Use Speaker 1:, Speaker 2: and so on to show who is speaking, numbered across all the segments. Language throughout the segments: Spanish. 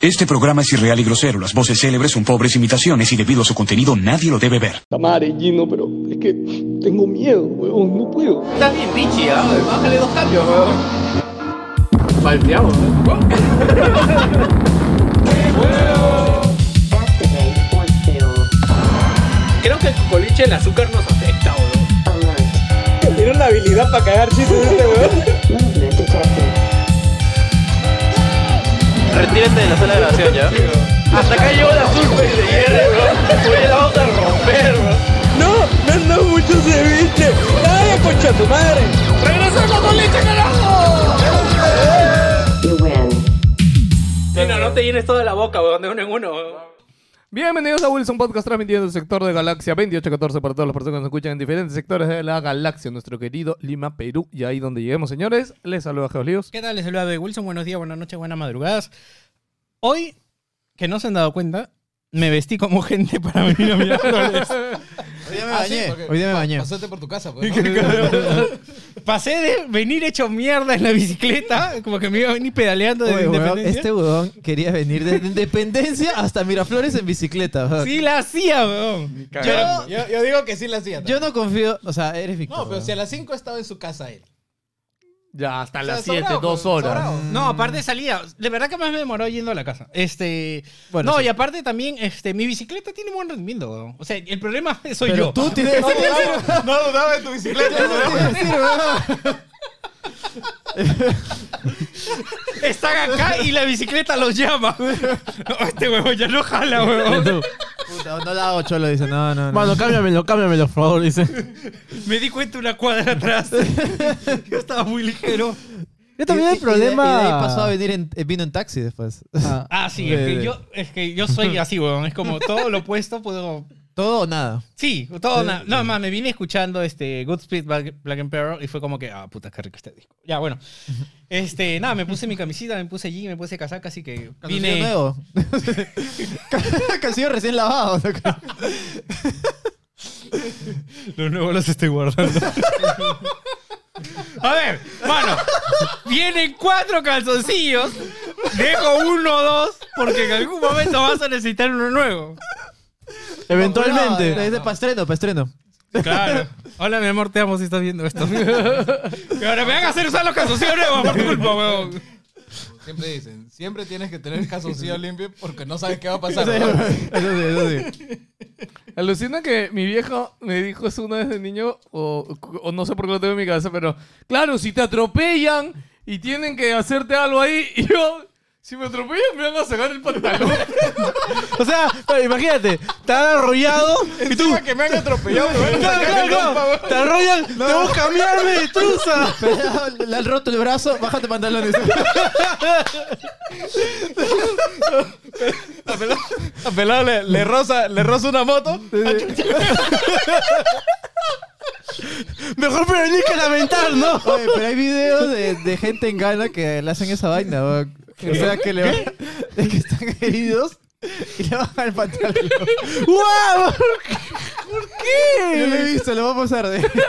Speaker 1: Este programa es irreal y grosero. Las voces célebres son pobres imitaciones y debido a su contenido nadie lo debe ver.
Speaker 2: Tamare, Gino, pero es que tengo miedo, weón, no puedo.
Speaker 3: Estás bien, Richie, ¿ah? bájale dos cambios, weón. Palpeamos,
Speaker 4: Activate or fill.
Speaker 3: Creo que el coliche el azúcar nos afecta, weón.
Speaker 4: Alert.
Speaker 5: Tiene una habilidad para cagar chistes este weón.
Speaker 4: Movement detected.
Speaker 3: Retírate de la sala de grabación, ¿ya? Hasta acá llegó la surfe de hierro, weón. Oye, la vamos a romper, weón.
Speaker 5: No, no, no, mucho ceviche. Dale, concha tu madre.
Speaker 4: You win.
Speaker 3: Mira, no te llenes toda la boca, weón, de uno en uno, weón.
Speaker 6: Bienvenidos a Wilson Podcast transmitiendo el sector de Galaxia 2814 para todas las personas que nos escuchan en diferentes sectores de la galaxia, nuestro querido Lima, Perú. Y ahí donde lleguemos, señores, les saluda Geos
Speaker 7: ¿Qué tal? Les saluda B. Wilson. Buenos días, buenas noches, buenas madrugadas. Hoy, que no se han dado cuenta, me vestí como gente para venir a Ah, Miraflores.
Speaker 8: Hoy día me bañé.
Speaker 7: Hoy día me bañé.
Speaker 8: Pasate por tu casa, pues. ¿no?
Speaker 7: Pasé de venir hecho mierda en la bicicleta, como que me iba a venir pedaleando desde
Speaker 8: Oye, weón,
Speaker 7: Independencia.
Speaker 8: este budón quería venir desde Independencia hasta Miraflores en bicicleta. weón.
Speaker 7: Sí la hacía, weón.
Speaker 8: Yo,
Speaker 9: Yo, yo digo que sí la hacía.
Speaker 8: yo no confío, o sea, eres Víctor.
Speaker 9: No, pero
Speaker 8: weón.
Speaker 9: si a las 5 estaba en su casa él.
Speaker 6: Ya hasta
Speaker 9: O sea,
Speaker 6: las 7,
Speaker 9: sobrado,
Speaker 6: dos
Speaker 9: pues,
Speaker 6: horas.
Speaker 9: sobrado.
Speaker 8: Mm.
Speaker 7: No, aparte salía. De verdad que más me demoró yendo a la casa. Este.
Speaker 8: Bueno,
Speaker 7: no,
Speaker 8: sí.
Speaker 7: y aparte también, este, mi bicicleta tiene buen rendimiento, weón. O sea, el problema soy
Speaker 8: Pero
Speaker 7: yo.
Speaker 8: tú tienes...
Speaker 9: No dudaba de tu bicicleta.
Speaker 7: Están acá y la bicicleta los llama. No, este huevo ya no jala, huevo.
Speaker 8: Puta, no la hago, cholo, dice. No, no, no.
Speaker 5: cámbiamelo, cámbiamelo, por favor, dice.
Speaker 7: Me di cuenta una cuadra atrás. Yo estaba muy ligero.
Speaker 8: yo
Speaker 5: también el problema-
Speaker 8: Y de, ahí pasó a venir en, eh, vino en taxi después.
Speaker 7: Ah, sí, es que yo, es que yo soy así, huevón. Es como todo lo opuesto, puedo.
Speaker 8: Todo o nada.
Speaker 7: Sí, todo nada. No, más, me vine escuchando este Good Speed Black, Black and Pearl y fue como que, ah, puta, qué rico este disco. Ya, bueno. Este, nada, me puse mi camisita, me puse jean, me puse casaca, así que
Speaker 8: Vine
Speaker 7: vine.
Speaker 8: nuevo. Calcillo recién lavado.
Speaker 7: Los nuevos los estoy guardando. A ver, mano, vienen cuatro calzoncillos, dejo uno o dos, porque en algún momento vas a necesitar uno nuevo.
Speaker 8: Eventualmente. Es de pastreno, pastreno.
Speaker 7: Claro. Hola, mi amor, te amo si estás viendo esto. Y ahora me van a hacer usar los calzoncillos nuevos por tu culpa, weón.
Speaker 9: Siempre dicen, siempre tienes que tener el calzoncillo limpio porque no sabes qué va a pasar. ¿no?
Speaker 6: Alucina que mi viejo me dijo eso una vez de niño, o, o no sé por qué lo tengo en mi cabeza, pero claro, si te atropellan y tienen que hacerte algo ahí, y yo, si me atropellan me van a sacar el pantalón.
Speaker 5: O sea, pero imagínate, te han arrollado y tú.
Speaker 9: Encima que me han atropellado. me van a
Speaker 5: Claro,
Speaker 9: sacar
Speaker 5: claro,
Speaker 9: el ropa,
Speaker 5: claro. Te arrollan, tengo que cambiarme de truza.
Speaker 8: Pero le han roto el brazo, bájate pantalones.
Speaker 9: A pelado le, le roza, le roza una moto.
Speaker 5: Mejor prevenir que lamentar, ¿no?
Speaker 8: Oye, pero hay videos de, de gente en Ghana que le hacen esa vaina, weón. O sea, que le van- de que están heridos y le bajan el pantalón.
Speaker 5: ¡Wow!
Speaker 8: Yo lo he visto, lo va a pasar de...
Speaker 5: ¡Puta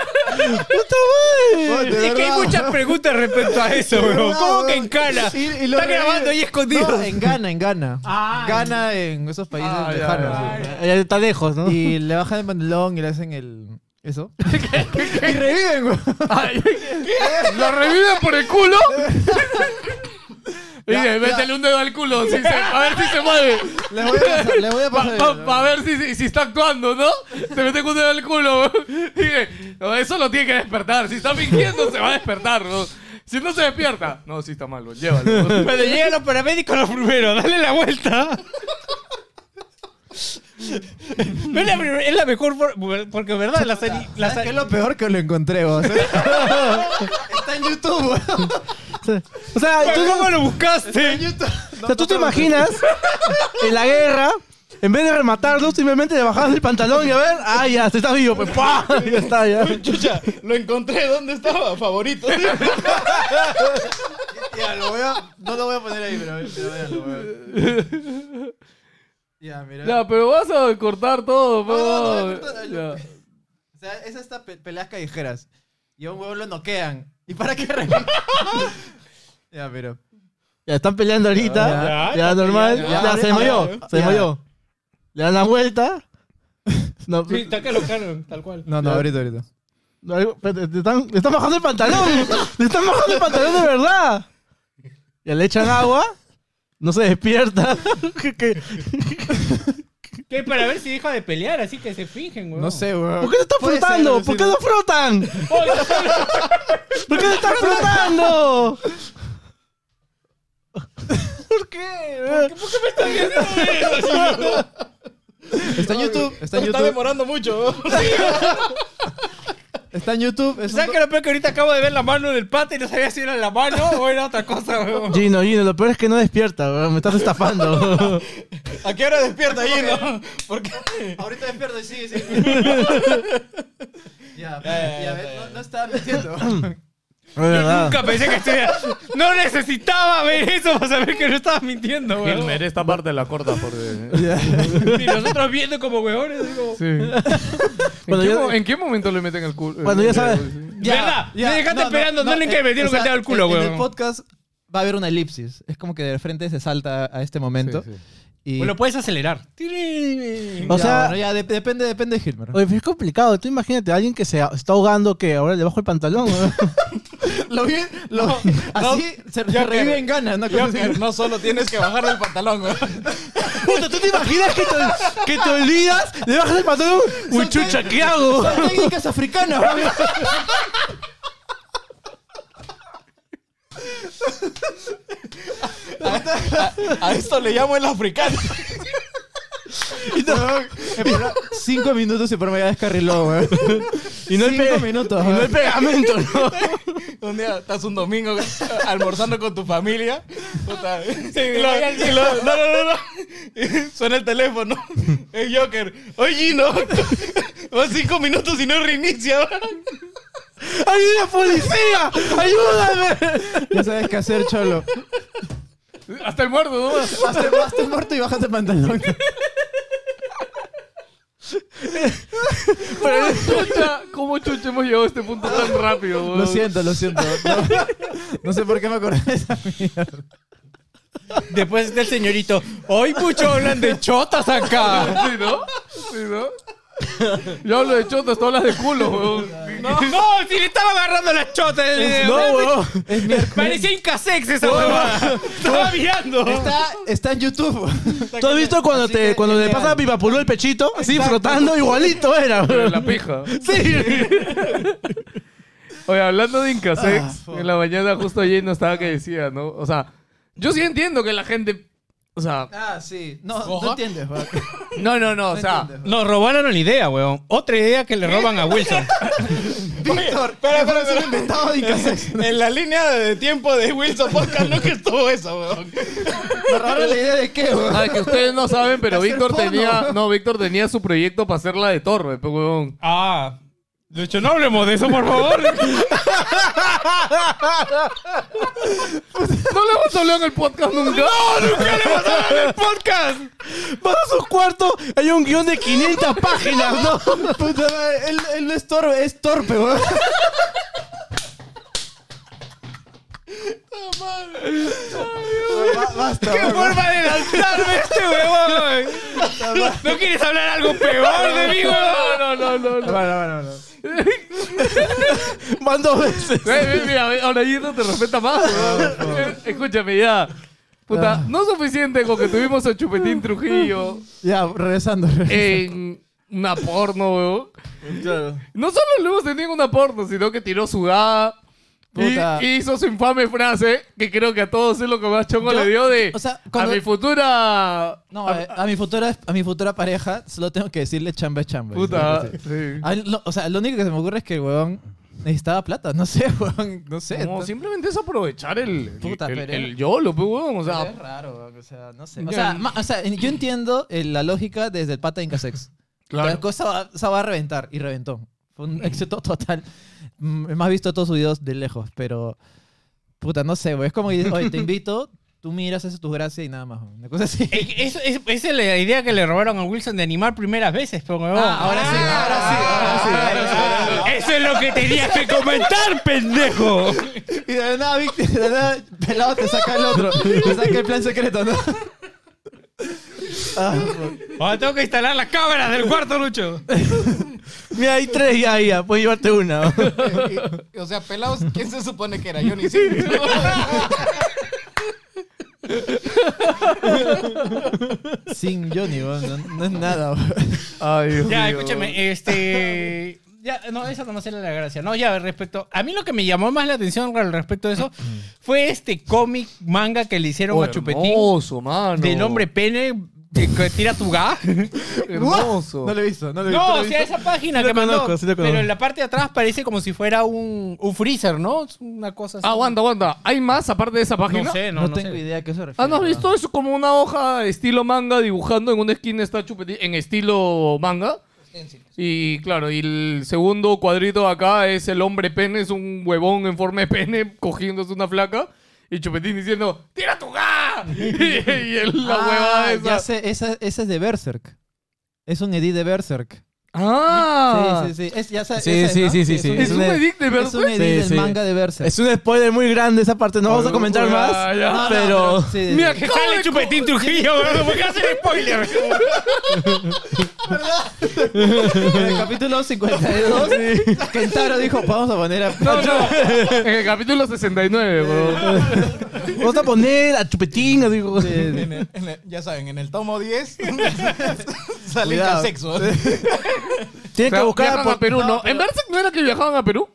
Speaker 8: Oye,
Speaker 5: madre!
Speaker 8: de
Speaker 7: Es que hay
Speaker 8: verdad.
Speaker 7: muchas preguntas respecto a eso, weón.
Speaker 8: verdad,
Speaker 7: ¿Cómo que
Speaker 8: weón.
Speaker 7: en cana?
Speaker 8: Y- y lo
Speaker 7: Está grabando
Speaker 8: reviven.
Speaker 7: ahí escondido.
Speaker 8: No, en Ghana, en Ghana. Ghana en esos países lejanos. sí.
Speaker 5: Ya está lejos, ¿no?
Speaker 8: Y le bajan el pantalón y le hacen el... ¿Eso? Y reviven, weón.
Speaker 6: ¿La reviven por el culo?
Speaker 8: Ya,
Speaker 6: Mire,
Speaker 8: ya.
Speaker 6: métele un dedo al culo, si se- a ver si se mueve.
Speaker 8: Les voy a pasar, les voy a pasar.
Speaker 6: Para
Speaker 8: el video.
Speaker 6: ver si, si- si está actuando, ¿no? Se mete un dedo al culo. Dije, no, eso lo tiene que despertar. Si está fingiendo, se va a despertar. ¿no? Si no se despierta, no, si está mal, weón, llévalo.
Speaker 7: Cuando llegan los paramédicos los primeros, dale la vuelta. No es, la, primer- es la mejor for- porque verdad la serie la
Speaker 8: ¿Sabes
Speaker 7: sa-
Speaker 8: qué es lo peor que lo encontré, weón? Está en YouTube, weón.
Speaker 5: O sea, tú,
Speaker 7: ¿Tú cómo lo buscaste?
Speaker 5: o sea, ¿tú te imaginas en la guerra, en vez de rematarlo, simplemente le bajabas el pantalón y a ver, ah, ya, te estás vivo, pues, ¡pah! Ya está, ya.
Speaker 9: Chucha, lo encontré. ¿Dónde estaba? Favorito.
Speaker 8: Ya, lo voy a, no lo voy a poner ahí, pero, pero véanlo, weón. Ya, mira.
Speaker 6: Ya, pero vas a cortar todo,
Speaker 8: No, no, no,
Speaker 6: weón.
Speaker 8: no, no,
Speaker 6: Ya.
Speaker 8: no. O sea, es estas pe- peleas callejeras. Y a un huevón lo noquean. ¿Y para qué revive? ya, pero.
Speaker 5: Ya están peleando ahorita. Ya,
Speaker 7: Ya, ya,
Speaker 5: normal. Ya,
Speaker 7: ya,
Speaker 5: se desmayó. Se desmayó. Le dan la vuelta. No,
Speaker 7: Sí, tal que lo cargan, tal cual.
Speaker 8: No, no, ahorita, ahorita.
Speaker 5: no, algo- espérate, te están, le están bajando el pantalón. le están bajando el pantalón de verdad. Ya le echan agua. No se despierta. Que- que-
Speaker 7: Que para ver si deja de pelear, así que se fingen, weón.
Speaker 8: No sé, weón.
Speaker 5: ¿Por qué te están
Speaker 8: Puede ser,
Speaker 5: frotando? ¿Por qué
Speaker 8: alucina.
Speaker 5: no frotan? ¿Por qué te están frotando? ¿Por qué?
Speaker 8: Está en YouTube. Está en
Speaker 9: Está
Speaker 8: YouTube.
Speaker 9: demorando mucho.
Speaker 8: Está en YouTube. es un
Speaker 7: ¿Sabes
Speaker 8: do-
Speaker 7: qué lo peor que ahorita acabo de ver la mano del pata y no sabía si era la mano o era otra cosa, weón?
Speaker 5: Gino, Gino, lo peor es que no despierta, weón. me estás estafando.
Speaker 9: ¿A qué hora despierta ahí, no? Porque
Speaker 8: Ahorita despierto y sigue, sigue. ya, ya, ves, no, no estaba mintiendo.
Speaker 5: Es verdad.
Speaker 7: Nunca pensé que estuviera. No necesitaba ver eso para saber que no estaba mintiendo, weón.
Speaker 6: Gilmer, esta parte la corta porque...
Speaker 7: Y nosotros viendo como weones, digo.
Speaker 6: Sí. ¿En,
Speaker 5: Bueno,
Speaker 6: qué
Speaker 5: ya-
Speaker 6: mo- en qué momento le meten el culo? Eh,
Speaker 5: Bueno, ya sabes.
Speaker 7: Ya, ¿Verdad? me dejaste esperando, no, le
Speaker 8: eh,
Speaker 7: que me dieron
Speaker 8: o sea,
Speaker 7: que te el culo,
Speaker 8: en- En el
Speaker 7: weón.
Speaker 8: podcast va a haber una elipsis. Es como que de frente se salta a este momento. Y
Speaker 7: Pues lo puedes acelerar.
Speaker 5: O
Speaker 8: Ya,
Speaker 5: sea-
Speaker 8: bueno, ya de- depende, depende de Hilmer.
Speaker 5: Oye, pero es complicado. Tú imagínate a alguien que se a- está ahogando que ahora le bajo el pantalón. weón.
Speaker 8: Lo vi, lo, así se, se revive en ganas, ¿no? Como si-
Speaker 9: no solo tienes que bajar del pantalón, güey.
Speaker 5: Puta, ¿tú te imaginas que te, que te olvidas? Le bajas el pantalón. Uy,
Speaker 8: Son
Speaker 5: chucha, ¿qué hago?
Speaker 8: Son técnicas africanas, weón.
Speaker 9: A esto le llamo el africano.
Speaker 8: Esperó Cinco minutos y por medio descarriló, weón.
Speaker 5: Y no hay,
Speaker 8: Cinco
Speaker 5: pe-
Speaker 8: minutos,
Speaker 5: y no hay
Speaker 8: weón.
Speaker 5: pegamento, ¿no?
Speaker 9: Un día estás un domingo almorzando con tu familia. puta, y lo- y lo- no, no, no, no. Y Suena el teléfono. El Joker. Oye, Gino. Van cinco minutos y no reinicia.
Speaker 5: ¡Hay una policía! ¡Ayúdame!
Speaker 8: Ya sabes qué hacer, cholo.
Speaker 6: Hasta el muerto, ¿no?
Speaker 8: Hazte, hazte muerto y bájate el pantalón.
Speaker 6: Pero chucha, ¿cómo chucha hemos llegado a este punto tan rápido, weón?
Speaker 8: Lo siento, lo siento. No, no sé por qué me acordé de esa mierda.
Speaker 7: Después está el señorito. Hoy mucho hablan de chotas acá.
Speaker 6: ¿Sí, no? ¿Sí, no? Yo hablo de chotas, tú hablas de culo, weón.
Speaker 7: No, si le estaba agarrando las chotas.
Speaker 5: No, weón.
Speaker 8: Es miércoles.
Speaker 7: Parecía Incasex esa huevada. Estaba mirando.
Speaker 8: Está, está en YouTube.
Speaker 5: ¿Tú has visto cuando,
Speaker 8: Así
Speaker 5: te,
Speaker 8: que
Speaker 5: cuando
Speaker 8: es
Speaker 5: le
Speaker 8: legal.
Speaker 5: pasa a Pipapulú el pechito? Así, frotando, igualito era.
Speaker 6: Pero
Speaker 5: weón.
Speaker 6: en la pija.
Speaker 5: Sí.
Speaker 6: Oye, hablando de Incasex, en la mañana justo ayer no estaba que decía, ¿no? O sea, yo sí entiendo que la gente. O sea,
Speaker 8: Ah, sí. No,
Speaker 9: Ojo.
Speaker 8: no entiendes, weón.
Speaker 6: no, no, no, o sea.
Speaker 8: entiendes.
Speaker 7: Nos robaron la idea, weón. Otra idea que le roban a Wilson.
Speaker 8: Víctor, pero, pero, pero, inventado de Incasex.
Speaker 9: En la línea de tiempo de Wilson Podcast no que estuvo eso, weón.
Speaker 8: Me robaron la idea de qué, weón.
Speaker 6: Ah, que ustedes no saben, pero
Speaker 8: Hacer
Speaker 6: Víctor
Speaker 8: porno.
Speaker 6: tenía. No, Víctor tenía su proyecto para hacer la de Torre, pues, weón.
Speaker 7: Ah. De hecho, no hablemos de eso, por favor.
Speaker 6: No le hemos hablado en el podcast nunca. ¡No, nunca le hemos hablado en el podcast!
Speaker 5: Vas a su cuarto, hay un guión de 500 páginas, ¿no?
Speaker 8: Puta madre, él, él no es torpe, es torpe, weón. Ba- Basta,
Speaker 7: ¡Qué
Speaker 8: weón.
Speaker 7: forma de lanzarme este huevón! ¿No quieres hablar algo peor de mí, huevón?
Speaker 6: No, no, no, no.
Speaker 8: Bueno, bueno, bueno.
Speaker 5: Van dos veces.
Speaker 6: Ve, ve, mira, ve, ahora ahí no Ah. te respeta más, weón. Escúchame ya. Puta, no suficiente con que tuvimos a Chupetín Trujillo
Speaker 8: Ya, regresando.
Speaker 5: Eh,
Speaker 6: en una porno, weón. No solo lo hemos tenido en una porno, sino que tiró su gada. Y
Speaker 8: Puta.
Speaker 6: y hizo su infame frase, que creo que a todos es lo que más chongo
Speaker 8: Yo-
Speaker 6: le dio de
Speaker 8: o sea, cuando-
Speaker 6: a mi futura
Speaker 8: No, eh, a, a mi futura, a mi futura pareja solo tengo que decirle chamba es chamba.
Speaker 6: puta.
Speaker 8: Sí.
Speaker 6: sí.
Speaker 8: A él, lo- o sea, lo único que se me ocurre es que el weón necesitaba plata. No sé, weón. No sé.
Speaker 6: No,
Speaker 8: No,
Speaker 6: simplemente es aprovechar el,
Speaker 8: Puta,
Speaker 6: el,
Speaker 8: pero-
Speaker 6: el YOLO, pues, weón. O
Speaker 8: pero
Speaker 6: sea,
Speaker 8: es raro, weón. O sea, no sé.
Speaker 6: Ya.
Speaker 8: O sea, ma- o sea, yo entiendo eh, la lógica desde el pata de Incasex.
Speaker 6: Claro.
Speaker 8: La cosa va, esa va a reventar y reventó. Fue un éxito total. Mm, Hemos visto todos sus videos de lejos, pero. Puta, no sé, weón. Es como que dices, oye, te invito, Tú miras, haces tus gracias y nada más. Una cosa así.
Speaker 7: Es- es- esa es la idea que le robaron a Wilson de animar primeras veces, pero huevón.
Speaker 8: ahora sí, ahora sí, ahora sí, ahora sí, ahora
Speaker 7: Eso es lo que tenías que comentar, pendejo.
Speaker 8: Y de la nada, Víctor, de la nada, pelado te saca el otro. Te saca el plan secreto, ¿no? Ah,
Speaker 7: Ahora tengo que instalar las cámaras del cuarto, Lucho.
Speaker 5: Mira, hay tres ya,
Speaker 8: ah,
Speaker 5: ya. Puedes llevarte una.
Speaker 9: Y- O sea, pelados, ¿quién se supone que era? Johnny Sins.
Speaker 8: sin Johnny, weón, no, no es nada. weón. Ay, Dios
Speaker 7: Ya,
Speaker 8: mío, weón.
Speaker 7: escúchame, este. Ya, no, esa no era la gracia. No, ya, respecto. A mí lo que me llamó más la atención al respecto de eso fue este cómic manga que le hicieron
Speaker 9: Oh,
Speaker 7: a Chupetín
Speaker 9: Hermoso, mano.
Speaker 7: del hombre pene que que tira tu ga.
Speaker 9: Hermoso.
Speaker 8: No lo he visto, no lo he visto.
Speaker 7: No,
Speaker 8: lo he
Speaker 7: o sea,
Speaker 8: visto.
Speaker 7: esa página
Speaker 5: Sí lo
Speaker 7: que mandó,
Speaker 5: conozco, sí lo conozco.
Speaker 7: pero en la parte de atrás parece como si fuera un, un freezer, ¿no? Es una cosa así.
Speaker 6: Ah, aguanta, aguanta. ¿Hay más aparte de esa página?
Speaker 7: No sé, no,
Speaker 8: no,
Speaker 7: no
Speaker 8: tengo
Speaker 7: sé.
Speaker 8: idea a qué se refiere.
Speaker 6: Ah, ¿no has
Speaker 8: weón.
Speaker 6: visto? Es como una hoja estilo manga dibujando en una esquina está Chupetín en estilo manga. Y claro, y el segundo cuadrito acá es el hombre pene, es un huevón en forma de pene cogiéndose una flaca. Y Chupetín diciendo, ¡tira tu ga! y, y el- la huevada
Speaker 8: Ah,
Speaker 6: esa.
Speaker 8: ya sé, esa, esa es de Berserk. Es un edit de Berserk.
Speaker 6: ¡Ah!
Speaker 8: Sí, sí, sí. Es, ya sé,
Speaker 10: Sí,
Speaker 8: ese,
Speaker 10: sí,
Speaker 8: ¿no?
Speaker 10: sí, sí, sí.
Speaker 8: un
Speaker 6: Es un edit de
Speaker 8: Es un
Speaker 6: Berserk.
Speaker 8: edit del
Speaker 10: Sí, sí.
Speaker 8: manga de Berserk.
Speaker 5: Es un spoiler muy grande esa parte. No vamos a comentar
Speaker 6: Ah,
Speaker 5: más.
Speaker 6: ya.
Speaker 8: No, no,
Speaker 5: Pero.
Speaker 8: sí, de-
Speaker 6: Mira que sale Chupetín Trujillo, weón. ¿Por qué hacen spoiler?
Speaker 8: En el capítulo 52, Kentaro dijo, vamos a poner a...
Speaker 6: No, no. En el capítulo 69, weón.
Speaker 5: Vamos a poner a Chupetín. Digo.
Speaker 9: En el- en el- ya saben, en el tomo 10 sale
Speaker 8: Cuidado.
Speaker 9: el sexo.
Speaker 5: Tienes que buscar.
Speaker 6: Viajan
Speaker 5: por-
Speaker 6: a Perú, ¿no? ¿En Berserk no era que viajaban a Perú?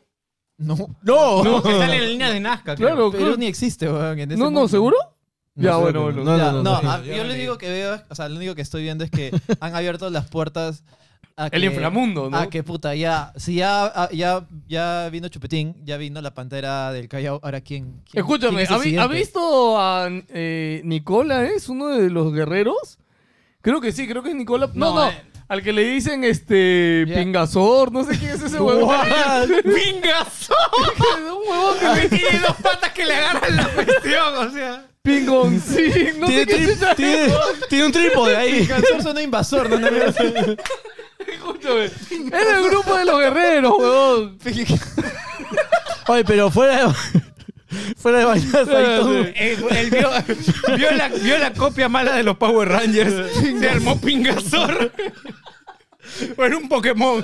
Speaker 5: No.
Speaker 7: Como que sale en la línea de Nazca. creo.
Speaker 6: Claro,
Speaker 8: Perú
Speaker 6: claro.
Speaker 8: ni existe, weón. en ese
Speaker 6: No, no,
Speaker 8: mundo.
Speaker 6: ¿seguro? ya,
Speaker 8: creo
Speaker 6: bueno,
Speaker 8: que
Speaker 6: bueno.
Speaker 8: Ah, Ya,
Speaker 5: No, no, no, sí.
Speaker 8: a- yo lo único que veo, es- o sea, lo único que estoy viendo es que han abierto las puertas a que,
Speaker 6: El inframundo, ¿no?
Speaker 8: Ah, que puta, ya, si ya, ah, ya, ya vino Chupetín, ya vino la pantera del Callao, ahora quién. quién- quién
Speaker 6: Escúchame,
Speaker 8: es el
Speaker 6: ¿ha, vi- ha
Speaker 8: siguiente?
Speaker 6: visto a eh, Nicola, es uno de los guerreros? Creo que sí, creo que es Nicola. No, no,
Speaker 7: No, eh.
Speaker 6: al que le dicen este
Speaker 8: Ya.
Speaker 6: Pingasor, no sé quién es ese este huevón. ¡Pingasor! un huevón que le tiene dos patas que le agarran la cuestión, o sea. Pingoncín, no
Speaker 5: Tiene,
Speaker 6: sé qué
Speaker 5: tri-
Speaker 6: chucha.
Speaker 5: tiene- tiene un trípode ahí.
Speaker 8: Cansor suena invasor, no, no, no.
Speaker 6: Escúchame, es el grupo de los guerreros, huevón.
Speaker 5: Oye, pero fuera de. fuera de bañadas. ahí todo-
Speaker 7: Eh, él vio, vio la, vio la copia mala de los Power Rangers. Se armó Pingasor. O era un Pokémon.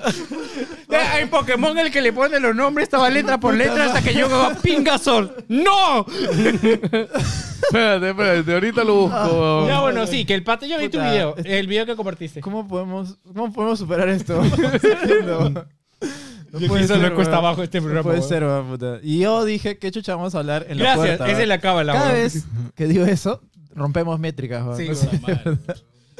Speaker 7: Ya, Hay Pokémon el que le pone los nombres, estaba letra por letra hasta que llegó a Pingasor. ¡No!
Speaker 6: Espérate, espérate, ahorita lo busco, huevón.
Speaker 7: Ya, bueno, sí, que el pato. Yo vi tu
Speaker 8: Puta.
Speaker 7: video, el video que compartiste.
Speaker 8: ¿Cómo podemos, ¿Cómo podemos superar esto? no. No puede
Speaker 7: Eso
Speaker 8: ser,
Speaker 7: le cuesta
Speaker 8: weón.
Speaker 7: abajo este
Speaker 8: No
Speaker 7: programa.
Speaker 8: puede
Speaker 7: weón.
Speaker 8: ser, weón, puta. Y yo dije, ¿qué chucha vamos a hablar en la
Speaker 7: Gracias,
Speaker 8: puerta?
Speaker 7: esa es
Speaker 8: weón?
Speaker 7: la cábala.
Speaker 8: Cada
Speaker 7: weón.
Speaker 8: vez que digo eso, rompemos métricas, weón.
Speaker 7: Sí,
Speaker 8: No sé.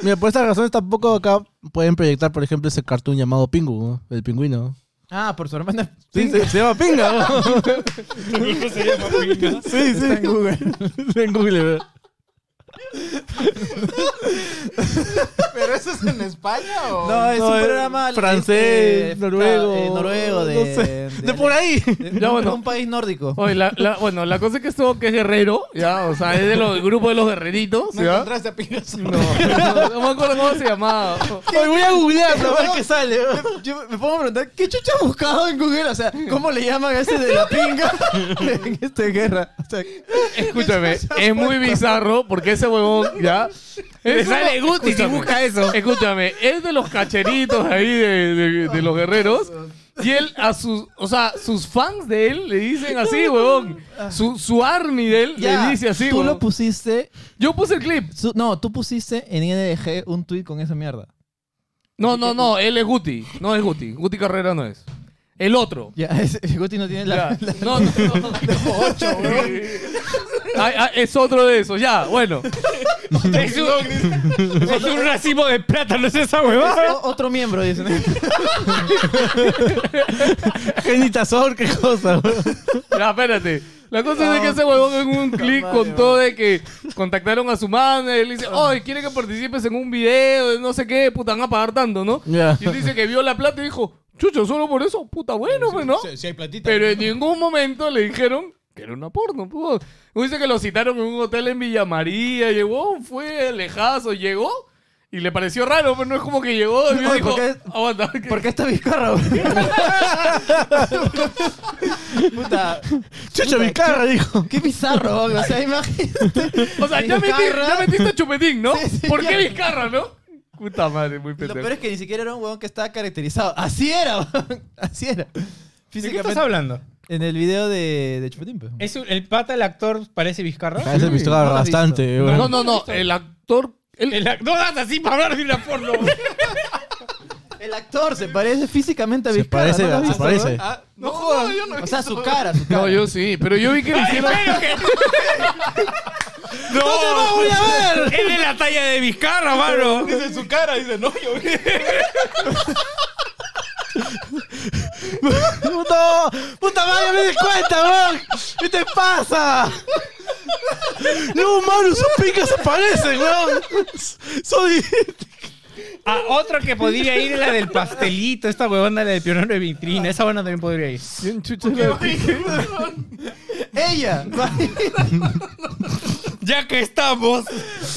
Speaker 5: Mira, por estas razones tampoco acá pueden proyectar, por ejemplo, ese cartoon llamado Pingu, ¿no? el pingüino.
Speaker 8: Ah, por su hermana.
Speaker 5: Sí, se, se llama Pinga. ¿no? Sí, sí.
Speaker 8: Está en Google.
Speaker 5: En Google, ¿verdad?
Speaker 9: Pero eso es en España o.
Speaker 8: No, es
Speaker 5: No,
Speaker 8: un
Speaker 5: es
Speaker 8: programa
Speaker 5: francés,
Speaker 8: eh,
Speaker 5: noruego,
Speaker 8: eh, noruego de,
Speaker 5: no sé, De por ahí.
Speaker 8: de-
Speaker 6: Ya, bueno.
Speaker 8: un país nórdico.
Speaker 6: Oye, la, la- bueno, la cosa es que estuvo que es guerrero, ya, o sea, es de los, del grupo de los guerreritos,
Speaker 9: No
Speaker 6: ¿ya?
Speaker 9: encontraste a Pingasor.
Speaker 6: No, no, no me acuerdo cómo se llamaba.
Speaker 5: Oye, voy a googlearlo a ver qué sale. ¿no?
Speaker 8: Yo me pongo a preguntar, ¿qué chucha ha buscado en Google? O sea, ¿cómo le llaman a ese de la pinga en esta guerra? O sea,
Speaker 6: Escúchame, es muy bizarro porque ese huevón, ¿ya? Es sale Guti si busca eso. Escúchame, es de los cacheritos ahí de, de- de los guerreros. Y él a sus, o sea, sus fans de él le dicen así, huevón. Su, su army de él
Speaker 8: ya,
Speaker 6: le dice así,
Speaker 8: Tú
Speaker 6: huevón.
Speaker 8: lo pusiste.
Speaker 6: Yo puse el clip.
Speaker 8: su- no, tú pusiste en NDG un tweet con esa mierda.
Speaker 6: No, no, no, él es Guti. No es Guti. Guti Carrera no es. El otro.
Speaker 8: Ya, ese- Guti no tiene la.
Speaker 6: Ya. No, no, no. Ay, ay, es otro de esos, ya, bueno.
Speaker 7: Es un, es un racimo de plátano, es esa huevada.
Speaker 8: O- otro miembro, dicen.
Speaker 5: Genitazor, qué cosa. bro.
Speaker 6: Ya, espérate. La cosa es de que ese huevón en un clic contó de que contactaron a su manager y le dice, oye, quiere que participes en un video de no sé qué, puta, van a pagar tanto, ¿no?
Speaker 5: Ya.
Speaker 6: Y él dice que vio la plata y dijo, chucho, solo por eso, puta, bueno, pues, ¿no?
Speaker 9: Si, si hay platita.
Speaker 6: Pero en ningún momento le dijeron que era una porno, pues. Dice que lo citaron en un hotel en Villa María, llegó, fue lejazo, llegó y le pareció raro, pero no es como que llegó y
Speaker 8: Oye,
Speaker 6: dijo,
Speaker 8: ¿por qué-
Speaker 6: aguanta, que-
Speaker 8: ¿Por qué está Vizcarra? güey? Puta,
Speaker 5: Chucho Vizcarra dijo.
Speaker 8: qué bizarro, güey. o sea, imagínate.
Speaker 6: O sea, ya, metí,
Speaker 8: Vizcarra.
Speaker 6: ya metiste a Chupetín, ¿no?
Speaker 8: Sí, sí,
Speaker 6: ¿Por
Speaker 8: ya.
Speaker 6: qué Vizcarra, no? Puta madre, muy
Speaker 8: Lo
Speaker 6: pendejo.
Speaker 8: peor es que ni siquiera era un huevón que estaba caracterizado. Así era, huevón. Así era.
Speaker 7: ¿De qué estás
Speaker 8: Físicamente.
Speaker 7: hablando?
Speaker 8: En el video de, de Chupetín, pues.
Speaker 7: ¿Es un- ¿El pata, el actor, parece Vizcarra?
Speaker 5: Ah, ese pistola
Speaker 8: no lo has visto.
Speaker 5: bastante, güey.
Speaker 6: No, no, no, el actor... el-
Speaker 7: El ac- no das así para hablar de una porno. güey.
Speaker 8: El actor se parece físicamente a
Speaker 5: Se
Speaker 8: Vizcarra.
Speaker 5: parece,
Speaker 8: ¿no lo has
Speaker 5: se
Speaker 8: visto,
Speaker 5: parece.
Speaker 8: huevón?
Speaker 7: Ah, no, jodas. yo no.
Speaker 8: O sea, su cara, su cara.
Speaker 6: No, yo sí, pero yo vi que le hicieron...
Speaker 7: no voy a ver! Él es la talla de Vizcarra, mano.
Speaker 9: Dice su cara, dice, no, yo vi.
Speaker 5: ¡No! ¡Puta madre, me di cuenta, weón! ¿Qué te pasa? No, mano, esos picas se parecen, weón. Soy.
Speaker 7: Ah, otro que podría ir es la del pastelito, esta huevona, la del pionero de vitrina. Esa buena también podría ir.
Speaker 6: ¿Quién chucha es la-
Speaker 8: Ella.
Speaker 7: Ya que estamos.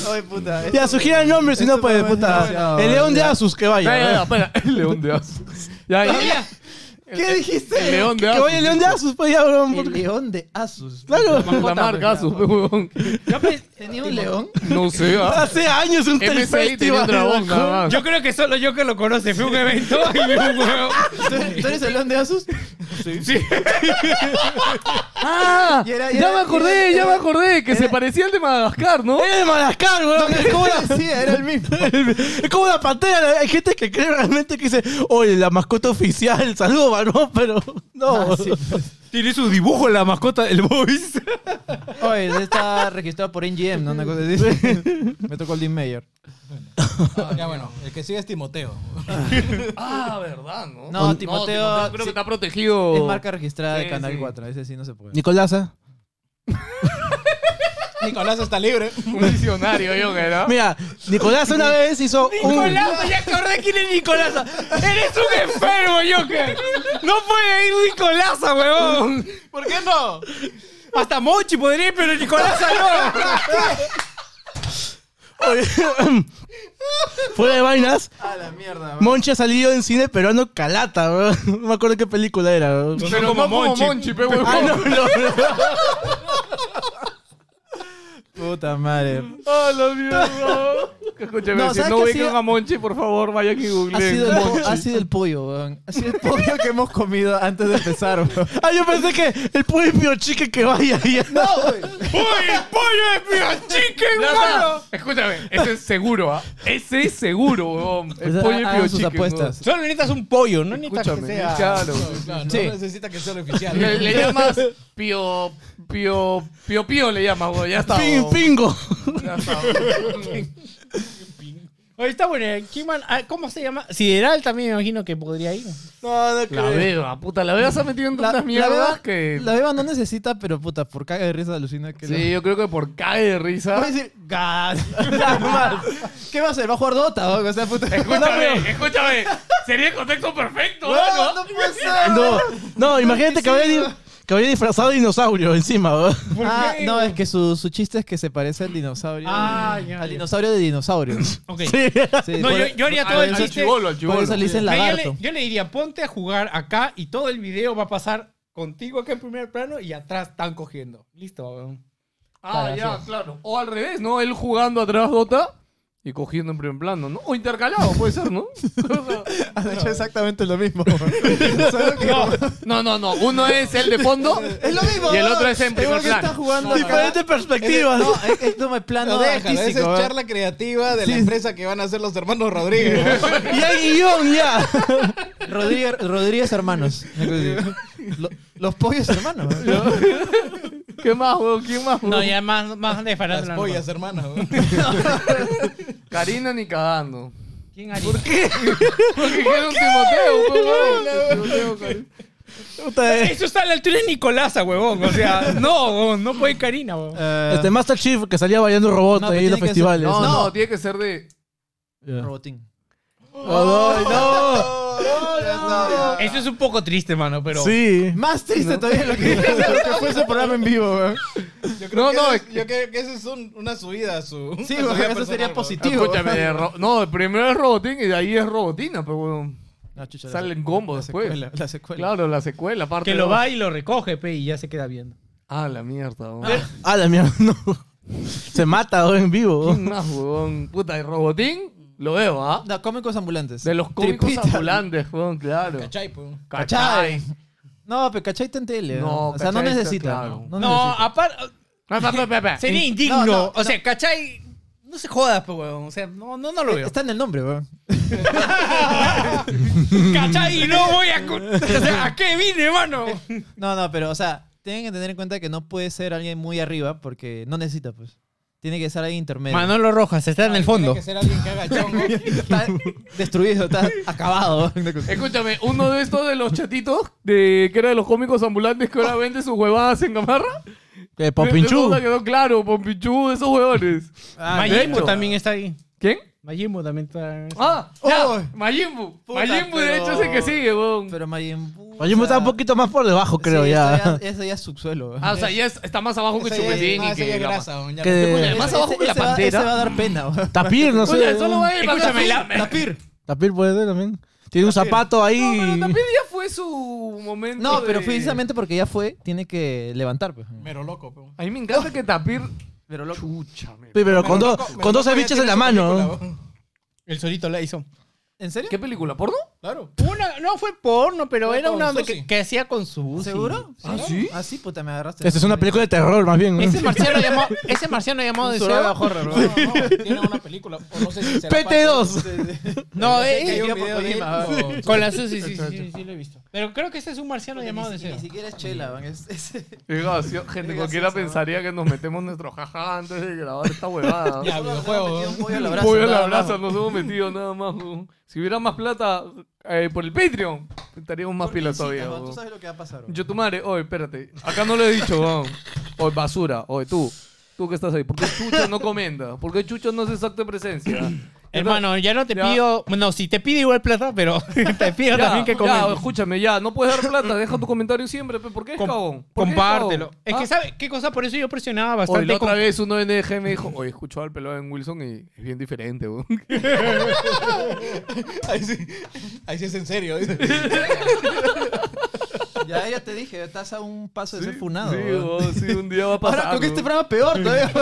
Speaker 8: Ay, puta.
Speaker 5: Ya, sugiera el nombre, si no, pues, puta. El león de Asus, que
Speaker 6: Ya, ya, ya,
Speaker 5: vaya. ¿no?
Speaker 6: espera. El león de Asus. Ya, ya, ya.
Speaker 8: ¿Qué dijiste?
Speaker 6: El león de
Speaker 5: Que vaya el león
Speaker 6: Asus.
Speaker 5: de Asus, pues ya,
Speaker 8: El
Speaker 5: weón.
Speaker 8: león de Asus.
Speaker 5: Claro.
Speaker 6: La marca Asus, pe, huevón.
Speaker 8: ¿Tenía un león?
Speaker 6: No sé, ah.
Speaker 5: Hace años un
Speaker 6: MSI tenía un dragón,
Speaker 9: Ah,
Speaker 6: nada más.
Speaker 7: Yo creo que solo yo que lo conoce. Fue un evento y vi un huevo.
Speaker 8: ¿Tú eres tú eres el león de Asus?
Speaker 7: Sí.
Speaker 6: ¡Ah!
Speaker 8: Y era- y
Speaker 6: ya
Speaker 8: era-
Speaker 6: me acordé,
Speaker 8: y era-
Speaker 6: ya me acordé. Que se parecía al de Madagascar, ¿no?
Speaker 5: Era de Madagascar, weón. Es como la-
Speaker 8: Sí, era el mismo.
Speaker 5: Es como la pantera. Hay gente que cree realmente que dice, oye, la mascota oficial, saludo, varón, pero no.
Speaker 8: Ah, sí.
Speaker 7: Tiene su dibujo la mascota del Boys.
Speaker 8: Oye, está registrado por NGM, ¿no? Una cosa así. Me tocó el Dean Mayer.
Speaker 9: ya bueno, el que sigue es Timoteo.
Speaker 6: Ah, verdad, ¿no?
Speaker 8: No, Timoteo-
Speaker 6: creo
Speaker 8: sí.
Speaker 6: que está protegido.
Speaker 8: Es marca registrada de
Speaker 6: Sí,
Speaker 8: Canal
Speaker 6: sí.
Speaker 8: 4. Ese sí no se puede.
Speaker 5: Nicolasa.
Speaker 9: Nicolás está libre.
Speaker 6: Un diccionario, yo que era.
Speaker 5: Mira, Nicolasa una vez hizo un...
Speaker 7: Nicolás, ya acordé quién es Nicolás. Eres un enfermo, Joker. No puede ir Nicolás, huevón.
Speaker 9: ¿Por qué no?
Speaker 7: Hasta Mochi podría ir, pero Nicolás no.
Speaker 5: Fuera de vainas,
Speaker 8: A la mierda, man.
Speaker 5: Monchi ha salido en cine peruano calata, bro. No me acuerdo qué película era, bro.
Speaker 6: Pero no como Monchi, pe, huevón.
Speaker 5: Ah, no, no, no.
Speaker 8: Puta madre.
Speaker 6: ¡Ah, la mierda! Escúchame,
Speaker 8: No,
Speaker 6: si
Speaker 8: ¿sabes
Speaker 6: no
Speaker 8: qué
Speaker 6: ubican
Speaker 8: hacía?
Speaker 6: a Monchi, por favor, vayan y
Speaker 8: Ha sido,
Speaker 6: googleen.
Speaker 8: el po-
Speaker 6: Monchi.
Speaker 8: ha sido el pollo, weón. Ha sido el pollo que hemos comido antes de empezar, weón.
Speaker 5: Ah, yo pensé que el propio chique que vaya ahí.
Speaker 7: ¡Uy, el pollo es mi chicken,
Speaker 6: Ya
Speaker 7: mano!
Speaker 6: está. Escúchame, ese es seguro, ¿ah? Ese es seguro, huevón.
Speaker 8: O sea,
Speaker 6: El pollo y
Speaker 8: Pues, hagan
Speaker 6: pio
Speaker 8: sus
Speaker 6: chicken,
Speaker 8: apuestas.
Speaker 7: Solo necesitas un pollo, no
Speaker 6: huevón.
Speaker 7: necesitas que sea...
Speaker 6: Escúchame, claro.
Speaker 9: Claro,
Speaker 8: Sí.
Speaker 9: No necesita que sea el oficial.
Speaker 6: Le, le llamas pio, pio, pio, pio le llamas, huevón. Ya está.
Speaker 5: Pin-
Speaker 6: huevón.
Speaker 5: pingo.
Speaker 6: Ya está, huevón.
Speaker 7: Oye, está bueno. ¿Quién man- ah, ¿Cómo se llama? Sideral también me imagino que podría ir.
Speaker 5: No, no
Speaker 6: La
Speaker 5: creo.
Speaker 6: beba, puta, la beba se ha metido en tantas mierdas
Speaker 8: beba,
Speaker 6: que...
Speaker 8: la beba no necesita, pero puta, por caga de risa alucina que
Speaker 6: Sí, yo creo que por cae de
Speaker 8: Va
Speaker 6: risa.
Speaker 8: a decir, gas. Nada más. ¿Qué va a hacer? ¿Va a jugar Dota? weón? O sea, puta.
Speaker 6: Escúchame, escúchame. Sería el contexto perfecto,
Speaker 8: No,
Speaker 6: ¿no?
Speaker 8: no puede ser.
Speaker 5: No, no, imagínate que vaya, di- que vaya disfrazado de dinosaurio encima, bro.
Speaker 8: Ah,
Speaker 7: qué?
Speaker 8: no, es que su, su chiste es que se parece al dinosaurio.
Speaker 7: Ah, ya,
Speaker 8: Al
Speaker 7: ya.
Speaker 8: dinosaurio de dinosaurios.
Speaker 7: Ok.
Speaker 5: Sí.
Speaker 8: Sí,
Speaker 7: No,
Speaker 8: por-
Speaker 7: yo, yo haría todo el
Speaker 6: al
Speaker 7: chiste.
Speaker 6: chivolo, al
Speaker 8: Por
Speaker 6: chivolo.
Speaker 8: eso le dicen
Speaker 7: Pero yo, le,
Speaker 8: lagarto.
Speaker 7: yo le diría, ponte a jugar acá y todo el video va a pasar contigo acá en primer plano y atrás están cogiendo. Listo. weón.
Speaker 6: Ah, ya, claro. O al revés, ¿no? Él jugando atrás Dota y cogiendo en primer plano, ¿no? O intercalado, puede ser, ¿no?
Speaker 8: Han hecho exactamente lo mismo. Solo que-
Speaker 6: No, no, no. Uno es el de fondo.
Speaker 8: Es lo mismo.
Speaker 6: Y el
Speaker 8: ¿no?
Speaker 6: otro es en primer
Speaker 8: Igual que
Speaker 6: plano.
Speaker 8: está jugando acá.
Speaker 5: Diferentes perspectivas.
Speaker 8: No, es, es como el plano
Speaker 9: No, déjalo,
Speaker 8: artístico.
Speaker 9: esa es
Speaker 8: ¿verdad?
Speaker 9: charla creativa de la empresa que van a hacer los hermanos Rodríguez.
Speaker 5: Y hay guión, ya.
Speaker 8: Rodríguez, Rodríguez hermanos. Una cosa así. Lo- los pollos hermanos. ¿verdad?
Speaker 6: ¿Qué más, weón? ¿Quién más,
Speaker 7: No,
Speaker 6: weón?
Speaker 7: ya más, más de farándula.
Speaker 9: Las
Speaker 7: nomás.
Speaker 9: pollas, hermanas.
Speaker 6: Karina ni cagando.
Speaker 7: ¿Quién haría?
Speaker 6: Porque era un Timoteo, pues, weón. Timoteo,
Speaker 5: Puta, eh.
Speaker 7: Eso está a la altura de Nicolasa, huevón. O sea, no, huevón, no puede Karina, huevón.
Speaker 8: Eh,
Speaker 5: Este Master Chief que salía bailando robot
Speaker 8: No, pero
Speaker 5: ahí en los
Speaker 8: tiene que ser-
Speaker 5: festivales.
Speaker 6: No, no, tiene que ser de.
Speaker 5: Ya.
Speaker 8: Robotín.
Speaker 5: Oh, no, no.
Speaker 7: Eso es un poco triste, mano, pero.
Speaker 5: Sí.
Speaker 8: Más triste todavía lo que, lo que fue ese programa en vivo, weón.
Speaker 9: Yo
Speaker 6: No,
Speaker 9: creo que
Speaker 6: no,
Speaker 9: eso
Speaker 6: es-
Speaker 9: es- yo creo que eso es un- una subida a su.
Speaker 8: Sí,
Speaker 9: a su
Speaker 8: weón,
Speaker 9: vida
Speaker 8: eso sería
Speaker 9: personal,
Speaker 8: positivo.
Speaker 6: Escúchame, ro- no, primero es Robotín y de ahí es Robotina, pues, pero bueno,
Speaker 8: No, chucha, la-
Speaker 6: salen combos
Speaker 8: la
Speaker 6: después.
Speaker 8: secuela, la secuela.
Speaker 6: Claro, la secuela, aparte.
Speaker 7: Que lo va y lo recoge, pe, y ya se queda viendo.
Speaker 6: Ah, la mierda, weón.
Speaker 5: Ah, la mierda, no. Se mata weón, en vivo.
Speaker 6: ¿Quién
Speaker 5: weón.
Speaker 6: más, weón? Puta, el Robotín, lo veo, ¿ah?
Speaker 8: No, cómicos ambulantes.
Speaker 6: De los cómicos
Speaker 8: Tripita.
Speaker 6: ambulantes, weón, claro.
Speaker 9: weón. Cachai, pues.
Speaker 6: Cachai.
Speaker 8: No, pero cachai está en tele.
Speaker 6: No,
Speaker 8: No, o sea, no
Speaker 6: cachai está,
Speaker 8: necesita.
Speaker 6: claro.
Speaker 8: No,
Speaker 7: No,
Speaker 8: necesita.
Speaker 7: aparte.
Speaker 6: No, no, no, no,
Speaker 9: Ah,
Speaker 6: no.
Speaker 7: Sería indigno.
Speaker 8: no, no,
Speaker 7: o sea, ¿cachai? No se jodas, pues, weón. O sea, no, no, no lo veo.
Speaker 8: Está en el nombre, weón.
Speaker 7: ¿Cachai? Y no voy a. cu- O sea, ¿a qué vine, mano?
Speaker 8: No, no, pero, o sea, tienen que tener en cuenta que no puede ser alguien muy arriba porque no necesita, pues. Tiene que ser alguien intermedio.
Speaker 7: Manolo Rojas está en el fondo.
Speaker 9: Ah, Tiene que ser alguien que haga chongo.
Speaker 8: Está destruido, está acabado.
Speaker 6: Escúchame, uno de estos de los chatitos, de, que era de los cómicos ambulantes que ahora vende sus huevadas en Gamarra.
Speaker 5: Eh,
Speaker 6: Me-
Speaker 5: Popinchú.
Speaker 6: me quedó claro, Pompinchú, esos huevones.
Speaker 9: Ah,
Speaker 7: Mayimbo también está ahí.
Speaker 6: ¿Quién?
Speaker 7: Mayimbo también está.
Speaker 6: Ah, ya,
Speaker 8: Oh.
Speaker 6: Mayimbu.
Speaker 8: Puta,
Speaker 6: Mayimbu, de
Speaker 8: pero-
Speaker 6: hecho, es el que sigue, weón.
Speaker 8: Pero Mayimbu.
Speaker 5: Oye, me está un poquito más por debajo, creo ya.
Speaker 8: Eso ya es subsuelo. weón.
Speaker 6: Ah, o sea, ya es- está más abajo que
Speaker 9: Esa ya es-
Speaker 6: Chupetín y
Speaker 9: no, esa ya
Speaker 6: que
Speaker 9: es
Speaker 6: Gama.
Speaker 9: grasa, weón, ya.
Speaker 5: Que
Speaker 6: Además, abajo
Speaker 8: Ese-
Speaker 6: que la
Speaker 8: ese va-
Speaker 6: pantera.
Speaker 8: Ese va a dar pena, weón.
Speaker 5: tapir, no sé.
Speaker 6: Oye, solo va a ir
Speaker 7: Escúchame,
Speaker 6: la-
Speaker 7: la-
Speaker 8: Tapir.
Speaker 5: Tapir puede ser también. Tiene un zapato ahí.
Speaker 6: No, pero también ya fue su momento.
Speaker 8: No, pero
Speaker 6: de-
Speaker 8: precisamente porque ya fue, tiene que levantar, pues.
Speaker 9: Mero loco, pues.
Speaker 6: A mí me encanta que Tapir.
Speaker 8: Oh. Pero loco.
Speaker 6: Chúchame.
Speaker 5: Sí, pero con, dos- con dos ceviches en la mano.
Speaker 7: El solito la hizo.
Speaker 8: ¿En serio?
Speaker 6: ¿Qué película? ¿Porno?
Speaker 9: Claro.
Speaker 7: Una, no fue porno, pero
Speaker 9: Fue
Speaker 7: era
Speaker 9: con
Speaker 7: una donde
Speaker 9: Susi.
Speaker 7: que, que hacía con su.
Speaker 8: ¿Seguro?
Speaker 6: ¿Ah, sí?
Speaker 8: Ah, sí, puta, me agarraste.
Speaker 5: Esta es una película de terror, más bien. ¿no?
Speaker 10: Mm.
Speaker 7: Ese marciano llamado, ese marciano llamado
Speaker 8: Un
Speaker 7: Deseo.
Speaker 8: survival horror,
Speaker 9: No,
Speaker 8: weón.
Speaker 9: no, tiene una película. O no sé si será
Speaker 5: PT2.
Speaker 9: parte de- de-
Speaker 7: No,
Speaker 9: de-
Speaker 7: eh,
Speaker 9: que
Speaker 7: eh,
Speaker 9: hay un
Speaker 7: yo
Speaker 9: video
Speaker 7: por
Speaker 9: de él,
Speaker 7: Lima,
Speaker 9: o-
Speaker 7: sí, Con la Susi, sí, sí, sí, sí, lo he visto. Pero creo que este es un marciano llamado
Speaker 8: Ni si-
Speaker 7: Deseo.
Speaker 8: Ni siquiera es chela, weón. Es, es-
Speaker 6: Gracio, gente,
Speaker 8: Qué
Speaker 6: cualquiera
Speaker 8: gracioso,
Speaker 6: pensaría que nos metemos nuestro jaja antes de grabar esta huevada.
Speaker 9: Ya, videojuego.
Speaker 8: Un
Speaker 9: weón.
Speaker 8: pollo al
Speaker 6: Voy
Speaker 8: abrazo,
Speaker 6: a la
Speaker 8: nada más,
Speaker 6: brasa,
Speaker 8: weón.
Speaker 6: nos hemos metido nada más. weón. Si hubiera más plata eh, por el Patreon, estaríamos más
Speaker 8: Porque
Speaker 6: pilas
Speaker 8: sí,
Speaker 6: todavía.
Speaker 8: cabrón,
Speaker 6: weón.
Speaker 8: Tú sabes lo que va a pasar. weón.
Speaker 6: Yo tu madre, oye, espérate. Acá no lo he dicho, weón. Oye, basura, oye, tú. Tú que estás ahí. ¿Por qué Chucho no comenta? ¿Por qué Chucho no se exacta presencia?
Speaker 7: Hermano, ya no te
Speaker 6: Ya.
Speaker 7: pido. No, si te pido igual plata, pero te pido
Speaker 6: Ya,
Speaker 7: también que
Speaker 6: ya,
Speaker 7: comentes.
Speaker 6: escúchame, ya, no puedes dar plata, deja tu comentario siempre, pe, ¿por qué es
Speaker 7: Com-
Speaker 6: cabón? ¿Por qué es
Speaker 7: Compártelo.
Speaker 6: cabón?
Speaker 7: Es
Speaker 6: Ah,
Speaker 7: que, ¿sabes qué cosa? Por eso yo presionaba
Speaker 6: Oye,
Speaker 7: bastante.
Speaker 6: la otra
Speaker 7: con-
Speaker 6: vez un ONG me dijo, oye, escuchó al pelado en Wilson y es bien diferente, weón.
Speaker 9: Ahí sí. Ahí sí es en serio. dice.
Speaker 8: Ya, ya te dije, estás a un paso de ser funado.
Speaker 6: Sí,
Speaker 8: weón.
Speaker 6: weón, sí, un día va a pasar.
Speaker 8: Ahora con
Speaker 6: weón.
Speaker 8: este programa peor todavía.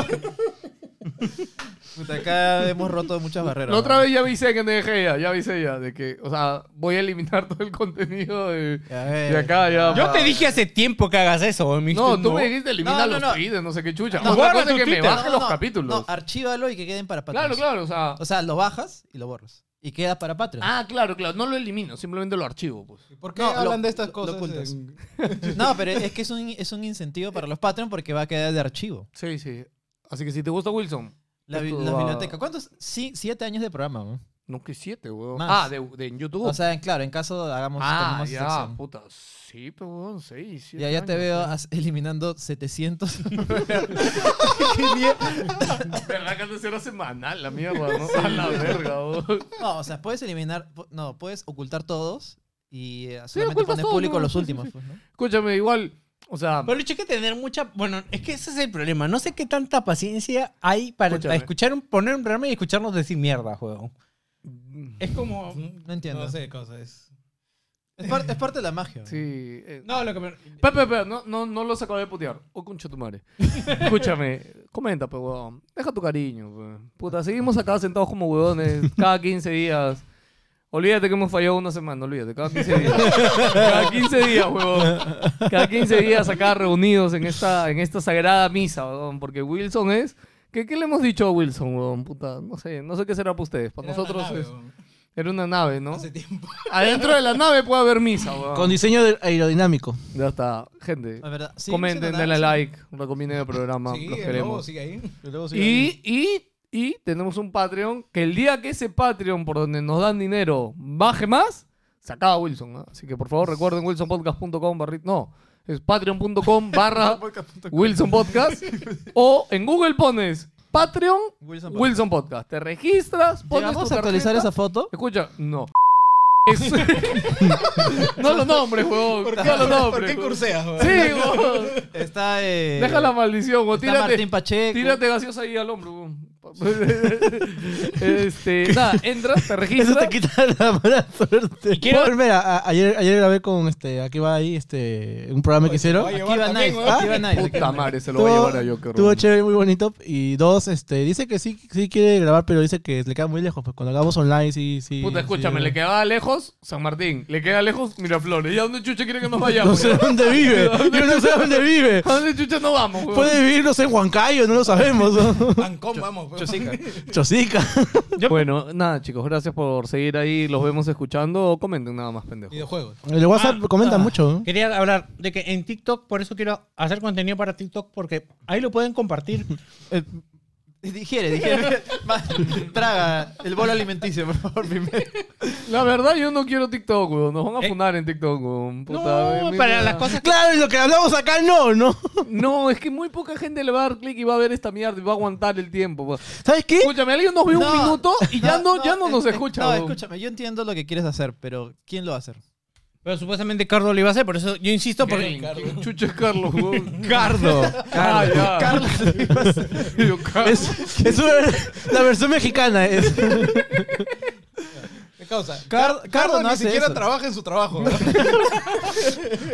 Speaker 8: Puta, acá hemos roto muchas barreras.
Speaker 6: La otra
Speaker 8: weón.
Speaker 6: vez ya avisé que NDG ya, ya avisé ya, de que, o sea, voy a eliminar todo el contenido de,
Speaker 8: Ya ves.
Speaker 6: de acá ya.
Speaker 7: Yo
Speaker 6: pa-
Speaker 7: te dije hace tiempo que hagas eso. me dijiste,
Speaker 6: Ah. No, tú me dijiste elimina
Speaker 8: No, no,
Speaker 6: los
Speaker 8: no.
Speaker 6: tweets, no sé qué chucha.
Speaker 8: No,
Speaker 6: Otra
Speaker 7: guarda
Speaker 6: cosa es
Speaker 7: tus
Speaker 6: que me
Speaker 7: tweets.
Speaker 8: No,
Speaker 6: baje
Speaker 8: no,
Speaker 6: los
Speaker 8: no,
Speaker 6: capítulos.
Speaker 8: No, archívalo y que queden para Patreon.
Speaker 6: claro, claro, o sea.
Speaker 8: O sea, lo bajas y lo borras. Y queda para Patreon.
Speaker 6: Ah, claro, claro, no lo elimino, simplemente lo archivo, pues.
Speaker 9: ¿Por qué
Speaker 8: No, lo-
Speaker 9: hablan de estas
Speaker 8: lo-
Speaker 9: cosas? eh?
Speaker 8: lo ocultas.
Speaker 9: en-
Speaker 8: No, pero es que es un, es un incentivo para los Patreon porque va a quedar de archivo.
Speaker 6: Sí, sí. Así que si te gusta Wilson.
Speaker 8: La, bi-
Speaker 6: esto
Speaker 8: la
Speaker 6: va-
Speaker 8: biblioteca. ¿Cuántos? Sí, siete años de programa. weón.
Speaker 6: No, que siete, weón.
Speaker 8: Más.
Speaker 6: Ah, de, de en YouTube.
Speaker 8: O sea, en- claro, en caso hagamos
Speaker 6: ah,
Speaker 8: tenemos
Speaker 6: ya,
Speaker 8: sección.
Speaker 6: puta. Sí, pero weón, seis, siete.
Speaker 8: Ya, ya te
Speaker 6: años. eh.
Speaker 8: veo as- eliminando 700.
Speaker 6: Verdad que antes era semanal, la mierda, ¿no? A la verga, weón.
Speaker 8: No, o sea, puedes eliminar, pu- no, puedes ocultar todos y eh, solamente
Speaker 6: ocultas
Speaker 8: pones
Speaker 6: todo,
Speaker 8: público
Speaker 6: ¿no?
Speaker 8: los
Speaker 6: Sí, sí,
Speaker 8: últimos.
Speaker 6: sí.
Speaker 8: pues, ¿no?
Speaker 6: Escúchame, igual. O sea,
Speaker 7: Pero Lucho, hay que tener mucha. Bueno, es que ese es el problema. No sé qué tanta paciencia hay para,
Speaker 6: Escúchame.
Speaker 7: escuchar un, poner un programa y escucharnos decir mierda, juego. Es como.
Speaker 8: No entiendo.
Speaker 9: No sé, cosas.
Speaker 8: es, par- es parte de la magia. ¿no?
Speaker 6: sí. eh,
Speaker 7: No, lo que me.
Speaker 6: Pepe, Pepe, no, no, no los acabo de putear. O concha tu madre. Escúchame, comenta, pues, huevón. Deja tu cariño, pues. Puta, seguimos acá sentados como huevones cada 15 días. Olvídate que hemos fallado una semana, olvídate, cada 15 días. Cada 15 días, huevón. Cada 15 días acá reunidos en esta, en esta sagrada misa, huevón. Porque Wilson es. ¿Qué, qué le hemos dicho a Wilson, huevón? Puta, no sé, no sé qué será para ustedes. Para nosotros es. Era una nave, ¿no?
Speaker 9: Hace tiempo.
Speaker 6: Adentro de la nave puede haber misa, huevón.
Speaker 5: Con diseño de- aerodinámico.
Speaker 6: Ya está, gente.
Speaker 8: La verdad, sí,
Speaker 6: Comenten,
Speaker 8: sí,
Speaker 6: denle
Speaker 8: sí.
Speaker 6: like, recomienden el programa,
Speaker 9: Sí,
Speaker 6: los
Speaker 9: el lobo
Speaker 6: queremos.
Speaker 9: sigue ahí.
Speaker 6: Y, y, y tenemos un Patreon que el día que ese Patreon por donde nos dan dinero baje más, se acaba Wilson. ¿ah? Así que por favor recuerden wilsonpodcast.com barri- no, es patreon.com barra Wilson Podcast o en Google pones Patreon Wilson Podcast. Te registras, pones
Speaker 8: ¿Llegamos
Speaker 6: tu
Speaker 8: a actualizar
Speaker 6: tarjeta.
Speaker 8: esa foto?
Speaker 6: Escucha, no. Es- no los nombres, huevón.
Speaker 9: ¿Por qué,
Speaker 6: no los nombres.
Speaker 9: ¿por qué
Speaker 6: huevón.
Speaker 9: curseas, weón?
Speaker 6: Sí, huevón.
Speaker 8: Está. Eh,
Speaker 6: Deja la maldición, huevón.
Speaker 8: está
Speaker 6: Tírate,
Speaker 8: Martín Pacheco.
Speaker 6: tírate gaseosa ahí al hombro, huevón. este, nada, entras, te
Speaker 5: Eso te
Speaker 6: registras.
Speaker 5: quita la mala suerte.
Speaker 9: quiero-
Speaker 5: Paul, mira, a- ayer, ayer grabé con este, aquí va ahí, este, un programa que hicieron.
Speaker 9: Oye,
Speaker 8: Aquí va
Speaker 9: También,
Speaker 8: Nice.
Speaker 9: weón.
Speaker 8: Aquí va Nice.
Speaker 6: Puta madre, se lo voy a
Speaker 5: Estuvo-
Speaker 6: llevar a Joker.
Speaker 5: Estuvo
Speaker 6: huevón.
Speaker 5: chévere, muy bonito. Y dos, este, dice que sí, sí quiere grabar, pero dice que le queda muy lejos. Pues cuando hagamos online, sí, sí.
Speaker 6: Puta, escúchame,
Speaker 5: sí.
Speaker 6: le quedaba lejos San Martín, le queda lejos Miraflores. ¿Y a dónde chucha quiere que nos vayamos?
Speaker 5: No sé dónde vive. Yo no sé dónde vive.
Speaker 6: ¿A dónde chucha no vamos, huevón?
Speaker 5: Puede vivir, no sé, en Huancayo, no lo sabemos. ¿no?
Speaker 9: Ancón, vamos, weón.
Speaker 5: Chosica.
Speaker 6: Bueno, nada, chicos, gracias por seguir ahí. Los vemos escuchando o comenten nada más, pendejo.
Speaker 9: Videojuegos.
Speaker 5: El WhatsApp
Speaker 7: Ah,
Speaker 5: comenta
Speaker 7: ah.
Speaker 5: mucho. ¿no?
Speaker 7: Quería hablar de que en TikTok, por eso quiero hacer contenido para TikTok, porque ahí lo pueden compartir.
Speaker 5: Eh,
Speaker 8: Digiere, digiere. Va, Traga el bolo alimenticio, por favor, primero.
Speaker 6: La verdad, yo no quiero TikTok, weón. Nos van a
Speaker 7: Eh.
Speaker 6: funar en TikTok, weón.
Speaker 7: no,
Speaker 6: Puta, eh,
Speaker 7: para
Speaker 6: mira.
Speaker 7: las cosas que...
Speaker 5: Claro, y lo que hablamos acá no, ¿no?
Speaker 6: No, es que muy poca gente le va a dar clic y va a ver esta mierda y va a aguantar el tiempo. weón.
Speaker 5: ¿Sabes qué?
Speaker 6: Escúchame, alguien nos vio
Speaker 8: No.
Speaker 6: un minuto y ya no, ya no
Speaker 8: eh,
Speaker 6: nos
Speaker 8: eh,
Speaker 6: escucha,
Speaker 8: No,
Speaker 6: weón.
Speaker 8: escúchame, yo entiendo lo que quieres hacer, pero ¿quién lo va a hacer?
Speaker 7: Pero supuestamente Cardo lo iba a hacer, por eso yo insisto, porque...
Speaker 6: Carlos. Chucha es Carlos, weón.
Speaker 8: Cardo.
Speaker 6: Ah, ya. Yo, Carlos.
Speaker 5: Es, es una- la versión mexicana. Es.
Speaker 9: ¿Qué causa?
Speaker 5: Car- Cardo
Speaker 9: Cardo
Speaker 5: no
Speaker 9: ni
Speaker 5: hace
Speaker 9: siquiera
Speaker 5: eso.
Speaker 9: trabaja en su trabajo. weón.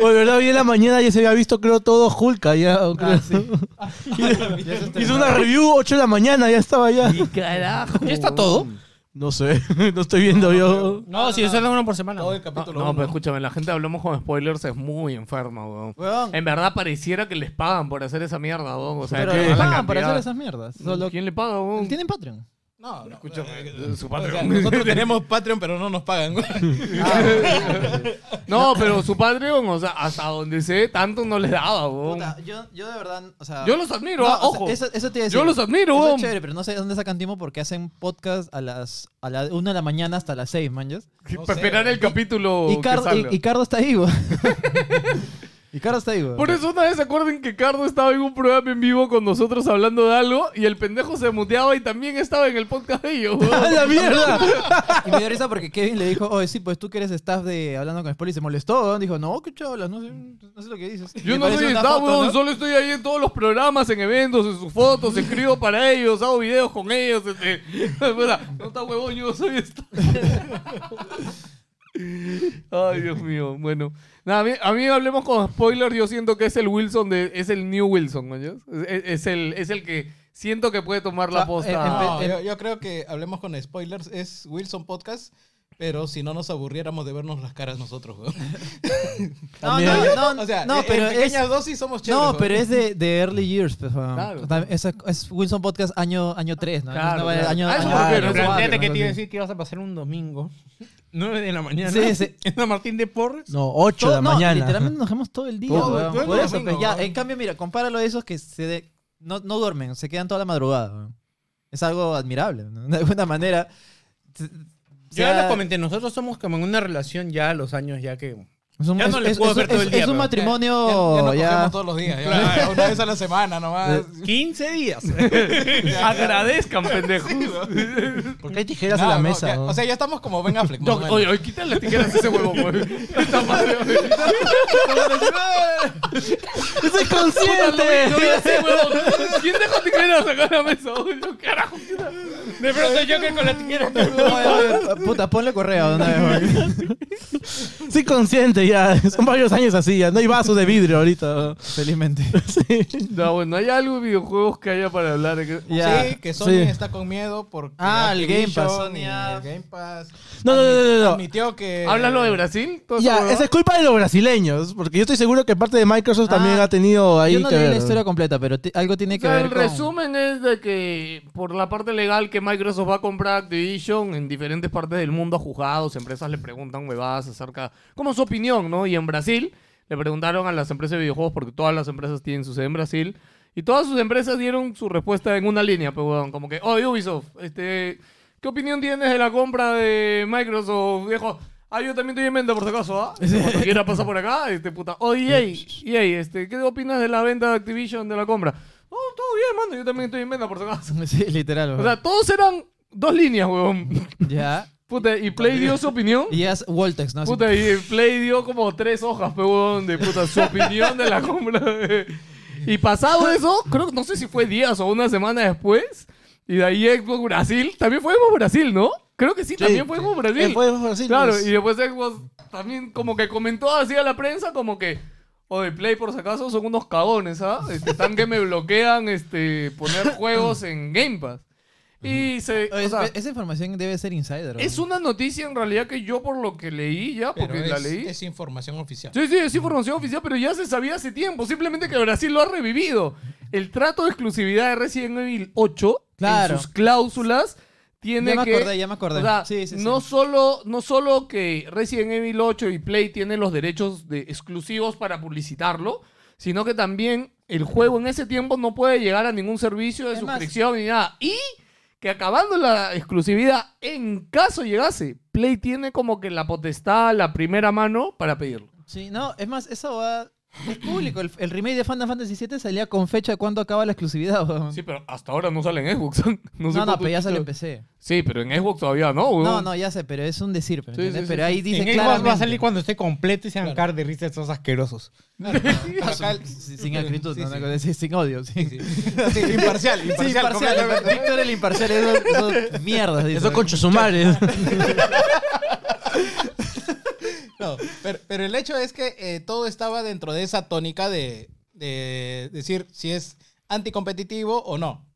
Speaker 5: O de verdad, hoy en la mañana ya se había visto, creo, todo Julka. Ya,
Speaker 9: Ah,
Speaker 5: creo. Hizo una review 8 de la mañana, ya estaba ya.
Speaker 6: Carajo.
Speaker 7: ¿Ya está todo?
Speaker 5: No sé, no estoy viendo yo.
Speaker 7: No, si eso es uno por semana.
Speaker 9: Todo el
Speaker 6: No,
Speaker 9: capítulo
Speaker 6: no,
Speaker 9: uno.
Speaker 6: pero escúchame, la gente de hablamos con spoilers es muy enferma, weón.
Speaker 8: Weón.
Speaker 6: En verdad pareciera que les pagan por hacer esa mierda, weón. O sea,
Speaker 8: Pero
Speaker 6: que
Speaker 8: le
Speaker 6: la
Speaker 8: pagan para
Speaker 6: cantidad-
Speaker 8: hacer esas mierdas. Solo
Speaker 6: ¿Quién le paga, weón?
Speaker 8: tienen Patreon.
Speaker 9: No, no,
Speaker 6: Escúchame,
Speaker 9: eh,
Speaker 6: eh, su
Speaker 9: o sea,
Speaker 6: Patreon.
Speaker 9: nosotros tenemos Patreon, pero no nos pagan. weón.
Speaker 6: No, pero su Patreon, o sea, hasta donde sé, tanto no les daba, weón.
Speaker 8: Puta, yo, yo de verdad, o sea...
Speaker 6: Yo los admiro,
Speaker 8: No,
Speaker 6: ah,
Speaker 8: o sea,
Speaker 6: ojo.
Speaker 8: eso, eso te iba a decir.
Speaker 6: Yo los admiro,
Speaker 8: Eso
Speaker 6: weón.
Speaker 8: es chévere, pero no sé dónde sacan tiempo porque hacen podcast a las a la 1 de la mañana hasta las 6, manches.
Speaker 6: Que
Speaker 9: No
Speaker 6: para
Speaker 9: sé,
Speaker 6: esperar el capítulo
Speaker 8: Y, Car-
Speaker 6: Oh, que salga.
Speaker 8: y, y Cardo está ahí, weón. y Cardo está ahí, weón.
Speaker 6: Por eso una vez se acuerden que Cardo estaba en un programa en vivo con nosotros hablando de algo y el pendejo se muteaba y también estaba en el podcast de ellos, weón.
Speaker 5: ¡A la mierda!
Speaker 8: Y me dio risa porque Kevin le dijo, oye, sí, pues tú que eres staff de Hablando con Spoiler y se molestó, weón. Dijo, no, qué cholas, no sé, no sé lo que dices.
Speaker 6: Yo
Speaker 8: Y
Speaker 6: no
Speaker 8: apareció
Speaker 6: soy
Speaker 8: una
Speaker 6: estado,
Speaker 8: foto,
Speaker 6: weón,
Speaker 8: ¿no?
Speaker 6: solo estoy ahí en todos los programas, en eventos, en sus fotos, escribo para ellos, hago videos con ellos, este. Puta, no está huevón, yo soy estado. Ay, Dios mío, bueno. Nada, a mí, a mí hablemos con spoiler, yo siento que es el Wilson de, es el new Wilson, ¿no? Es, es- es el, es el que siento que puede tomar la
Speaker 8: Ah,
Speaker 6: posta.
Speaker 8: eh,
Speaker 9: No, yo, yo creo que hablemos con spoilers. Es Wilson Podcast, pero si no nos aburriéramos de vernos las caras nosotros. weón.
Speaker 8: No,
Speaker 5: También.
Speaker 8: no, no,
Speaker 9: O sea,
Speaker 8: no,
Speaker 9: en-
Speaker 8: pero
Speaker 9: en
Speaker 8: es...
Speaker 9: pequeñas dosis somos chéveres.
Speaker 8: No, pero
Speaker 9: weón.
Speaker 8: es de, de early years, pues, weón.
Speaker 6: Claro.
Speaker 8: O sea, Es, es Wilson Podcast año, año 3, Ah, ¿no?
Speaker 6: Claro,
Speaker 8: No,
Speaker 6: claro.
Speaker 8: Año,
Speaker 7: Ah,
Speaker 6: A eso
Speaker 8: año-
Speaker 6: me refiero,
Speaker 8: año
Speaker 6: pero
Speaker 8: cuatro,
Speaker 7: Fíjate que
Speaker 8: una
Speaker 7: te iba a
Speaker 8: cosa así.
Speaker 7: decir que ibas a pasar un domingo, 9 de la mañana,
Speaker 8: Sí, sí.
Speaker 7: en San Martín de Porres.
Speaker 5: No, 8 de la
Speaker 8: Todo- no,
Speaker 5: mañana.
Speaker 8: Literalmente nos dejamos todo el día,
Speaker 9: Todo-
Speaker 8: weón.
Speaker 9: todo el
Speaker 8: Por eso,
Speaker 9: domingo,
Speaker 8: pues, ya,
Speaker 9: weón.
Speaker 8: en cambio, mira, compáralo a esos que se de- no, no duermen, se quedan toda la madrugada, weón. Es algo admirable, ¿no? De alguna manera. se-
Speaker 7: Yo
Speaker 8: sea-
Speaker 7: ya lo comenté, nosotros somos como en una relación ya a los años ya que...
Speaker 8: Es un,
Speaker 7: Ya no
Speaker 8: es-
Speaker 7: le
Speaker 8: es-
Speaker 7: puedo
Speaker 8: es-
Speaker 7: ver todo
Speaker 8: es-
Speaker 7: el día,
Speaker 8: es un
Speaker 7: pero-
Speaker 9: Ya, ya
Speaker 8: matrimonio
Speaker 9: nos
Speaker 8: ya.
Speaker 9: cogemos todos los días. ya, Una vez a la semana
Speaker 8: Eh,
Speaker 5: Eh,
Speaker 9: nomás.
Speaker 7: 15 días.
Speaker 6: Agradezcan, pendejos.
Speaker 5: Porque hay tijeras
Speaker 9: No,
Speaker 5: en la
Speaker 9: no,
Speaker 5: mesa.
Speaker 9: ya-
Speaker 5: ¿no?
Speaker 9: O sea, ya estamos como Ben Affleck. más o
Speaker 6: Doc,
Speaker 9: menos.
Speaker 6: oye, oye, quítale las tijeras a ese huevón, weón. Esta madre, weón.
Speaker 5: ¡Es inconsciente!
Speaker 6: Yo ya sé, huevón. ¿Quién dejó tijeras acá en la mesa? Yo, carajo.
Speaker 7: De pronto yo que con la tijera...
Speaker 8: Oye, oye, Puta, ponle correo de una vez, weón.
Speaker 5: Es inconsciente ya. Son varios años así ya. No hay vasos de vidrio ahorita.
Speaker 8: Felizmente.
Speaker 5: Sí.
Speaker 6: No, bueno, hay algo de videojuegos que haya para hablar.
Speaker 8: Ya.
Speaker 9: Sí, que Sony
Speaker 5: Sí.
Speaker 9: está con miedo porque
Speaker 8: Ah, el Game Pass,
Speaker 9: Activision
Speaker 8: Sony
Speaker 9: y
Speaker 8: ha-
Speaker 9: el Game Pass
Speaker 5: No, no, no, no, no.
Speaker 9: admitió que
Speaker 6: ¿Hablas lo de Brasil? ¿Todo
Speaker 5: Eh, Ya,
Speaker 6: eso,
Speaker 5: esa es culpa de los brasileños. Porque yo estoy seguro que parte de Microsoft también
Speaker 8: Ah,
Speaker 5: ha tenido ahí
Speaker 8: Yo no
Speaker 5: que
Speaker 8: leí
Speaker 5: ver.
Speaker 8: la historia completa, pero ti- algo tiene
Speaker 6: O
Speaker 8: que
Speaker 6: sea,
Speaker 8: ver
Speaker 6: el
Speaker 8: con-
Speaker 6: resumen es de que por la parte legal que Microsoft va a comprar Activision en diferentes partes del mundo a juzgados, empresas le preguntan huevadas acerca como su opinión, ¿no? Y en Brasil le preguntaron a las empresas de videojuegos porque todas las empresas tienen su sede en Brasil y todas sus empresas dieron su respuesta en una línea, pues, weón, como que, "Oye, Ubisoft, este, ¿qué opinión tienes de la compra de Microsoft, viejo?" Ah, yo también estoy en venta, por si acaso, ¿ah? Este, Cuando quiera pasar por acá, este puta. Oye, EA, este, ¿qué opinas de la venta de Activision, de la compra? No, todo bien, mano. Yo también estoy en venta, por si acaso.
Speaker 8: Sí, literal,
Speaker 6: O
Speaker 8: weón.
Speaker 6: sea, todos eran dos líneas, huevón.
Speaker 8: Ya.
Speaker 6: Puta, y Play dio su opinión.
Speaker 8: Y ya es Voltex, ¿no? Así-
Speaker 6: Puta, y Play dio como tres hojas, pe, huevón, de puta, su opinión de la compra. de- Y pasado eso, creo que no sé si fue días o una semana después, y de ahí Xbox Brasil, también fue Xbox Brasil, ¿no? Creo que sí, también fue Xbox Brasil.
Speaker 5: Después de Brasil.
Speaker 6: Claro,
Speaker 5: pues.
Speaker 6: y después Xbox también como que comentó así a la prensa como que o de Play por si acaso son unos cagones, ¿ah? Este, están que me bloquean este poner juegos en Game Pass. Y se o
Speaker 8: Oye,
Speaker 6: sea,
Speaker 8: esa información debe ser insider.
Speaker 6: es
Speaker 8: ¿no?
Speaker 6: una noticia en realidad que yo por lo que leí ya, porque
Speaker 9: Pero
Speaker 6: la
Speaker 9: es,
Speaker 6: leí.
Speaker 9: es información oficial.
Speaker 6: Sí, sí, es información oficial, pero ya se sabía hace tiempo, simplemente que Brasil lo ha revivido. El trato de exclusividad de Resident Evil 8
Speaker 8: Claro.
Speaker 6: en sus cláusulas tiene
Speaker 8: Ya me
Speaker 6: que
Speaker 8: acordé, ya me acordé.
Speaker 6: o sea,
Speaker 8: Sí, sí, sí.
Speaker 6: no, Solo, no solo que Resident Evil 8 y Play tienen los derechos de, exclusivos para publicitarlo, sino que también el juego en ese tiempo no puede llegar a ningún servicio de
Speaker 8: Es más-
Speaker 6: suscripción ni nada. Y que acabando la exclusividad, en caso llegase, Play tiene como que la potestad, la primera mano para pedirlo.
Speaker 8: Sí, no, es más, esa va. Es público. El, el remake de Final Fantasy VII salía con fecha de cuando acaba la exclusividad. weón.
Speaker 6: Sí, pero hasta ahora no sale en Xbox. no, sé
Speaker 8: no, no,
Speaker 6: cuánto-
Speaker 8: pero ya se lo empecé.
Speaker 6: Sí, pero en Xbox todavía no, weón.
Speaker 8: No, no, ya sé, pero es un decir. ¿me
Speaker 6: Sí,
Speaker 8: entiendes?
Speaker 6: sí,
Speaker 8: pero
Speaker 6: sí,
Speaker 8: ahí dice
Speaker 7: en Xbox
Speaker 8: claramente.
Speaker 7: va a salir cuando esté completo y se van a cagar de risa esos asquerosos.
Speaker 9: Acá-
Speaker 8: Sí, sin acritud,
Speaker 9: Sí,
Speaker 8: ¿no?
Speaker 9: sí.
Speaker 8: Una cosa así, sin odio. Sí, sí.
Speaker 9: Sí, imparcial, imparcial.
Speaker 8: imparcial.
Speaker 9: completamente.
Speaker 8: Víctor el imparcial, esos, esos mierdas. dice.
Speaker 10: Eso con Chusumare.
Speaker 9: No, pero, pero el hecho es que eh, todo estaba dentro de esa tónica de, de decir si es anticompetitivo o no.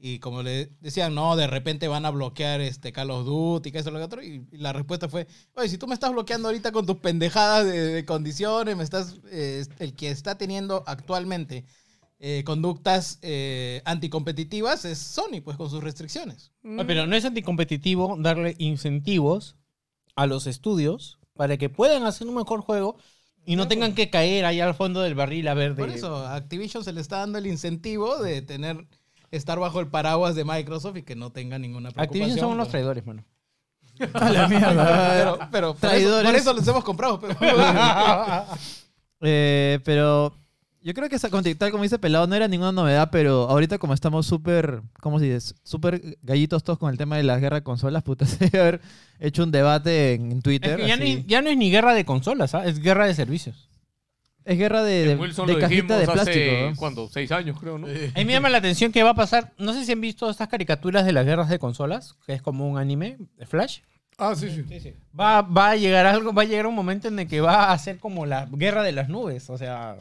Speaker 9: Y como le decían, no, de repente van a bloquear este Call of Duty, que eso, lo que otro. Y la respuesta fue, oye, si tú me estás bloqueando ahorita con tus pendejadas de, de condiciones, me estás, eh, el que está teniendo actualmente eh, conductas eh, anticompetitivas es Sony, pues con sus restricciones.
Speaker 7: No, Pero no es anticompetitivo darle incentivos a los estudios para que puedan hacer un mejor juego y no tengan que caer ahí al fondo del barril a ver de...
Speaker 9: Por eso, a Activision se le está dando el incentivo de tener estar bajo el paraguas de Microsoft y que no tenga ninguna preocupación.
Speaker 7: Activision son unos traidores, mano.
Speaker 8: A la mierda.
Speaker 9: Pero, pero por, eso,
Speaker 8: Traidores.
Speaker 9: por eso los hemos comprado. pero-
Speaker 8: Eh, pero yo creo que esa contactar, como dice Pelado, no era ninguna novedad, pero ahorita como estamos súper, ¿cómo se dice? Súper gallitos todos con el tema de la guerra de consolas, puta, se debe haber hecho un debate en, en
Speaker 7: Es
Speaker 8: Twitter.
Speaker 7: que ya, no,
Speaker 8: así.
Speaker 7: ya no es ni guerra de consolas, ¿ah? es guerra de servicios.
Speaker 8: Es guerra de, de,
Speaker 6: En Wilson
Speaker 8: de
Speaker 6: lo
Speaker 8: cajita de
Speaker 6: dijimos
Speaker 8: plástico.
Speaker 6: hace,
Speaker 8: ¿no?
Speaker 6: ¿cuánto? Seis años, creo, ¿no?
Speaker 7: A mí me llama la atención que va a pasar, no sé si han visto estas caricaturas de las guerras de consolas, que es como un anime, de Flash.
Speaker 6: Ah, sí, sí.
Speaker 7: Va, va a llegar algo, va a llegar un momento en el que va a ser como la guerra de las nubes, o sea...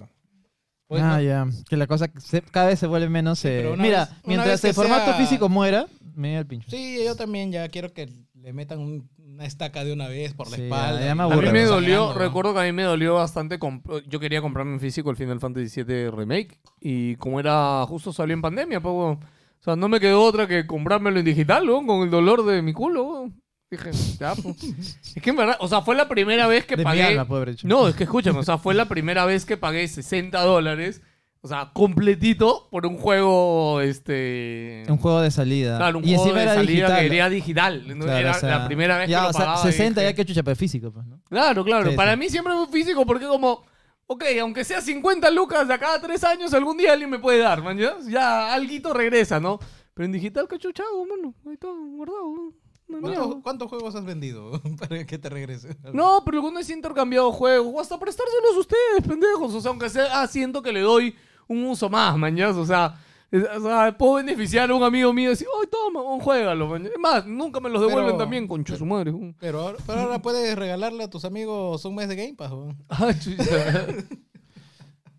Speaker 7: pues,
Speaker 8: ah,
Speaker 7: no-
Speaker 8: ya. Que la cosa se- cada vez se vuelve menos... eh,
Speaker 9: pero una
Speaker 8: Mira,
Speaker 9: vez- una vez
Speaker 8: mientras
Speaker 9: que
Speaker 8: el formato
Speaker 9: sea-
Speaker 8: físico muera, me da el pincho.
Speaker 9: sí, yo también ya quiero que le metan un- una estaca de una vez por la
Speaker 8: Sí,
Speaker 9: espalda.
Speaker 8: ya me
Speaker 9: Y-
Speaker 6: A mí
Speaker 8: Aburre,
Speaker 6: me
Speaker 8: ¿no?
Speaker 6: dolió, recuerdo que a mí me dolió bastante. comp- Yo quería comprarme en físico el Final Fantasy VII Remake. Y como era justo salió en pandemia, pues, weón. O sea, no me quedó otra que comprármelo en digital, weón, con el dolor de mi culo, weón. Dije, ya, pues. Es que en verdad, o sea, fue la primera vez que
Speaker 8: De mi
Speaker 6: pagué.
Speaker 8: alma, pobre chico.
Speaker 6: no, es que escúchame, o sea, fue la primera vez que pagué 60 dólares, o sea, completito por un juego, este.
Speaker 8: Un juego de salida.
Speaker 6: Claro, un
Speaker 8: y
Speaker 6: juego
Speaker 8: encima
Speaker 6: de
Speaker 8: era
Speaker 6: salida
Speaker 8: digital.
Speaker 6: que era digital. ¿no?
Speaker 8: Claro,
Speaker 6: era
Speaker 8: o sea,
Speaker 6: la primera vez
Speaker 8: ya,
Speaker 6: que lo
Speaker 8: o sea,
Speaker 6: pagaba,
Speaker 8: 60
Speaker 6: dije,
Speaker 8: ya que chucha, pero físico, pues, ¿no?
Speaker 6: Claro, claro.
Speaker 8: Sí,
Speaker 6: Para
Speaker 8: sí.
Speaker 6: mí siempre fue físico porque como, ok, aunque sea 50 lucas de acá a 3 años, algún día alguien me puede dar, man. Ya, ya alguito regresa, ¿no? Pero en digital, qué chucha hago, mano. Ahí está, guardado. ¿no? Una
Speaker 9: ¿Cuántos,
Speaker 6: mierda.
Speaker 9: cuántos juegos has vendido para que te regrese?
Speaker 6: No, pero alguno es intercambiado juegos. O hasta prestárselos a ustedes, pendejos. O sea, aunque sea, ah, siento que le doy un uso más, man. ya, O sea... es- o sea, puedo beneficiar a un amigo mío y decir, ¡ay, toma! o juégalo, man. Es más, nunca me los devuelven
Speaker 9: Pero-
Speaker 6: también, concho su madre. un-
Speaker 9: Pero ahora, pero ahora puedes regalarle a tus amigos un mes de Game Pass. ¿no?
Speaker 6: Ah, chucha.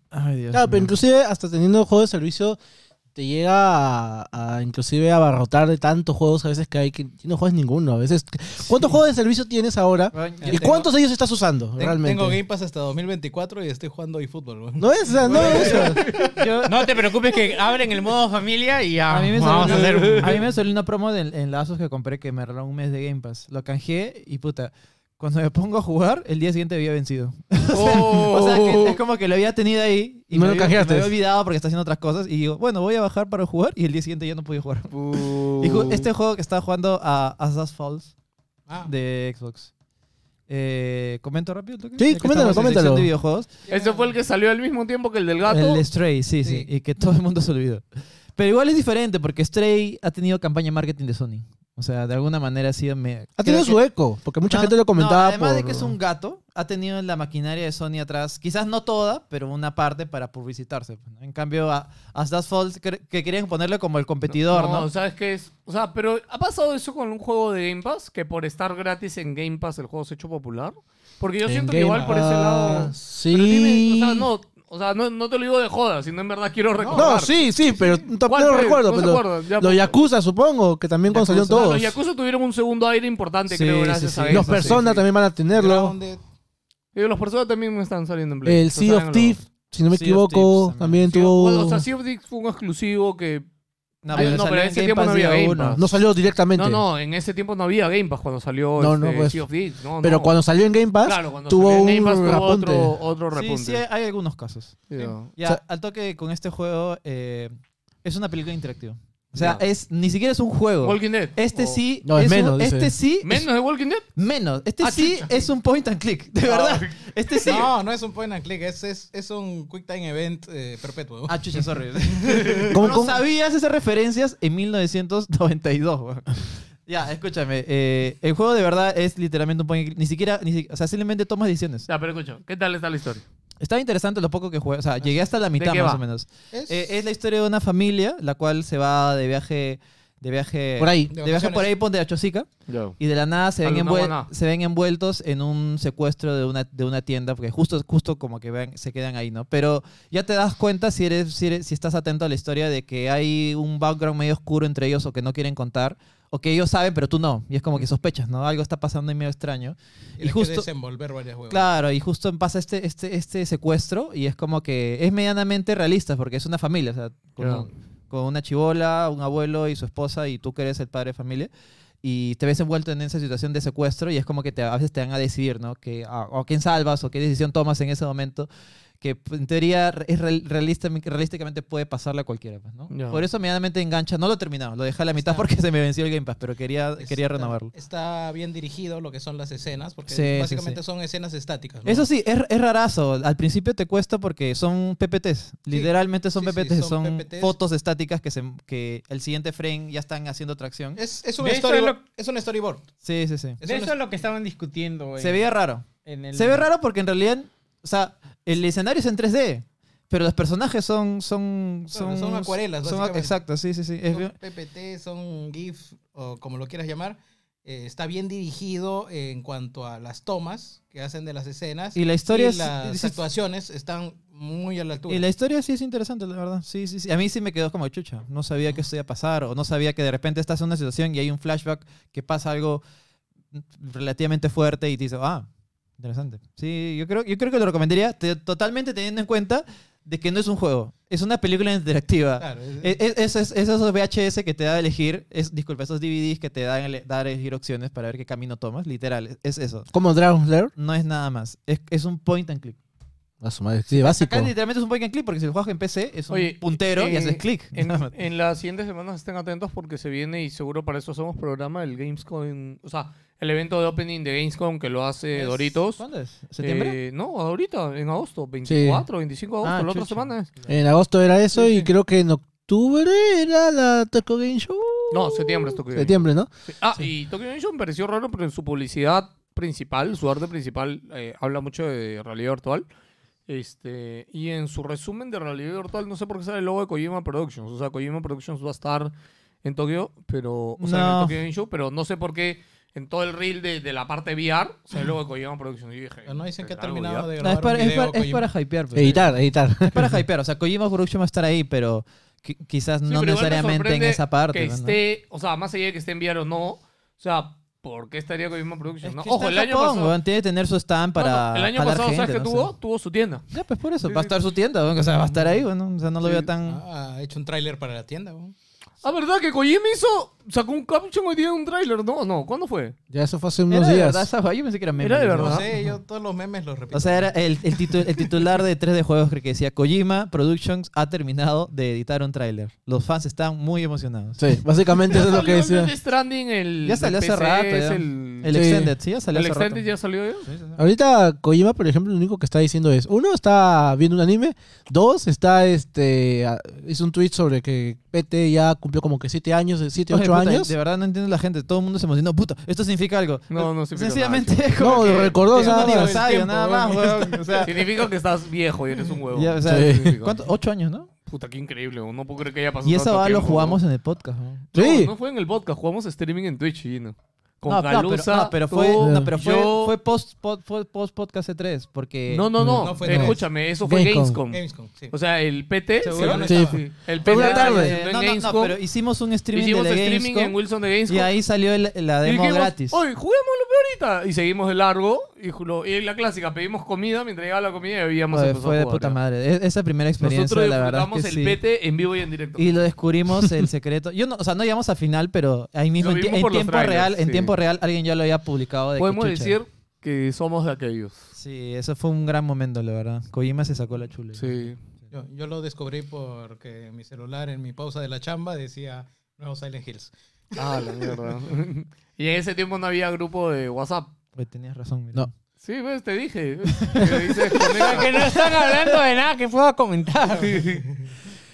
Speaker 8: Ay, Dios
Speaker 10: Claro, pero
Speaker 8: mío.
Speaker 10: inclusive hasta teniendo juego de servicio te llega a, a inclusive abarrotar de tantos juegos a veces que hay que que no juegas ninguno. A veces, ¿cuántos juegos de servicio tienes ahora?
Speaker 8: Bueno, ya
Speaker 10: ¿Y
Speaker 9: tengo-
Speaker 10: cuántos de ellos estás usando
Speaker 9: Ten-
Speaker 10: realmente?
Speaker 9: Tengo Game Pass hasta 2024 y estoy jugando eFootball. ¿no?
Speaker 10: No es, no es.
Speaker 8: Yo-
Speaker 7: No te preocupes que abren el modo familia y ya
Speaker 8: A mí me
Speaker 7: vamos
Speaker 8: salió,
Speaker 7: a hacer...
Speaker 8: a mí me salió una promo de- en lazos que compré que me regaló un mes de Game Pass. Lo canjeé y puta. Cuando me pongo a jugar, el día siguiente había vencido. O sea,
Speaker 6: Oh.
Speaker 8: que es como que lo había tenido ahí y
Speaker 10: Oh. No
Speaker 8: me
Speaker 10: lo
Speaker 8: había-
Speaker 10: canjeaste.
Speaker 8: me había olvidado porque está haciendo otras cosas. Y digo, bueno, voy a bajar para jugar. Y el día siguiente ya no podía jugar.
Speaker 6: Pu-
Speaker 8: Y ju- este juego que estaba jugando a Asas Falls
Speaker 9: Ah.
Speaker 8: de Xbox. Eh, ¿Comento rápido? el toque?
Speaker 10: Sí,
Speaker 8: Ya que
Speaker 10: coméntalo,
Speaker 8: estamos en
Speaker 10: coméntalo.
Speaker 8: sección de videojuegos.
Speaker 6: Ese fue el que salió al mismo tiempo que el del gato.
Speaker 8: El de Stray, sí, sí,
Speaker 9: Sí.
Speaker 8: Y que todo el mundo se olvidó. Pero igual es diferente porque Stray ha tenido campaña de marketing de Sony. O sea, de alguna manera ha sido... me-
Speaker 10: Ha
Speaker 8: creo
Speaker 10: tenido
Speaker 8: que-
Speaker 10: su eco, porque mucha
Speaker 8: No,
Speaker 10: gente
Speaker 8: no,
Speaker 10: lo comentaba.
Speaker 8: además de que
Speaker 10: por-
Speaker 8: es un gato, ha tenido la maquinaria de Sony atrás, quizás no toda, pero una parte para publicitarse. pues, ¿no? En cambio, a, a As Dust Falls cre- que querían ponerle como el competidor, ¿no?
Speaker 6: ¿sabes qué es? O sea, pero ¿ha pasado eso con un juego de Game Pass? Que por estar gratis en Game Pass el juego se ha hecho popular. Porque yo
Speaker 10: en
Speaker 6: siento que
Speaker 10: Game
Speaker 6: igual por ese
Speaker 10: Pass.
Speaker 6: lado.
Speaker 10: Sí.
Speaker 6: Pero dime, o sea, no, o sea, no, no te lo digo de joda, sino en verdad quiero
Speaker 10: No,
Speaker 6: recordar.
Speaker 10: sí, sí, pero no
Speaker 6: ¿Cuál
Speaker 10: no
Speaker 6: fue?
Speaker 10: recuerdo.
Speaker 6: No se
Speaker 10: pero
Speaker 6: acuerdan, ya,
Speaker 10: los
Speaker 6: pues.
Speaker 10: Yakuza, supongo, que también cuando salieron
Speaker 6: Yakuza.
Speaker 10: todos.
Speaker 6: Los Yakuza tuvieron un segundo aire importante,
Speaker 8: Sí,
Speaker 6: creo,
Speaker 8: sí,
Speaker 6: gracias
Speaker 8: sí.
Speaker 6: a
Speaker 8: Los
Speaker 6: eso.
Speaker 10: Los Persona también van a tenerlo.
Speaker 6: Y los personas también me están saliendo en Play.
Speaker 10: El
Speaker 6: O sea,
Speaker 10: Sea
Speaker 6: en
Speaker 10: of
Speaker 6: los-
Speaker 10: Thieves, si no me
Speaker 8: Sea of
Speaker 10: equivoco,
Speaker 8: Thieves también.
Speaker 10: también
Speaker 6: Sí, bueno, o sea,
Speaker 10: tuvo.
Speaker 6: Sea of Thieves fue un exclusivo que...
Speaker 8: No,
Speaker 6: Ay, no,
Speaker 8: salió
Speaker 6: pero
Speaker 8: en
Speaker 6: en ese
Speaker 8: Game
Speaker 6: tiempo no
Speaker 8: Pass
Speaker 6: había
Speaker 8: día
Speaker 6: Game
Speaker 8: uno.
Speaker 6: Pass.
Speaker 10: No salió directamente.
Speaker 6: No, no, en ese tiempo no había Game Pass cuando salió
Speaker 10: No,
Speaker 6: este,
Speaker 10: no, pues.
Speaker 6: Sea of Thieves. No,
Speaker 10: Pero
Speaker 6: no.
Speaker 10: cuando salió en Game Pass,
Speaker 6: Claro, cuando
Speaker 10: tuvo
Speaker 6: salió en Game
Speaker 10: un
Speaker 6: Pass tuvo
Speaker 10: repunte.
Speaker 6: otro, otro
Speaker 8: Sí,
Speaker 6: repunte.
Speaker 8: sí, hay, hay algunos casos.
Speaker 6: Ya.
Speaker 8: Ya,
Speaker 10: O sea-
Speaker 8: al toque con este juego, eh, es una película interactiva. O sea,
Speaker 6: Ya.
Speaker 8: es ni siquiera es un juego.
Speaker 6: Walking Dead.
Speaker 8: Este
Speaker 6: o-
Speaker 8: sí,
Speaker 10: No, es
Speaker 8: un-
Speaker 10: menos, dice.
Speaker 8: este sí, es-
Speaker 6: ¿Menos de Walking Dead?
Speaker 8: menos. Este
Speaker 6: Ah,
Speaker 8: sí
Speaker 6: chucha. Ah,
Speaker 8: es un point and click, de verdad. Este sí.
Speaker 9: No, no es un point and click, es, es, es un quick time event eh, perpetuo.
Speaker 8: Ah, chucha, sorry.
Speaker 10: ¿Cómo-
Speaker 8: no
Speaker 10: cómo?
Speaker 8: sabías esas referencias en 1992, weón. Ya, escúchame. eh, el juego de verdad es literalmente un point and click. Ni siquiera, ni si- o sea, simplemente tomas decisiones.
Speaker 6: Ya, pero escucha, ¿qué tal está la historia?
Speaker 8: Está interesante lo poco que jugué. O sea, llegué hasta la mitad
Speaker 6: qué
Speaker 8: más
Speaker 6: va?
Speaker 8: o menos.
Speaker 9: Es-
Speaker 8: Eh, es la historia de una familia, la cual se va de viaje... De viaje...
Speaker 10: Por ahí.
Speaker 8: De viaje por ahí, ponte a Chosica. Y de la nada se
Speaker 6: A
Speaker 8: ven,
Speaker 6: lo
Speaker 8: envuel-
Speaker 6: Naguaná.
Speaker 8: se ven envueltos en un secuestro de una, de una tienda, porque justo, justo como que ven- se quedan ahí, ¿no? Pero ya te das cuenta si, eres, si, eres- si estás atento a la historia de que hay un background medio oscuro entre ellos o que no quieren contar, o que ellos saben, pero tú no. Y es como que sospechas, ¿no? Algo está pasando y medio extraño.
Speaker 9: Tienes
Speaker 8: Y
Speaker 9: que
Speaker 8: justo...
Speaker 9: desenvolver varias huevas.
Speaker 8: Claro, y justo pasa este, este, este secuestro y es como que es medianamente realista porque es una familia, o sea, con,
Speaker 6: Claro.
Speaker 8: un- con una chivola, un abuelo y su esposa y tú que eres el padre de familia y te ves envuelto en esa situación de secuestro y es como que te, a veces te dan a decidir, ¿no? Que, a, o a quién salvas o qué decisión tomas en ese momento que p- en teoría re- es real- realista, realísticamente puede pasarle a cualquiera, pues, ¿no?
Speaker 6: Ya.
Speaker 8: Por eso medianamente engancha, no lo he terminado, lo dejé a la mitad porque se me venció el Game Pass, pero quería,
Speaker 9: Es-
Speaker 8: quería
Speaker 9: está-
Speaker 8: renovarlo.
Speaker 9: Está bien dirigido lo que son las escenas, porque
Speaker 8: Sí, sí,
Speaker 9: básicamente
Speaker 8: sí.
Speaker 9: son escenas estáticas. ¿no?
Speaker 8: Eso sí, es, es rarazo. Al principio te cuesta porque son PPTs. Literalmente son
Speaker 9: sí, sí,
Speaker 8: PPTs. son
Speaker 9: son PPTs.
Speaker 8: fotos estáticas que, se, que el siguiente frame ya están haciendo tracción.
Speaker 9: Es, es, un,
Speaker 7: De hecho,
Speaker 9: storyboard,
Speaker 7: lo-
Speaker 9: es un storyboard.
Speaker 8: Sí, sí, sí.
Speaker 9: Es
Speaker 7: De
Speaker 9: un
Speaker 7: eso es lo que estaban discutiendo, güey.
Speaker 8: Se veía raro.
Speaker 7: En el-
Speaker 8: Se ve raro porque en realidad, o sea, el escenario es en 3D. Pero los personajes son... Son,
Speaker 9: Claro, son acuarelas,
Speaker 8: son-
Speaker 9: básicamente.
Speaker 8: exacto, sí, sí, sí. Es bien-
Speaker 9: son PPT, son GIF o como lo quieras llamar. eh, está bien dirigido en cuanto a las tomas que hacen de las escenas.
Speaker 8: Y la historia es-
Speaker 9: las
Speaker 8: es-
Speaker 9: actuaciones están muy a la altura.
Speaker 8: Y la historia sí es interesante, la verdad. Sí, sí, sí. A mí sí me quedó como chucha. No sabía que esto iba a pasar o no sabía que de repente estás en una situación y hay un flashback que pasa algo relativamente fuerte y te dice, ah, interesante. Sí, yo creo, yo creo que lo recomendaría te- totalmente teniendo en cuenta de que no es un juego, es una película interactiva.
Speaker 9: Claro, es-
Speaker 8: E- e- esos- esos VHS que te da a elegir, es, disculpa, esos DVDs que te dan ele- dar a elegir opciones para ver qué camino tomas, literal, es- es eso.
Speaker 10: Como Dragon Slayer.
Speaker 8: No es nada más, es, es un point and click.
Speaker 10: A su madre, sí, básico.
Speaker 8: Acá literalmente es un point and click porque si lo juegas en PC es un
Speaker 6: Oye,
Speaker 8: puntero y
Speaker 6: eh,
Speaker 8: haces clic.
Speaker 6: En,
Speaker 8: Nada más.
Speaker 6: en las siguientes semanas estén atentos porque se viene y seguro para eso hacemos programa el Gamescom, o sea, el evento de opening de Gamescom que lo hace
Speaker 8: Es-
Speaker 6: Doritos.
Speaker 8: ¿Cuándo es? ¿Septiembre?
Speaker 6: Eh, no, ahorita, en agosto, 24, 25 de agosto,
Speaker 8: Ah,
Speaker 6: la otra
Speaker 8: chucha.
Speaker 6: semana es.
Speaker 10: En agosto era eso
Speaker 6: Sí,
Speaker 10: y
Speaker 6: sí.
Speaker 10: creo que en octubre era la Tokyo Game Show.
Speaker 6: No, septiembre es Tokyo
Speaker 8: eh,
Speaker 6: Game
Speaker 10: Septiembre, ¿no?
Speaker 6: Show. Ah, y Tokyo Game Show me pareció raro, pero en su publicidad principal, su arte principal, eh, habla mucho de realidad virtual. Este, y en su resumen de realidad virtual, no sé por qué sale el logo de Kojima Productions. O sea, Kojima Productions va a estar en Tokio, pero. O sea, en el
Speaker 8: No.
Speaker 6: Tokyo Game Show, pero no sé por qué en todo el reel de, de la parte VR sale el logo de Kojima Productions. Y yo dije,
Speaker 9: Pero no dicen que ha
Speaker 6: ¿será algo
Speaker 9: terminado
Speaker 7: Ah,
Speaker 6: VR?
Speaker 9: de
Speaker 8: No,
Speaker 9: grabar
Speaker 8: es para,
Speaker 9: un
Speaker 8: es
Speaker 9: video,
Speaker 8: para- es
Speaker 9: Kojima.
Speaker 8: para hypear. pues.
Speaker 10: Editar, pues, editar.
Speaker 8: Es para hypear. O sea, Kojima Production va a estar ahí, pero qui- quizás
Speaker 6: Sí,
Speaker 8: no
Speaker 6: pero igual me
Speaker 8: necesariamente en
Speaker 6: sorprende
Speaker 8: esa parte. pues,
Speaker 6: Que
Speaker 8: ¿no?
Speaker 6: esté, o sea, más allá de que esté en VR o no, o sea, ¿por qué estaría con misma producción?
Speaker 8: Es
Speaker 6: no?
Speaker 8: que
Speaker 6: Ojo,
Speaker 8: está en
Speaker 6: el año
Speaker 8: Japón,
Speaker 6: pasado.
Speaker 8: weón, tiene que tener su stand
Speaker 6: no, no,
Speaker 8: para.
Speaker 6: el año
Speaker 8: jalar
Speaker 6: pasado, ¿sabes
Speaker 8: gente,
Speaker 6: qué
Speaker 8: no
Speaker 6: tuvo?
Speaker 8: sé.
Speaker 6: Tuvo su tienda.
Speaker 8: Ya, pues por eso.
Speaker 6: Sí,
Speaker 8: va a
Speaker 6: sí.
Speaker 8: estar su tienda, weón, o sea, va a estar ahí, bueno. O sea, no lo
Speaker 6: Sí.
Speaker 8: veo tan.
Speaker 9: Ah, ha hecho un tráiler para la tienda. ¿no?
Speaker 6: Ah, ¿verdad? Que Kojima hizo, sacó un caption hoy día en un tráiler. No, no, ¿cuándo fue?
Speaker 10: Ya eso fue hace
Speaker 8: Era
Speaker 10: unos
Speaker 8: de
Speaker 10: días.
Speaker 8: verdad esa vaina, yo pensé que era meme.
Speaker 6: Era de
Speaker 8: ¿no?
Speaker 6: verdad.
Speaker 9: No sé, yo todos los memes los repito.
Speaker 8: O sea, era el, el titu- el titular de 3D Juegos que decía Kojima Productions ha terminado de editar un tráiler. Los fans están muy emocionados.
Speaker 10: Sí, básicamente eso es lo
Speaker 6: Salió el
Speaker 10: que decía.
Speaker 6: Death Stranding, el
Speaker 8: Ya salió hace
Speaker 6: PC,
Speaker 8: rato,
Speaker 6: es
Speaker 8: ya.
Speaker 6: el
Speaker 8: El
Speaker 10: Sí.
Speaker 8: Extended, sí, ya salió
Speaker 6: ¿El
Speaker 8: hace rato.
Speaker 6: Extended ya salió ya?
Speaker 10: Ahorita Kojima, por ejemplo, lo único que está diciendo es, uno, está viendo un anime, dos, está, este, a- hizo un tweet sobre que PT ya cumplió como que siete años, siete,
Speaker 8: Oye,
Speaker 10: ocho
Speaker 8: puta,
Speaker 10: años.
Speaker 8: De verdad no entiendo la gente. Todo el mundo se emocionó. Puta, esto significa algo.
Speaker 6: No, no significa
Speaker 8: Sencillamente
Speaker 6: nada.
Speaker 8: es como
Speaker 10: No,
Speaker 8: que
Speaker 10: lo recordó,
Speaker 8: es un
Speaker 10: nada más.
Speaker 8: aniversario,
Speaker 6: Tiempo,
Speaker 8: nada más, weón. O sea,
Speaker 6: Significa que estás viejo y eres un huevo.
Speaker 8: ya, o sea,
Speaker 10: Sí.
Speaker 6: Significa.
Speaker 8: ¿cuánto? Ocho años, ¿no?
Speaker 6: Puta, qué increíble. weón. No puedo creer que haya pasado
Speaker 8: Y esa
Speaker 6: tanto
Speaker 8: va lo
Speaker 6: tiempo, weón.
Speaker 8: jugamos en el podcast, weón.
Speaker 6: No,
Speaker 10: Sí.
Speaker 6: No, fue en el podcast, jugamos streaming en Twitch, chino. Con
Speaker 8: no, no, pero,
Speaker 6: Calusa,
Speaker 8: no, pero fue,
Speaker 6: tú,
Speaker 8: no, pero fue,
Speaker 6: yo-
Speaker 8: fue post, pod- fue post podcast E3, porque
Speaker 6: No, no, no.
Speaker 9: No fue tres.
Speaker 6: Escúchame, eso fue Gamescom.
Speaker 10: Gamescom.
Speaker 9: Gamescom, sí.
Speaker 6: O sea, el PT.
Speaker 9: Seguro
Speaker 6: se
Speaker 9: no
Speaker 6: ganó-
Speaker 10: Sí.
Speaker 9: estaba.
Speaker 6: El
Speaker 8: Fue
Speaker 6: PT.
Speaker 8: una
Speaker 6: se
Speaker 8: tarde.
Speaker 6: presentó
Speaker 8: No,
Speaker 6: en
Speaker 8: no, no,
Speaker 6: Gamescom.
Speaker 8: pero hicimos un streaming
Speaker 6: Hicimos
Speaker 8: de la
Speaker 6: streaming
Speaker 8: Gamescom,
Speaker 6: en Wilson de
Speaker 8: y
Speaker 6: Gamescom.
Speaker 8: ahí salió el- la
Speaker 6: Y
Speaker 8: demo
Speaker 6: dijimos,
Speaker 8: gratis.
Speaker 6: Oye, juguémoslo pe ahorita. Y seguimos el largo. Y, julo- y la clásica, pedimos comida. Mientras llegaba la comida, bebíamos.
Speaker 8: Oye,
Speaker 6: empezó
Speaker 8: fue
Speaker 6: a
Speaker 8: de
Speaker 6: jugar,
Speaker 8: puta
Speaker 6: ya.
Speaker 8: madre. E- Esa primera experiencia,
Speaker 6: Nosotros
Speaker 8: la verdad
Speaker 6: disfrutamos
Speaker 8: es que
Speaker 6: el
Speaker 8: sí.
Speaker 6: PT en vivo y en directo.
Speaker 8: Y lo descubrimos el secreto. Yo no, o sea, no llegamos a final, pero ahí mismo
Speaker 6: Lo
Speaker 8: en, tie-
Speaker 6: vimos
Speaker 8: en
Speaker 6: por los
Speaker 8: tiempo
Speaker 6: trailers,
Speaker 8: real, en
Speaker 6: sí.
Speaker 8: tiempo real alguien ya lo había publicado de que
Speaker 6: Podemos
Speaker 8: chucha.
Speaker 6: decir que somos de aquellos.
Speaker 8: Sí, eso fue un gran momento, la verdad. Kojima se sacó la chula.
Speaker 6: Sí.
Speaker 9: Yo, yo lo descubrí porque mi celular en mi pausa de la chamba decía Nuevo Silent Hills.
Speaker 6: Ah, la mierda. y en ese tiempo no había grupo de WhatsApp.
Speaker 8: Oye, Pues, tenías razón, mira.
Speaker 10: No.
Speaker 6: Sí, ves, te dije. Que dices, "Conecta".
Speaker 7: Que no están hablando de nada que pueda comentar.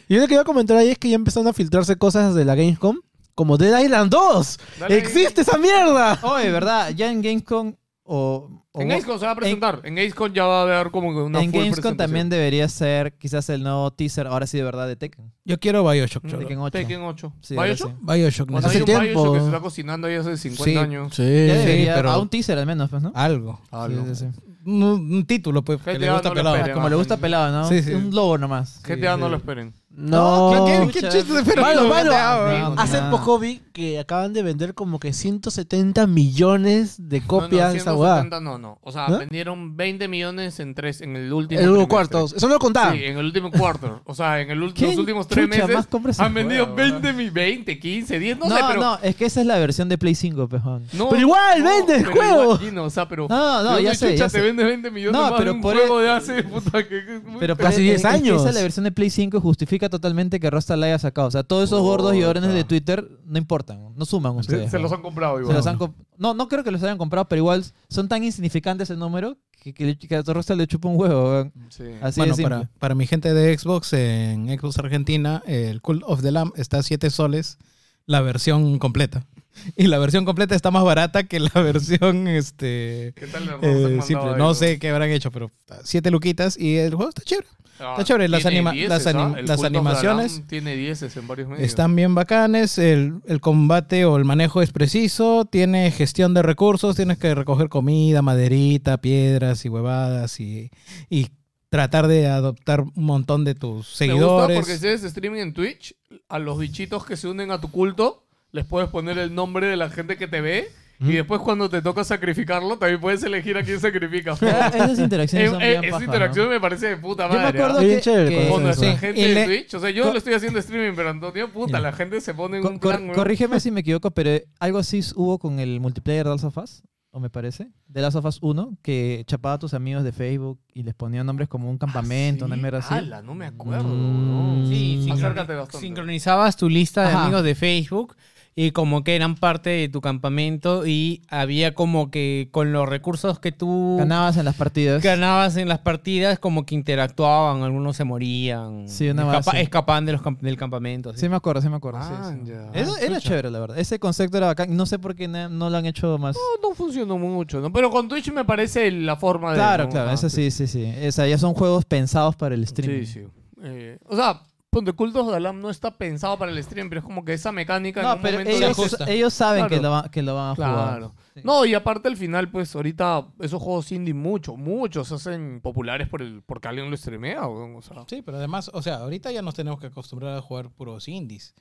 Speaker 10: Y lo que iba a comentar ahí es que ya empezaron a filtrarse cosas de la Gamescom, como Dead Island 2.
Speaker 6: Dale.
Speaker 10: ¡Existe esa mierda!
Speaker 8: Oye, ¿verdad? Ya en Gamescom o... o
Speaker 6: En Gamescom se va a presentar. En, Gamescom ya va a haber como que una
Speaker 8: en
Speaker 6: full
Speaker 8: Gamescom
Speaker 6: presentación.
Speaker 8: también debería ser quizás el nuevo teaser, ahora sí de verdad, de Tekken.
Speaker 7: Yo quiero Bioshock, cholo.
Speaker 8: Tekken 8.
Speaker 6: Tekken 8.
Speaker 8: Sí, ahora
Speaker 6: ¿Bioshock?
Speaker 8: sí.
Speaker 7: Bioshock,
Speaker 6: Bueno,
Speaker 10: Hace
Speaker 6: hay un
Speaker 7: necesito.
Speaker 10: tiempo.
Speaker 6: Bioshock que se está cocinando ahí hace 50
Speaker 7: Sí,
Speaker 6: años. Ah,
Speaker 7: Sí,
Speaker 8: Ya
Speaker 7: sí,
Speaker 8: debería,
Speaker 7: pero
Speaker 8: a un teaser al menos, pues, ¿no?
Speaker 7: algo.
Speaker 10: Ah,
Speaker 6: Algo.
Speaker 8: Sí, sí, sí.
Speaker 7: Un, un título, pues, que
Speaker 6: GTA
Speaker 7: le gusta
Speaker 6: no lo
Speaker 7: pelado.
Speaker 6: esperen.
Speaker 8: Como le gusta pelado, ¿no?
Speaker 7: Sí, sí.
Speaker 8: Un lobo nomás.
Speaker 6: GTA no lo esperen.
Speaker 10: No.
Speaker 7: ¿Qué- qué- qué chiste de pelado?
Speaker 10: Malo, malo.
Speaker 8: No, no,
Speaker 10: Hace
Speaker 8: nada.
Speaker 10: poco vi que acaban de vender como que 170 millones de copias
Speaker 6: no, no,
Speaker 10: de esa hueá.
Speaker 6: 170 no, no. O sea,
Speaker 8: ¿Eh?
Speaker 10: ¿No?
Speaker 6: vendieron 20 millones en tres en el último
Speaker 10: El uno
Speaker 6: trimestre.
Speaker 10: cuarto.
Speaker 8: eh.
Speaker 10: Eso no lo contaba.
Speaker 6: Sí, en el último cuarto. O sea, en el ulti-
Speaker 8: ¿Qué
Speaker 6: los últimos tres
Speaker 8: chucha
Speaker 6: meses
Speaker 8: más compra ese
Speaker 6: han vendido
Speaker 8: juego,
Speaker 6: 20, mi- 20, 15, 10, no,
Speaker 8: No,
Speaker 6: sé,
Speaker 8: no,
Speaker 6: pero...
Speaker 8: es que esa es la versión de Play pues, 5, pejón.
Speaker 6: no,
Speaker 10: Pero igual, vende el
Speaker 6: pero
Speaker 10: juego.
Speaker 6: igual, Gino, o sea, pero...
Speaker 8: No,
Speaker 6: ¿de
Speaker 8: no, ya
Speaker 6: dónde
Speaker 8: sé,
Speaker 6: chucha
Speaker 8: ya
Speaker 6: te
Speaker 8: sé.
Speaker 6: vende 20 millones
Speaker 8: No,
Speaker 6: más de
Speaker 8: pero
Speaker 6: un
Speaker 8: por- e-
Speaker 6: juego de hace... Puta, que, que-
Speaker 8: Pero
Speaker 10: Casi
Speaker 8: pues,
Speaker 10: 10
Speaker 8: es- es que Esa
Speaker 10: años.
Speaker 8: es la versión de Play 5 justifica totalmente que Rockstar la haya sacado. O sea, todos esos gordos y llorones de Twitter no importan, no suman
Speaker 6: se,
Speaker 8: ustedes.
Speaker 6: se los
Speaker 8: ¿no?
Speaker 6: han comprado
Speaker 8: Se
Speaker 6: igual.
Speaker 8: los han comp- No, no creo que los hayan comprado, pero igual son tan insignificantes el número que, que, que a Rockstar le chupa un huevo. weón.
Speaker 6: Sí.
Speaker 8: Así
Speaker 7: Bueno,
Speaker 8: de simple.
Speaker 7: para, para mi gente de Xbox, en Xbox Argentina, el Cult of the Lamb está a 7 soles la versión completa. Y la versión completa está más barata que la versión este
Speaker 6: ¿Qué tal
Speaker 7: eh, simple. No sé qué habrán hecho, pero 7 luquitas y el juego está chévere.
Speaker 6: Ah,
Speaker 7: Está chévere, las anima- las anim- las animaciones.
Speaker 6: Tiene 10 en varios medios.
Speaker 7: Están bien bacanes, el, el combate o el manejo es preciso, tiene gestión de recursos, tienes que recoger comida, maderita, piedras y huevadas y, y tratar de adoptar un montón de tus
Speaker 6: Me gusta
Speaker 7: seguidores.
Speaker 6: porque si haces streaming en Twitch, a los bichitos que se unen a tu culto, les puedes poner el nombre de la gente que te ve. Y después cuando te toca sacrificarlo, también puedes elegir a quién sacrificas.
Speaker 8: Ah, Esas
Speaker 6: Eh,
Speaker 8: interacciones son
Speaker 6: eh,
Speaker 8: bien
Speaker 6: esa
Speaker 8: paja, ¿no?
Speaker 6: interacción me parece de puta
Speaker 8: Yo me
Speaker 6: madre.
Speaker 8: acuerdo
Speaker 6: ¿ah?
Speaker 8: que,
Speaker 10: Bien chévere
Speaker 8: que-
Speaker 10: cuando
Speaker 6: Con
Speaker 10: eso,
Speaker 6: nuestra
Speaker 7: sí.
Speaker 6: gente
Speaker 7: Y
Speaker 6: de
Speaker 7: le-
Speaker 6: Twitch. O sea, yo lo estoy haciendo streaming, pero Antonio, puta,
Speaker 7: Ya.
Speaker 6: la gente se pone en
Speaker 8: Cor-
Speaker 6: un
Speaker 8: cor-
Speaker 6: plan... ¿no?
Speaker 8: corrígeme si me equivoco, pero algo así hubo con el multiplayer de Last of Us, o me parece, de Last of Us 1, que chapaba a tus amigos de Facebook y les ponía nombres como un campamento, una
Speaker 6: Ah, Sí,
Speaker 8: mierda así. Mm.
Speaker 6: ala, no me acuerdo. no.
Speaker 7: Sí, sincroni-
Speaker 6: Acércate bastante.
Speaker 7: Mm, sincronizabas tu lista de
Speaker 8: Ajá.
Speaker 7: amigos de Facebook y como que eran parte de tu campamento y había como que con los recursos que tú
Speaker 8: Ganabas en las partidas.
Speaker 7: ganabas en las partidas como que interactuaban, algunos se morían,
Speaker 8: Sí, una
Speaker 7: escapa-
Speaker 8: base.
Speaker 7: escapaban de los camp- del campamento. así.
Speaker 8: Sí, me acuerdo, sí me acuerdo. sí,
Speaker 6: Ah,
Speaker 8: sí.
Speaker 6: ya.
Speaker 8: Eso era chévere, la verdad. Ese concepto era bacán. No sé por qué na- no lo han hecho más.
Speaker 6: No, no funcionó mucho, ¿no? Pero con Twitch me parece la forma de...
Speaker 8: claro,
Speaker 6: ¿no?
Speaker 8: claro.
Speaker 6: Ah,
Speaker 8: Eso sí, sí, sí. O sea, ya son juegos pensados para el streaming.
Speaker 6: Sí, sí. Eh, o sea, ponte Cultos de Alam no está pensado para el stream, pero es como que esa mecánica en
Speaker 8: No,
Speaker 6: un
Speaker 8: pero
Speaker 6: momento
Speaker 8: ellos,
Speaker 6: se ajusta.
Speaker 8: ellos saben
Speaker 6: Claro.
Speaker 8: que, lo va- que lo van a jugar.
Speaker 6: Claro. No, y aparte al final, pues ahorita esos juegos indie mucho, muchos se hacen populares por el, porque alguien lo streamea, weón, o sea.
Speaker 9: Sí, pero además, o sea, ahorita ya nos tenemos que acostumbrar a jugar puros indies.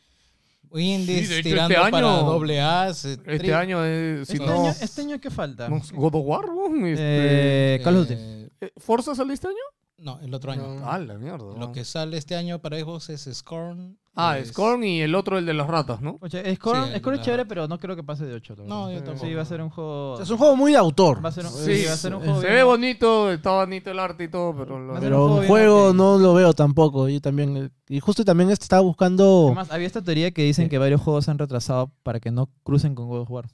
Speaker 6: Sí,
Speaker 9: Indies
Speaker 6: de hecho,
Speaker 9: tirando
Speaker 6: este
Speaker 9: para
Speaker 6: año-
Speaker 9: doble A. Este
Speaker 6: Este año, es, si
Speaker 8: Este,
Speaker 6: no,
Speaker 8: año, este año, ¿qué falta?
Speaker 6: no, God of War, weón, este,
Speaker 8: Eh, Call of Duty.
Speaker 6: eh, ¿Forza sale este año?
Speaker 9: No, el otro año.
Speaker 6: Ah, la mierda.
Speaker 9: Lo
Speaker 6: weón.
Speaker 9: que sale este año para Xbox es Scorn.
Speaker 6: Ah,
Speaker 9: es-
Speaker 6: Scorn y el otro, el de las ratas, ¿no?
Speaker 8: Oye, Scorn,
Speaker 9: Sí, el-
Speaker 8: Scorn es
Speaker 9: la-
Speaker 8: chévere, pero no creo que pase de 8.
Speaker 9: No, yo tampoco.
Speaker 8: Sí, va a ser un juego.
Speaker 10: Es un juego muy de autor.
Speaker 8: Va a ser un,
Speaker 6: Sí,
Speaker 8: sí, va a ser un
Speaker 6: se
Speaker 8: juego.
Speaker 6: ve
Speaker 8: bien-
Speaker 6: bonito, está bonito el arte y todo, pero... lo-
Speaker 8: Va a ser
Speaker 10: Pero un
Speaker 8: bien
Speaker 10: juego
Speaker 8: arcade.
Speaker 10: no lo veo tampoco. Yo también. eh, Y justo también este estaba buscando.
Speaker 8: Además, había esta teoría que dicen que varios juegos se han retrasado para que no crucen con God of War.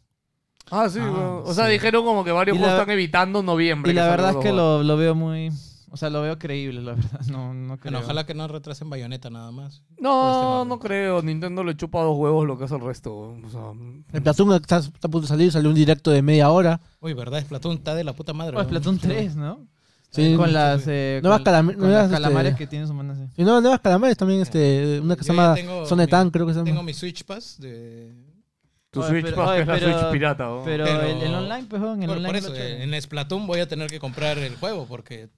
Speaker 6: Ah, sí, weón. O sea, dijeron como que varios
Speaker 8: Y
Speaker 6: juegos
Speaker 8: la-
Speaker 6: están evitando noviembre.
Speaker 8: Y la
Speaker 6: salgan
Speaker 8: verdad
Speaker 6: los
Speaker 8: es que
Speaker 6: juegos.
Speaker 8: lo, lo veo muy. O sea, lo veo creíble, la verdad. No, no creo.
Speaker 9: Bueno, ojalá que no retrasen bayoneta nada más.
Speaker 8: Este
Speaker 6: No, no creo. Nintendo le chupa dos huevos lo que hace el resto. weón. O sea,
Speaker 8: Eh,
Speaker 10: El Platón está, está a punto de salir, salió un directo de media hora.
Speaker 9: Uy, verdad, Splatoon está de la puta madre.
Speaker 8: Oh, es
Speaker 9: weón.
Speaker 8: Platón 3, ¿no?
Speaker 10: Sí.
Speaker 8: con las. eh,
Speaker 10: Nuevas
Speaker 8: con-
Speaker 10: calam-
Speaker 8: con
Speaker 10: nuevas,
Speaker 8: las calamares
Speaker 10: este-
Speaker 8: que tiene su mano así.
Speaker 10: Y no, Nuevas Calamares también, este, una que se
Speaker 9: Yo ya
Speaker 10: llama
Speaker 9: tengo
Speaker 10: Sonetan,
Speaker 9: mi-
Speaker 10: creo que se
Speaker 9: Tengo
Speaker 10: llama.
Speaker 9: mi Switch Pass de...
Speaker 6: tu
Speaker 8: Oye,
Speaker 6: Switch,
Speaker 8: pero-
Speaker 6: pa,
Speaker 8: oye,
Speaker 6: es la
Speaker 8: pero-
Speaker 6: Switch pirata. weón.
Speaker 8: Pero,
Speaker 9: Pero-
Speaker 8: El, el online, pues, joven, el
Speaker 9: Por, por
Speaker 8: online. es
Speaker 9: eso,
Speaker 8: lo chévere.
Speaker 9: eh, en Splatoon voy a tener que comprar el juego porque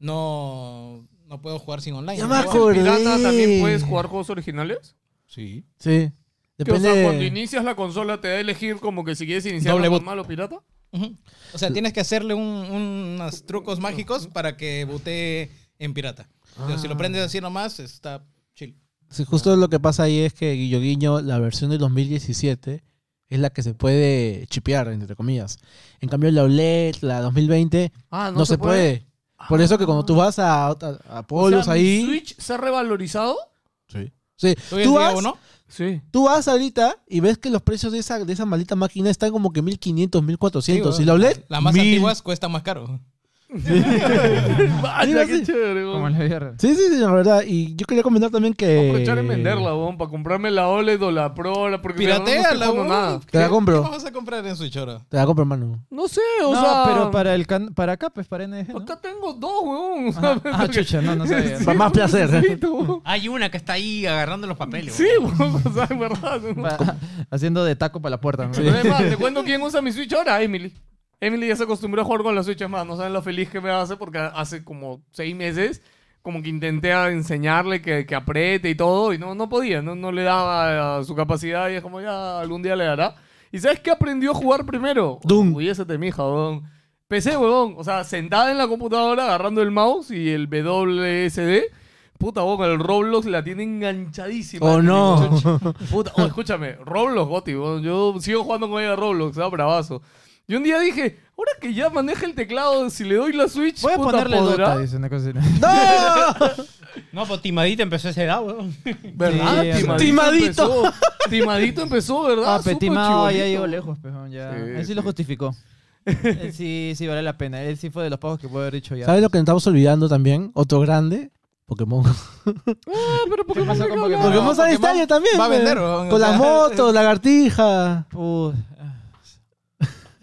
Speaker 9: no, no puedo jugar sin online.
Speaker 10: Ya
Speaker 9: ¿no?
Speaker 10: me
Speaker 6: ¿En
Speaker 10: acordé.
Speaker 6: pirata también puedes jugar juegos originales?
Speaker 9: Sí.
Speaker 10: Sí.
Speaker 6: Que, o sea, cuando
Speaker 10: Depende.
Speaker 6: inicias la consola te da a elegir como que si quieres iniciar
Speaker 9: Doble bot.
Speaker 6: normal o pirata.
Speaker 9: Ujú. O sea, tienes que hacerle un- unos trucos mágicos para que butee en pirata. O sea, si lo
Speaker 8: Ah.
Speaker 9: prendes así nomás, está chill.
Speaker 10: Sí, justo lo que pasa ahí es que Guillo Guiño, la versión del 2017 es la que se puede chipear, entre comillas. En cambio, la OLED, la 2020,
Speaker 6: Ah,
Speaker 10: no, se puede. Por eso que cuando tú vas a, a, a
Speaker 6: O sea,
Speaker 10: Polos
Speaker 6: ¿mi
Speaker 10: ahí.
Speaker 6: Switch se ha revalorizado?
Speaker 10: Sí,
Speaker 9: ¿Tú
Speaker 10: tú, vas,
Speaker 9: o no?
Speaker 6: Sí.
Speaker 10: tú vas ahorita y ves que los precios de esa, de esa maldita máquina están como que 1500, 1400. y la OLED.
Speaker 9: Las más
Speaker 10: 1000.
Speaker 9: antiguas cuestan más caro.
Speaker 6: Vaya, qué
Speaker 10: sí.
Speaker 6: chévere, weón.
Speaker 8: Como en la vida real.
Speaker 10: Sí, sí, sí, la verdad. Y yo quería comentar también que.
Speaker 8: Eh,
Speaker 6: Voy a aprovechar en venderla, weón, para comprarme la OLED o la Pro, la- porque la verdad no estoy
Speaker 9: Pirateala,
Speaker 6: jugando
Speaker 9: weón.
Speaker 6: nada.
Speaker 10: Te la
Speaker 9: ¿Qué-
Speaker 10: compro.
Speaker 9: ¿Qué vas a comprar en Switch ahora?
Speaker 10: Te la compro, hermano.
Speaker 6: No sé, o
Speaker 8: no,
Speaker 6: sea,
Speaker 8: pero para, el can- para acá, pues, para NG. ¿no?
Speaker 6: acá tengo dos, weón.
Speaker 8: Ajá. Ah, chucha, no, no sabía.
Speaker 10: Para más
Speaker 8: eh.
Speaker 10: placer.
Speaker 7: Hay una que está ahí agarrando los papeles.
Speaker 6: Sí, weón, o sea, es verdad. weón.
Speaker 8: Pa- haciendo de taco para la puerta. ¿no?
Speaker 6: Pero es más, te cuento quién usa mi Switch ahora, Emily. Emily ya se acostumbró a jugar con la Switch, es más, no saben lo feliz que me hace porque hace como seis meses como que intenté a enseñarle que, que apriete y todo y no, no podía, no, no le daba a su capacidad y es como ya algún día le dará. ¿Y sabes qué aprendió a jugar primero?
Speaker 10: Doom.
Speaker 6: Huyésete, mija, weón. PC, weón. O sea, sentada en la computadora agarrando el mouse y el WSD. Puta, weón, el Roblox la tiene enganchadísima.
Speaker 10: Oh, no.
Speaker 6: Puta, oh, escúchame, Roblox, Goti, weón. yo sigo jugando con ella a Roblox, ah, bravazo. Y un día dije, ahora que ya maneja el teclado, si le doy la Switch,
Speaker 8: Voy a
Speaker 6: puta,
Speaker 8: ponerle
Speaker 6: ¿podrá?
Speaker 8: Dota, eh. dice una cosa así.
Speaker 7: No, pues timadita empezó esa edad, weón.
Speaker 6: ¿Verdad?
Speaker 8: Sí,
Speaker 6: Timadito. empezó. Timadito empezó, ¿verdad?
Speaker 8: Ah,
Speaker 6: Súper
Speaker 8: Petimao ya
Speaker 6: chibolito.
Speaker 8: llegó lejos, pejón. Ya.
Speaker 6: Sí,
Speaker 8: Él sí, lo
Speaker 6: sí.
Speaker 8: justificó. Él sí, sí vale la pena. Él sí fue de los pagos que puedo haber dicho ya.
Speaker 10: ¿Sabes lo que nos estamos olvidando también? Otro grande. Pokémon.
Speaker 6: Ah, pero ¿por qué
Speaker 8: pasó
Speaker 6: me
Speaker 8: con
Speaker 6: hablas?
Speaker 8: Pokémon?
Speaker 10: Pokémon Sun Estadio también.
Speaker 9: va a
Speaker 10: pues.
Speaker 9: vender, weón,
Speaker 10: Con
Speaker 9: o
Speaker 10: las
Speaker 9: sea.
Speaker 10: motos, lagartija.
Speaker 8: Puh,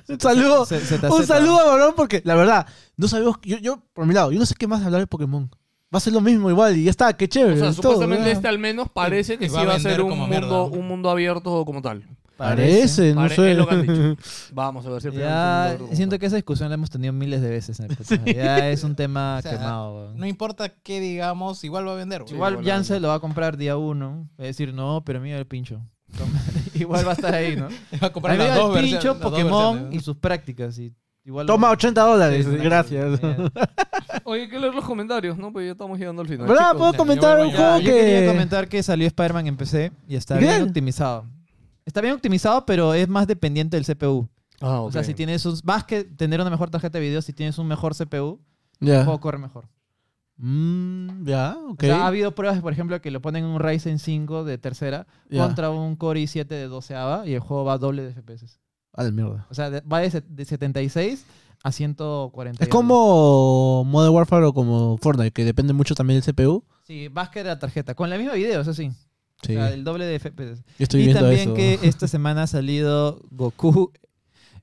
Speaker 10: Un saludo.
Speaker 8: Z- Z-
Speaker 10: Un
Speaker 8: Z.
Speaker 10: saludo, varón, porque la verdad, no sabemos. Yo, yo, por mi lado, yo no sé qué más hablar de Pokémon. Va a ser lo mismo igual y ya está, qué
Speaker 6: O
Speaker 10: chévere.
Speaker 6: sea,
Speaker 10: es todo,
Speaker 6: supuestamente
Speaker 10: ¿verdad?
Speaker 6: este al menos parece que
Speaker 9: Y
Speaker 6: sí
Speaker 9: va a
Speaker 6: va a ser
Speaker 9: vender
Speaker 6: un
Speaker 9: como mierda.
Speaker 6: mundo, un mundo abierto como tal.
Speaker 10: Parece, no
Speaker 6: Pare-
Speaker 10: sé.
Speaker 6: es lo que han dicho. Vamos a ver si es un mundo
Speaker 8: Ya
Speaker 6: abierto como
Speaker 8: siento
Speaker 6: tal.
Speaker 8: que esa discusión la hemos tenido miles de veces. en el podcast. Ya es un tema
Speaker 9: O sea,
Speaker 8: quemado. weón.
Speaker 9: No importa qué digamos, igual va a vender. weón.
Speaker 8: Igual Jan se lo va a comprar día uno. Va a decir, no, pero mira el pincho. Igual va a estar ahí, ¿no?
Speaker 9: Va a comprar
Speaker 8: Ahí
Speaker 9: las
Speaker 8: mira
Speaker 9: dos
Speaker 8: el
Speaker 9: versiones.
Speaker 8: pincho,
Speaker 9: las dos
Speaker 8: Pokémon
Speaker 9: versiones.
Speaker 8: y sus prácticas. Y igual
Speaker 10: Toma 80
Speaker 8: Sí,
Speaker 10: dólares,
Speaker 8: sí, sí.
Speaker 10: gracias.
Speaker 6: Oye, hay que leer los comentarios, ¿no? Pues ya estamos llegando al final.
Speaker 10: ¿Verdad?
Speaker 6: chicos. Ah,
Speaker 10: ¿Puedo
Speaker 9: ya,
Speaker 10: comentar
Speaker 9: yo
Speaker 10: un
Speaker 9: voy
Speaker 10: juego
Speaker 8: Ya, Yo quería
Speaker 10: que.?
Speaker 8: comentar que salió Spider-Man en PC y está
Speaker 10: Bien.
Speaker 8: bien optimizado. Está bien optimizado, pero es más dependiente del CPU.
Speaker 6: Ah,
Speaker 8: O sea,
Speaker 6: ok.
Speaker 8: si tienes un... Más que tener una mejor tarjeta de video, si tienes un mejor CPU, el
Speaker 10: Ya.
Speaker 8: juego corre mejor.
Speaker 10: Mm, ya, Ah. ok.
Speaker 8: O sea, ha habido pruebas, por ejemplo, que lo ponen en un Ryzen 5 de tercera
Speaker 10: Ya.
Speaker 8: contra un Core i7 de 12 y el juego va a doble de FPS.
Speaker 10: A la mierda.
Speaker 8: O sea, de- va de, se- de 76 a 140.
Speaker 10: Es como Modern Warfare o como Fortnite, que depende mucho también del CPU.
Speaker 8: Sí, más que de la tarjeta. Con la misma video, eso sí.
Speaker 10: Sí,
Speaker 8: O sea,
Speaker 10: yo
Speaker 8: el doble de FPS.
Speaker 10: estoy
Speaker 8: y
Speaker 10: viendo
Speaker 8: también
Speaker 10: eso.
Speaker 8: que esta semana ha salido Goku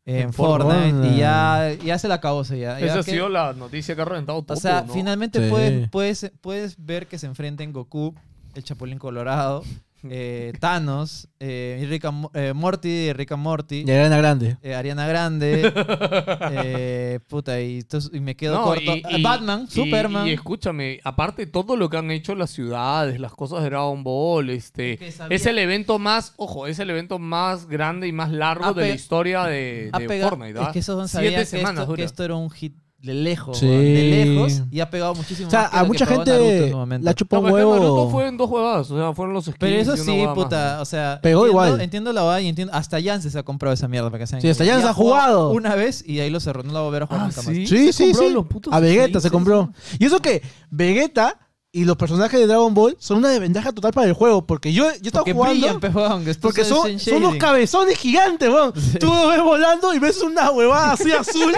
Speaker 8: en,
Speaker 10: En
Speaker 8: Fortnite,
Speaker 10: Fortnite.
Speaker 8: y ya, ya se la acabó. o sea, ya, ya
Speaker 6: Esa ha
Speaker 8: que-
Speaker 6: sido la noticia que ha reventado todo.
Speaker 8: O sea,
Speaker 6: ¿no?
Speaker 8: finalmente
Speaker 10: Sí.
Speaker 8: puedes, puedes, puedes ver que se enfrenten Goku, el Chapulín Colorado, eh, Thanos, eh, y Rick and Mo- eh, Morty, Rick and Morty,
Speaker 10: Ya gana grande.
Speaker 8: eh, Ariana Grande, eh, puta, y, entonces- y me quedo
Speaker 6: No,
Speaker 8: corto.
Speaker 6: y- y-
Speaker 8: Batman,
Speaker 6: y-
Speaker 8: Superman.
Speaker 6: Y escúchame, aparte todo lo que han hecho las ciudades, las cosas de Dragon Ball, este,
Speaker 8: Es que sabía-
Speaker 6: es el evento más, ojo, es el evento más grande y más largo
Speaker 8: Ha
Speaker 6: de la
Speaker 8: pe-
Speaker 6: historia de,
Speaker 8: ha
Speaker 6: de
Speaker 8: pegado-
Speaker 6: Fortnite.
Speaker 8: es
Speaker 6: ¿verdad?
Speaker 8: que esos dos
Speaker 6: Siete
Speaker 8: sabían que
Speaker 6: semanas
Speaker 8: esto, que
Speaker 6: dura.
Speaker 8: esto era un hit de lejos,
Speaker 10: Sí.
Speaker 8: weón, de lejos, y ha pegado muchísimo
Speaker 10: O sea,
Speaker 8: más que
Speaker 10: a
Speaker 8: lo que
Speaker 10: mucha
Speaker 8: pegó Naruto en
Speaker 10: gente
Speaker 8: su momento. pues,
Speaker 10: la chupa
Speaker 6: No,
Speaker 10: un
Speaker 6: pero es que Naruto
Speaker 10: huevo.
Speaker 6: fue en dos huevadas, o sea, fueron los skins.
Speaker 8: Pero eso
Speaker 6: y una
Speaker 8: sí,
Speaker 6: huevada más,
Speaker 8: puta,
Speaker 6: ¿no?
Speaker 8: o sea...
Speaker 10: Pegó
Speaker 8: entiendo-
Speaker 10: igual.
Speaker 8: Entiendo la vaina y entiendo... Hasta Jans se ha comprado esa mierda para que sean...
Speaker 10: Sí, hasta Jans
Speaker 8: Ya
Speaker 10: ha jugado.
Speaker 8: Una vez y de ahí lo cerró. No la va a volver a jugar
Speaker 6: Ah,
Speaker 8: nunca
Speaker 6: ¿sí?
Speaker 8: más.
Speaker 6: ¿Se
Speaker 10: Sí, sí,
Speaker 6: compró
Speaker 10: sí.
Speaker 6: los putos
Speaker 10: A Vegeta
Speaker 6: skins?
Speaker 10: se compró. Y eso que Vegeta y los personajes de Dragon Ball son una desventaja total para el juego. Porque yo, yo estaba
Speaker 8: Porque
Speaker 10: jugando.
Speaker 8: brillan, pe, huevón, que esto
Speaker 10: Porque
Speaker 8: es
Speaker 10: son,
Speaker 8: cel
Speaker 10: son unos
Speaker 8: shading.
Speaker 10: cabezones gigantes, weón. Tú los ves volando y ves una huevada así azul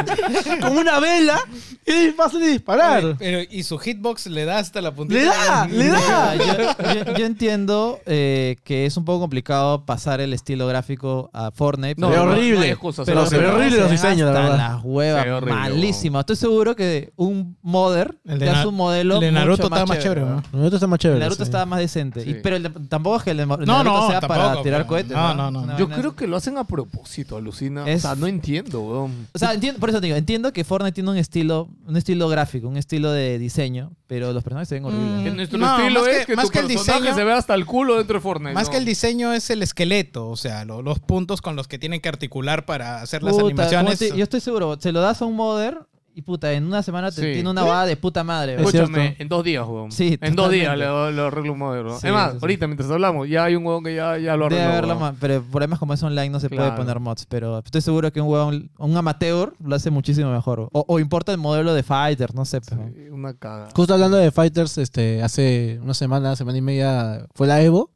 Speaker 10: con una vela y es fácil de disparar.
Speaker 9: Pero, y su hitbox le da hasta la puntita.
Speaker 10: ¡Le da! ¡Le
Speaker 8: Ah,
Speaker 10: da!
Speaker 8: yo, yo- yo entiendo eh, que es un poco complicado pasar el estilo gráfico a Fortnite.
Speaker 6: No,
Speaker 8: pero-
Speaker 6: no,
Speaker 5: horrible.
Speaker 6: no hay excusa,
Speaker 8: pero
Speaker 6: solo
Speaker 5: se ve
Speaker 6: acepta.
Speaker 5: horrible los diseños, la
Speaker 8: hasta
Speaker 5: verdad.
Speaker 8: las huevas,
Speaker 6: Se ve horrible,
Speaker 8: malísimo. Estoy seguro que un modder
Speaker 7: El de
Speaker 8: te
Speaker 7: Na-
Speaker 8: hace un modelo
Speaker 7: el de
Speaker 8: mucho
Speaker 7: Naruto estaba más chévere,
Speaker 8: ¿no?
Speaker 7: ¿no?
Speaker 10: Naruto está más chévere.
Speaker 8: El Naruto
Speaker 10: sí.
Speaker 8: estaba más decente. Y-
Speaker 6: Sí.
Speaker 8: pero el de- tampoco es que el de Naruto
Speaker 7: No, no,
Speaker 8: sea para
Speaker 7: tampoco,
Speaker 8: tirar
Speaker 7: pero-
Speaker 8: cohetes.
Speaker 7: no, no, no.
Speaker 8: Una
Speaker 6: Yo
Speaker 8: vaina-
Speaker 6: creo que lo hacen a propósito, alucina.
Speaker 8: Es- Mm.
Speaker 6: O sea, no entiendo, weón.
Speaker 8: O sea, entiendo, por eso te digo, entiendo que Fortnite tiene un estilo, un estilo gráfico, un estilo de diseño, pero los personajes se ven
Speaker 7: Mm.
Speaker 8: horribles.
Speaker 6: En nuestro
Speaker 7: No,
Speaker 6: estilo
Speaker 7: más
Speaker 6: es
Speaker 7: que-
Speaker 6: que,
Speaker 7: más
Speaker 6: tu
Speaker 7: que el
Speaker 6: personaje
Speaker 7: diseño-
Speaker 6: se ve hasta el culo dentro de Fortnite.
Speaker 7: Más
Speaker 6: ¿no?
Speaker 7: que el diseño es el esqueleto, o sea, lo- los puntos con los que tienen que articular para hacer las
Speaker 8: Puta,
Speaker 7: animaciones.
Speaker 8: ¿cómo te- yo estoy seguro, se lo das a un modder y puta, en una semana te
Speaker 6: Sí.
Speaker 8: tiene una bada de puta madre.
Speaker 5: Pues-
Speaker 8: weón.
Speaker 6: Escúchame,
Speaker 5: cierto.
Speaker 6: en dos días, weón.
Speaker 8: Sí,
Speaker 6: en dos
Speaker 8: totalmente.
Speaker 6: días lo, lo arreglo un modelo.
Speaker 8: Sí,
Speaker 6: es más,
Speaker 8: sí, sí.
Speaker 6: ahorita mientras hablamos, ya hay un weón que ya, ya lo
Speaker 8: Debe
Speaker 6: arregló.
Speaker 8: haberlo
Speaker 6: weón.
Speaker 8: ma- pero el problema es como es online no se puede
Speaker 6: Claro.
Speaker 8: poner mods, pero estoy seguro que un huevón, un amateur lo hace muchísimo mejor. weón. O, o importa el modelo de Fighter, no sé. pues, weón.
Speaker 6: Sí, Una caga.
Speaker 10: Justo hablando de Fighters, este, hace una semana, semana y media, fue la Evo.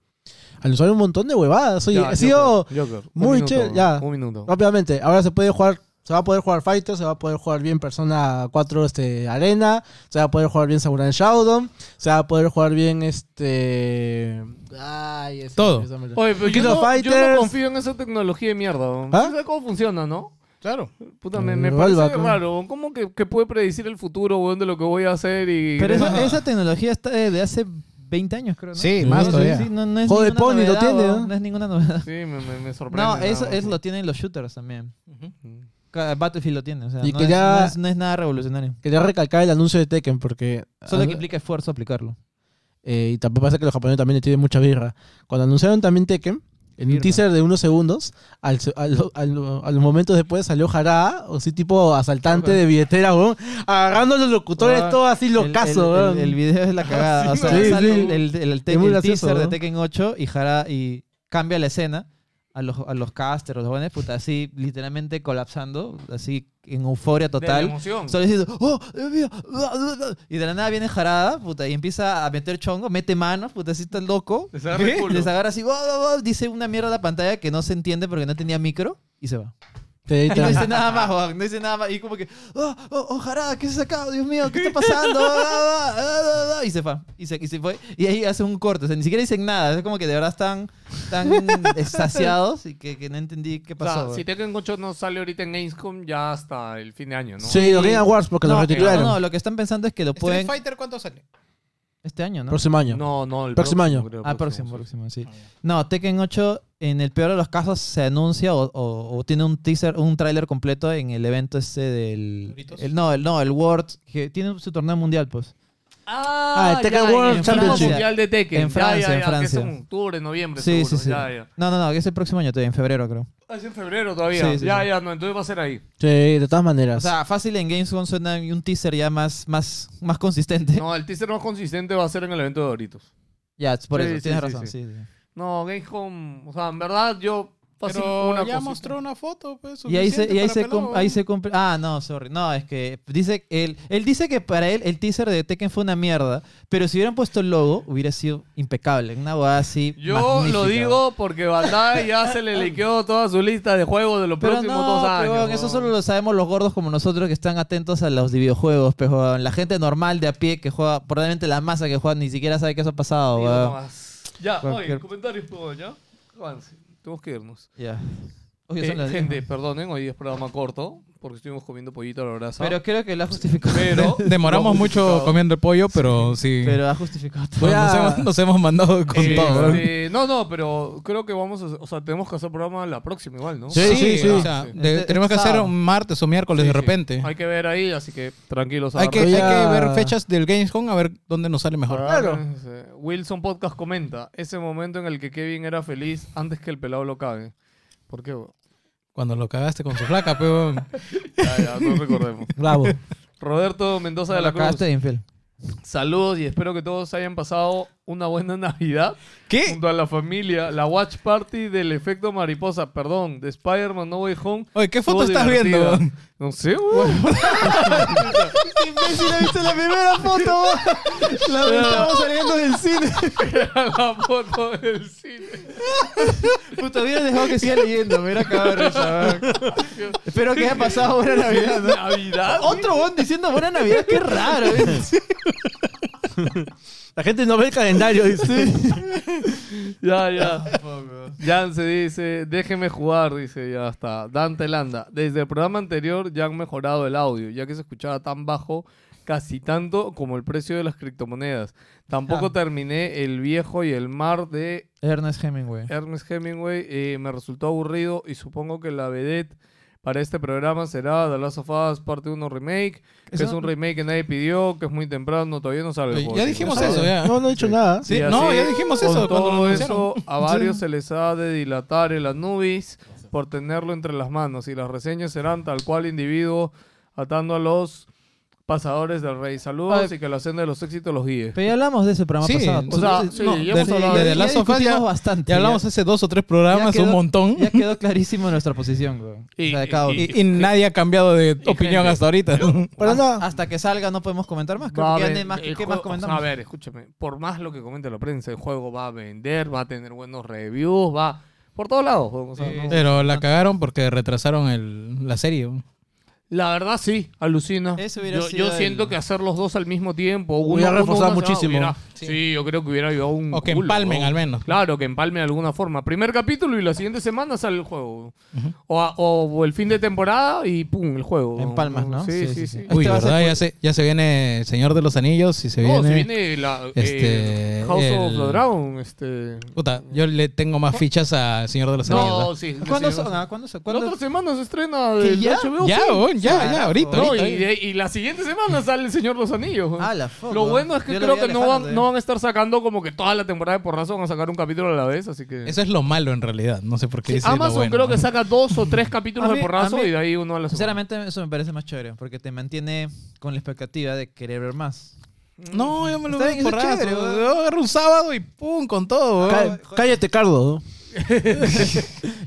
Speaker 10: Al usuario un montón de huevadas. Oye,
Speaker 6: Ya,
Speaker 10: ha sido
Speaker 6: Joker, Joker, un
Speaker 10: muy
Speaker 6: minuto,
Speaker 10: chévere,
Speaker 6: weón,
Speaker 10: ya.
Speaker 6: Un minuto.
Speaker 10: rápidamente. Ahora se puede jugar, se va a poder jugar Fighters, se va a poder jugar bien Persona 4 este, Arena, se va a poder jugar bien Samurai Shodown, se va a poder jugar bien este. Ay, ese-
Speaker 7: Todo.
Speaker 10: ese me lo-
Speaker 6: Oye, pero yo
Speaker 10: Kino
Speaker 6: no, yo no
Speaker 10: Fighters.
Speaker 6: confío en esa tecnología de mierda, weón.
Speaker 10: ¿Ah?
Speaker 6: ¿Sí ¿Sabes cómo funciona, no?
Speaker 7: Claro.
Speaker 6: Puta, me, me
Speaker 10: Mm,
Speaker 6: parece
Speaker 10: Valve, ¿no?
Speaker 6: raro. weón. ¿Cómo que, que puede predecir el futuro, weón, de lo que voy a hacer y...
Speaker 8: Pero esa, esa tecnología está de hace 20 años, creo, ¿no?
Speaker 7: Sí,
Speaker 8: No,
Speaker 7: más
Speaker 8: sí,
Speaker 7: todavía.
Speaker 8: sí, no, no es
Speaker 10: Joder,
Speaker 8: ninguna
Speaker 10: Pony lo
Speaker 8: novedad,
Speaker 10: tiene,
Speaker 8: weón,
Speaker 10: ¿no?
Speaker 8: No es ninguna novedad.
Speaker 6: Sí, me, me, me sorprende.
Speaker 8: No, eso,
Speaker 6: weón.
Speaker 8: eso lo tienen los shooters también. Ca- Battlefield lo tiene, o sea,
Speaker 10: Y
Speaker 8: no,
Speaker 10: que
Speaker 8: es,
Speaker 10: ya-
Speaker 8: no es- no es nada revolucionario.
Speaker 10: Quería recalcar el anuncio de Tekken porque. ah,
Speaker 8: Solo que implica esfuerzo aplicarlo.
Speaker 10: Eh, y tampoco pasa que los japoneses también le tienen mucha birra. Cuando anunciaron también Tekken, en un
Speaker 8: Birra.
Speaker 10: teaser de unos segundos, al, se- al- al- a los momentos después salió Jarada, o sí, tipo asaltante de billetera, weón, agarrando a los locutores,
Speaker 8: Ah,
Speaker 10: todo así
Speaker 8: El-
Speaker 10: locazo,
Speaker 8: el,
Speaker 10: weón.
Speaker 8: el, el video es la cagada. O sea,
Speaker 10: Sí,
Speaker 8: sale
Speaker 10: sí.
Speaker 8: el, el, el- el te-
Speaker 10: Es muy
Speaker 8: el
Speaker 10: gracioso,
Speaker 8: teaser de
Speaker 10: ¿no?
Speaker 8: Tekken 8 y, Jara, y cambia la escena a los, a los casters, los jóvenes, puta, así literalmente colapsando, así en euforia
Speaker 6: De la
Speaker 8: total.
Speaker 6: emoción.
Speaker 8: Solo diciendo, ¡Oh, Dios mío! ah, ah, ah", Y de la nada viene Jarada, puta, y empieza a meter chongo, mete manos, puta, así está loco.
Speaker 6: Les agarra el
Speaker 8: ¿Qué?
Speaker 6: culo.
Speaker 8: Les agarra así, "Oh, oh, oh", dice una mierda a la pantalla que no se entiende porque no tenía micro y se va.
Speaker 10: Sí,
Speaker 8: Y no
Speaker 10: también.
Speaker 8: dice nada más, Juan, no dice nada más. Y como que, oh, oh, oh, Jarada, ¿qué se sacado? Dios mío, ¿qué está pasando? Ah, ah, ah, ah, ah", Y se fue, y se, y se fue. Y ahí hace un corte, o sea, ni siquiera dicen nada. Es como que de verdad están tan saciados y que, que no entendí qué
Speaker 6: O sea,
Speaker 8: pasó.
Speaker 6: si
Speaker 8: güey.
Speaker 6: Tekken 8 no sale ahorita en Gamescom, ya hasta el fin de año, ¿no?
Speaker 10: Sí, los Game Awards, porque
Speaker 8: no,
Speaker 10: los retitularon.
Speaker 8: no, no, lo que están pensando es que lo
Speaker 7: ¿Street
Speaker 8: pueden
Speaker 7: Fighter cuánto sale?
Speaker 8: este año, ¿no?
Speaker 10: Próximo año.
Speaker 6: No, no, el
Speaker 10: Próximo año.
Speaker 6: creo,
Speaker 8: Ah, próximo,
Speaker 6: sí.
Speaker 8: próximo, sí. No, Tekken 8, en el peor de los casos, se anuncia o, o- o tiene un teaser, un tráiler completo en el evento ese del...
Speaker 7: ¿Doritos?
Speaker 8: El, no, el, no, el World, que tiene su torneo mundial, pues.
Speaker 6: Ah,
Speaker 8: este
Speaker 10: Ah, el Tekken
Speaker 6: ya,
Speaker 10: World
Speaker 6: en el
Speaker 10: Championship.
Speaker 6: Mundial de Tekken.
Speaker 8: En
Speaker 6: Ya,
Speaker 8: Francia,
Speaker 6: ya,
Speaker 8: en
Speaker 6: ya,
Speaker 8: Francia.
Speaker 6: Que es en octubre, noviembre,
Speaker 8: Sí,
Speaker 6: seguro.
Speaker 8: sí, sí.
Speaker 6: Ya, ya.
Speaker 8: No, no, no, que es el próximo año todavía, en febrero creo.
Speaker 6: Ah, Es en febrero todavía.
Speaker 8: Sí, sí,
Speaker 6: ya,
Speaker 8: sí.
Speaker 6: ya, no, entonces va a ser ahí.
Speaker 10: Sí, de todas maneras.
Speaker 8: O sea, fácil en Gamescom suena un teaser ya más, más, más consistente.
Speaker 6: No, el teaser más consistente va a ser en el evento de Doritos.
Speaker 8: Ya, por
Speaker 6: Sí,
Speaker 8: eso,
Speaker 6: sí,
Speaker 8: tienes
Speaker 6: sí,
Speaker 8: razón.
Speaker 6: sí.
Speaker 8: Sí, sí.
Speaker 6: No, Gamescom, o sea, en verdad yo pasé
Speaker 7: Pero
Speaker 6: una
Speaker 7: ya
Speaker 6: cosita.
Speaker 7: mostró una foto, pues.
Speaker 8: Y ahí se,
Speaker 7: suficiente
Speaker 8: y ahí
Speaker 7: para
Speaker 8: se,
Speaker 7: pelado,
Speaker 8: cum-
Speaker 7: ¿no?
Speaker 8: ahí se cumple... Ah, no, sorry. No, es que dice él, él dice que para él el teaser de Tekken fue una mierda, pero si hubieran puesto el logo hubiera sido impecable. Una boda así
Speaker 6: Yo
Speaker 8: magnífica.
Speaker 6: lo digo porque Bandai ya se le liqueó toda su lista de juegos de los
Speaker 8: Pero
Speaker 6: próximos
Speaker 8: no,
Speaker 6: dos
Speaker 8: pe,
Speaker 6: años.
Speaker 8: huevón,
Speaker 6: ¿no?
Speaker 8: eso solo lo sabemos los gordos como nosotros que están atentos a los videojuegos, pero la gente normal de a pie que juega, probablemente la masa que juega ni siquiera sabe que eso ha pasado,
Speaker 6: Digo
Speaker 8: huevón.
Speaker 6: nomás. Ya,
Speaker 8: Cualquier-
Speaker 6: oye, comentarios, pues, ¿ya? Avance, tenemos que irnos.
Speaker 8: Ya. Oye,
Speaker 6: Eh,
Speaker 8: son las diez,
Speaker 6: gente,
Speaker 8: ¿no?
Speaker 6: perdonen, hoy es programa corto porque estuvimos comiendo pollito a la brasa.
Speaker 8: Pero creo que lo ha justificado.
Speaker 6: Pero-
Speaker 7: Demoramos
Speaker 6: No,
Speaker 7: mucho
Speaker 6: justificado.
Speaker 7: comiendo el pollo, pero sí.
Speaker 8: Pero ha justificado. todo.
Speaker 7: Nos, hemos, nos hemos mandado con
Speaker 6: Eh,
Speaker 7: todo. ¿verdad?
Speaker 6: este, no, no, pero creo que vamos a, o sea, tenemos que hacer programa la próxima igual, ¿no?
Speaker 7: Sí, sí, sí. O sea,
Speaker 8: Sí.
Speaker 7: de-
Speaker 8: Este-
Speaker 7: tenemos que
Speaker 8: este
Speaker 7: hacer
Speaker 8: sábado.
Speaker 7: un martes o miércoles
Speaker 6: Sí,
Speaker 7: de
Speaker 6: sí.
Speaker 7: repente.
Speaker 6: Hay que ver ahí, así que tranquilos.
Speaker 7: Hay que,
Speaker 6: agarren-
Speaker 7: hay
Speaker 10: Ya.
Speaker 7: que ver fechas del Gamescom a ver dónde nos sale mejor.
Speaker 6: agarren- eh, Wilson Podcast comenta ese momento en el que Kevin era feliz antes que el pelado lo cague. ¿Por qué? bro?
Speaker 7: Cuando lo cagaste con su flaca, um, peón.
Speaker 6: Ya, ya, no recordemos.
Speaker 10: Bravo.
Speaker 6: Roberto Mendoza de la
Speaker 8: Acabaste
Speaker 6: Cruz.
Speaker 8: de infiel.
Speaker 6: Saludos y espero que todos hayan pasado una buena Navidad
Speaker 7: ¿Qué?
Speaker 6: junto a la familia. La watch party del efecto mariposa, perdón, de Spider-Man No Way Home.
Speaker 7: Oye, ¿qué foto
Speaker 6: Estuvo
Speaker 7: estás viendo?
Speaker 6: divertida.
Speaker 7: weón?
Speaker 6: No sé, weón.
Speaker 8: ¡Imbécil, viste la primera foto! La estamos saliendo del cine.
Speaker 6: Era la foto del cine.
Speaker 8: Puta, hubiera dejado que siga leyendo. Me hubiera acabado de risa, weón. Espero que haya pasado buena Navidad, ¿no?
Speaker 6: ¿Navidad?
Speaker 8: Otro bon diciendo buena Navidad, qué raro. ¿eh?
Speaker 5: La gente no ve el calendario, dice.
Speaker 6: Ya, ya. Jan se dice, déjeme jugar, dice, ya está. Dante Landa, desde el programa anterior ya han mejorado el audio, ya que se escuchaba tan bajo, casi tanto como el precio de las criptomonedas. Tampoco
Speaker 8: Ah.
Speaker 6: terminé El viejo y el mar de
Speaker 8: Ernest Hemingway.
Speaker 6: Ernest Hemingway, eh, me resultó aburrido y supongo que la vedette para este programa será The Last of Us Parte 1 Remake, que
Speaker 8: Eso-
Speaker 6: es un remake que nadie pidió, que es muy temprano, todavía no sale el juego.
Speaker 7: Ya
Speaker 6: Sí.
Speaker 7: dijimos eso, ya.
Speaker 10: No, no he dicho nada.
Speaker 7: Sí,
Speaker 6: Y así,
Speaker 7: no, ya dijimos eso
Speaker 6: con
Speaker 7: cuando lo
Speaker 6: todo
Speaker 7: anunciaron.
Speaker 6: eso, a varios se les ha de dilatar el Anubis por tenerlo entre las manos y las reseñas serán tal cual individuo atando a los pasadores del rey. Saludos
Speaker 8: Ay.
Speaker 6: y que la senda de los éxitos los guíe.
Speaker 8: Pero ya hablamos de ese programa
Speaker 7: Sí,
Speaker 8: pasado.
Speaker 7: o
Speaker 6: O sea, sí,
Speaker 7: no,
Speaker 6: ya hemos
Speaker 8: Sí,
Speaker 6: hablado
Speaker 7: de-
Speaker 6: de-
Speaker 7: de- Last of Us ya-
Speaker 8: discutimos bastante.
Speaker 7: Ya hablamos hace dos o tres programas,
Speaker 8: ya quedó-
Speaker 7: un montón.
Speaker 8: Ya quedó clarísimo nuestra posición, güey.
Speaker 6: Y-
Speaker 8: O sea, acabo.
Speaker 6: y-
Speaker 7: Y, y nadie ha cambiado de opinión
Speaker 6: gente.
Speaker 7: hasta ahorita.
Speaker 10: Para
Speaker 6: ah,
Speaker 10: nada.
Speaker 8: Hasta que salga no podemos comentar más. Creo
Speaker 6: Va a
Speaker 8: que ya no hay
Speaker 6: ven-
Speaker 8: más,
Speaker 6: el
Speaker 8: ¿Qué
Speaker 6: juego- o
Speaker 8: más
Speaker 6: sea,
Speaker 8: comentamos?
Speaker 6: Eh, a ver, escúchame. Por más lo que comente la prensa, el juego va a vender, va a tener buenos reviews, va... Por todos lados. o sea, no-
Speaker 7: Pero la cagaron porque retrasaron el- la serie. weón.
Speaker 6: La verdad sí, alucina.
Speaker 8: Eso hubiera
Speaker 6: yo,
Speaker 8: sido
Speaker 6: yo siento
Speaker 8: el-
Speaker 6: que hacer los dos al mismo tiempo. Uno,
Speaker 10: Hubiera
Speaker 6: uno
Speaker 10: reforzado
Speaker 6: más, ah,
Speaker 10: muchísimo.
Speaker 6: hubiera- sí. yo creo que hubiera ayudado un
Speaker 7: O que
Speaker 6: culo,
Speaker 7: empalmen
Speaker 6: weón.
Speaker 7: al menos.
Speaker 6: Claro, que empalmen de alguna forma. Primer capítulo y la siguiente semana sale el juego. o, a- o el fin de temporada y pum, el juego.
Speaker 8: Empalmas, ¿no?
Speaker 6: Sí, sí,
Speaker 8: Sí,
Speaker 6: sí.
Speaker 8: sí, sí.
Speaker 7: Uy,
Speaker 8: Este va a
Speaker 7: ¿verdad?
Speaker 8: ser-
Speaker 7: Ya se, ya se viene el Señor de los Anillos y se viene...
Speaker 6: No, Oh, se viene la,
Speaker 7: este,
Speaker 6: eh, House of
Speaker 7: el-
Speaker 6: the Dragon. Este...
Speaker 7: Puta, yo le tengo más fichas al Señor de los Anillos.
Speaker 6: No,
Speaker 7: ¿verdad?
Speaker 6: sí.
Speaker 8: ¿Cuándo
Speaker 6: sí,
Speaker 8: son?
Speaker 6: La
Speaker 8: ah? ¿Cuándo son? ¿Cuándo?
Speaker 6: otra semana se estrena
Speaker 8: ¿Que
Speaker 6: el
Speaker 8: ya?
Speaker 6: HBO.
Speaker 7: Ya,
Speaker 6: sí.
Speaker 7: weón, ya, ya, ahorita.
Speaker 6: No, y,
Speaker 7: ahorita.
Speaker 6: de- y la siguiente semana sale El Señor de los Anillos. weón.
Speaker 8: Ah, la fuck,
Speaker 6: Lo
Speaker 8: weón.
Speaker 6: bueno es que
Speaker 8: Yo lo
Speaker 6: creo
Speaker 8: vi
Speaker 6: que no
Speaker 8: alejando
Speaker 6: van,
Speaker 8: todavía.
Speaker 6: no van a estar sacando como que toda la temporada de porrazo van a sacar un capítulo a la vez, así que...
Speaker 7: Eso es lo malo en realidad. No sé por qué. dicen lo
Speaker 6: Amazon
Speaker 7: bueno.
Speaker 6: creo que saca dos o tres capítulos
Speaker 8: A mí-
Speaker 6: de porrazo
Speaker 8: a mí-
Speaker 6: y de ahí uno a la semana.
Speaker 8: Sinceramente, eso me parece más chévere, porque te mantiene con la expectativa de querer ver más.
Speaker 7: No, yo me lo
Speaker 8: Está
Speaker 7: veo
Speaker 8: bien,
Speaker 7: por
Speaker 8: eso es
Speaker 7: rato.
Speaker 8: chévere, weón.
Speaker 7: Yo agarro un sábado y pum, con todo. weón.
Speaker 10: Cá- Cállate, Cardo.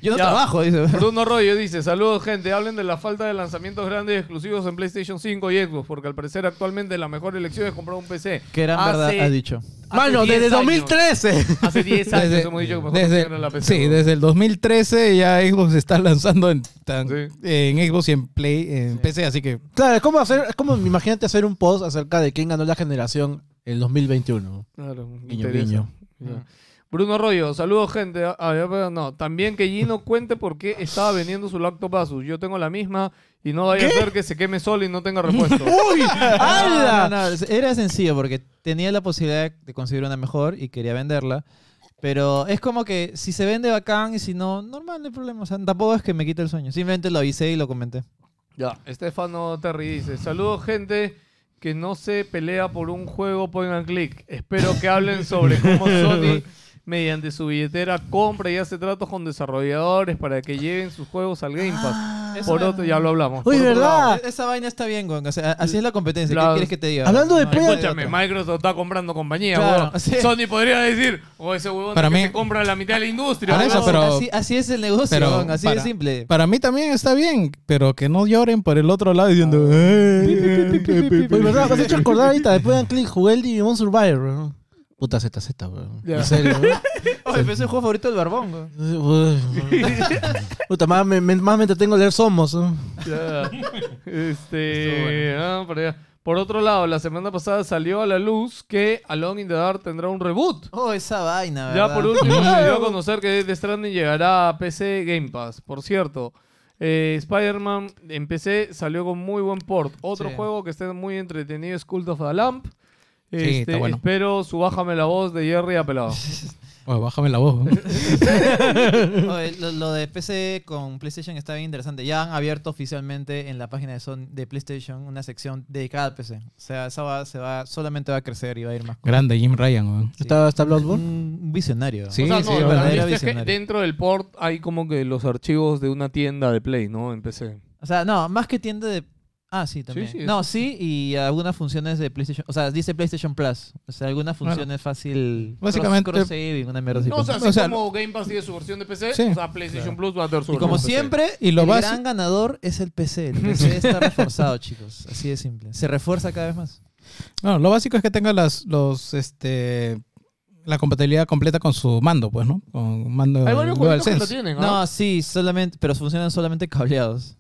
Speaker 8: Yo no
Speaker 6: Ya.
Speaker 8: trabajo, dice.
Speaker 6: Bruno Royo dice, saludos gente, hablen de la falta de lanzamientos grandes y exclusivos en PlayStation 5 y Xbox, porque al parecer actualmente la mejor elección es comprar un PC.
Speaker 8: Que era verdad,
Speaker 6: Hace-
Speaker 8: ha dicho.
Speaker 6: hace
Speaker 10: Mano,
Speaker 6: 10
Speaker 10: desde
Speaker 6: años-
Speaker 10: 2013.
Speaker 6: Hace 10 años hemos dicho que mejor
Speaker 7: desde-
Speaker 6: comprar la PC.
Speaker 7: sí,
Speaker 6: weón.
Speaker 7: desde pues, el 2013 ya Xbox está lanzando en, tan-
Speaker 6: Sí.
Speaker 7: en Xbox y en Play, en PC, así que
Speaker 10: Claro, es como hacer, es como imagínate hacer un post acerca de quién ganó la generación en 2021.
Speaker 6: Claro,
Speaker 10: Guiño,
Speaker 6: interesa.
Speaker 10: guiño.
Speaker 6: Ya. Bruno Arroyo, saludos gente. Ah, ya, pero no, también que Gino cuente por qué estaba vendiendo su laptop Asus. Yo tengo la misma y no vaya a ser que se queme solo y no tenga repuesto. Ah,
Speaker 8: ¡Hala! Era sencillo porque tenía la posibilidad de conseguir una mejor y quería venderla. Pero es como que si se vende bacán y si no, normal, no hay problema. O sea, tampoco es que me quite el sueño. Simplemente lo avisé y lo comenté.
Speaker 6: ya, Estefano Terry dice, saludos gente que no se pelea por un juego point and click. Espero que hablen sobre cómo Sony mediante su billetera compra y hace tratos con desarrolladores para que lleven sus juegos al Game Pass. por otro, ya lo hablamos.
Speaker 10: Oye,
Speaker 6: Por otro lado,
Speaker 10: Ah. ¿verdad?
Speaker 8: E- Esa vaina está bien, güey. O sea, así es la competencia.
Speaker 6: La-
Speaker 8: ¿Qué quieres que te diga?
Speaker 10: Hablando de
Speaker 8: No,
Speaker 10: Play-
Speaker 8: hay
Speaker 6: Escúchame,
Speaker 8: otra.
Speaker 6: Microsoft está comprando compañía,
Speaker 8: Claro,
Speaker 6: weón.
Speaker 8: sí.
Speaker 6: Sony podría decir, o ese huevón
Speaker 7: Para
Speaker 6: es
Speaker 7: mí-
Speaker 6: que se compra la mitad de la industria.
Speaker 7: Para
Speaker 6: weón".
Speaker 7: eso, pero-
Speaker 8: así, así es el negocio,
Speaker 7: pero
Speaker 8: weón, así
Speaker 7: para-
Speaker 8: de simple.
Speaker 7: eh, para mí también está bien, pero que no lloren por el otro lado diciendo...
Speaker 6: Ah.
Speaker 7: "Ay".
Speaker 10: Oye, Pues, ¿verdad? Me has hecho acordar ahorita después de clic, jugué el Digimon Survivor, weón. Puta ZZ, weón. En serio, weón.
Speaker 8: Oye, pero es el juego favorito del barbón, güey.
Speaker 10: Uy, Puta, más me, me- más me entretengo leer Somos. ¿no?
Speaker 6: Ya. Este, ah, por, allá. Por otro lado, la semana pasada salió a la luz que Alone in the Dark tendrá un reboot.
Speaker 8: Oh, esa vaina, ¿verdad?
Speaker 6: Ya por último se dio a conocer que Death Stranding llegará a PC Game Pass. Por cierto, eh, Spider-Man en PC salió con muy buen port. Otro
Speaker 8: Sí.
Speaker 6: juego que está muy entretenido es Cult of the Lamp.
Speaker 7: está
Speaker 6: Este,
Speaker 7: bueno.
Speaker 6: Espero su Bájame la voz de Jerry apelado.
Speaker 7: Oye, bájame la voz. weón.
Speaker 8: Oye, lo, lo de PC con PlayStation está bien interesante. Ya han abierto oficialmente en la página de, Sony- de PlayStation una sección dedicada al PC. O sea, esa va, se va, solamente va a crecer y va a ir más.
Speaker 7: Grande Jim Ryan, weón.
Speaker 10: ¿Está, está Bloodborne?
Speaker 8: Un visionario.
Speaker 7: Sí,
Speaker 6: o sea, no,
Speaker 7: sí,
Speaker 6: lo que
Speaker 7: verdad.
Speaker 6: han
Speaker 8: verdadero
Speaker 6: visto es que
Speaker 8: visionario.
Speaker 6: dentro del port hay como que los archivos de una tienda de Play, ¿no? En PC.
Speaker 8: O sea, no, más que tienda de... Ah, sí, también.
Speaker 6: sí,
Speaker 8: no, sí, y algunas funciones de PlayStation. O sea, dice PlayStation Plus. O sea, algunas funciones fácil.
Speaker 7: Básicamente-
Speaker 8: Cross, saving, una mierda así.
Speaker 6: No, o sea, así
Speaker 7: O sea,
Speaker 6: como Game Pass tiene su versión de PC,
Speaker 7: Sí.
Speaker 6: o sea, PlayStation Plus va a tener su
Speaker 8: y como
Speaker 6: versión de PC.
Speaker 8: siempre,
Speaker 7: Y lo
Speaker 8: el
Speaker 7: basi-
Speaker 8: gran ganador es el PC. El PC está reforzado, chicos. Así de simple. Se refuerza cada vez más.
Speaker 7: No, lo básico es que tenga las, los, este, la compatibilidad completa con su mando, pues, ¿no? Con mando
Speaker 6: Hay varios juegos que lo
Speaker 7: DualSense.
Speaker 6: tienen, ¿ah?
Speaker 8: No, sí, solamente, pero funcionan solamente cableados.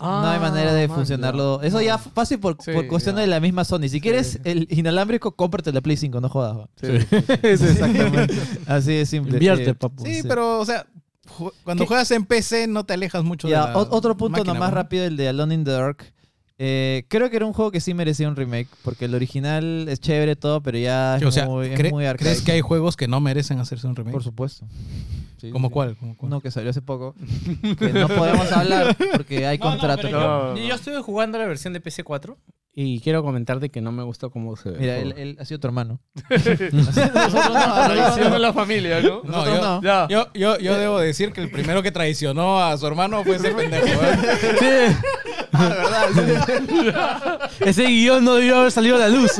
Speaker 6: Ah,
Speaker 8: no hay manera de
Speaker 6: man,
Speaker 8: funcionarlo. Eso ya f- fácil por,
Speaker 6: Sí,
Speaker 8: por cuestión
Speaker 6: ya.
Speaker 8: de la misma Sony. Si quieres el inalámbrico, cómprate la Play 5, no jodas. va.
Speaker 6: Sí, sí, sí.
Speaker 8: Exactamente. Así de simple.
Speaker 10: Invierte,
Speaker 8: Eh,
Speaker 10: papu.
Speaker 7: Sí, pero, o sea, ju- cuando
Speaker 8: ¿Qué?
Speaker 7: juegas en PC no te alejas mucho de
Speaker 8: Ya,
Speaker 7: la
Speaker 8: o- otro punto
Speaker 7: máquina,
Speaker 8: nomás
Speaker 7: pues, ¿no?
Speaker 8: rápido, el de Alone in the Dark. Eh, creo que era un juego que sí merecía un remake, porque el original es chévere todo, pero ya es
Speaker 7: O sea,
Speaker 8: muy, es
Speaker 7: cre-
Speaker 8: muy
Speaker 7: ¿crees
Speaker 8: arcaico.
Speaker 7: que hay juegos que no merecen hacerse un remake?
Speaker 8: Por supuesto. Sí,
Speaker 7: ¿Cómo
Speaker 8: sí.
Speaker 7: cuál? ¿Cómo cuál?
Speaker 8: Uno que salió hace poco, que no podemos hablar porque hay contrato.
Speaker 6: pero yo- No.
Speaker 9: Yo estuve jugando la versión de PC4 y quiero comentarte que no me gustó cómo se ve.
Speaker 8: Mira,
Speaker 9: el
Speaker 8: él,
Speaker 9: juego.
Speaker 8: él ha sido tu hermano.
Speaker 6: Traición a la familia, ¿no?
Speaker 7: No,
Speaker 8: Nosotros
Speaker 7: yo,
Speaker 8: no.
Speaker 6: Ya.
Speaker 7: Yo, yo, yo debo decir que el primero que traicionó a su hermano fue ese pendejo. ¿eh?
Speaker 10: Ese guión no debió haber salido a la luz.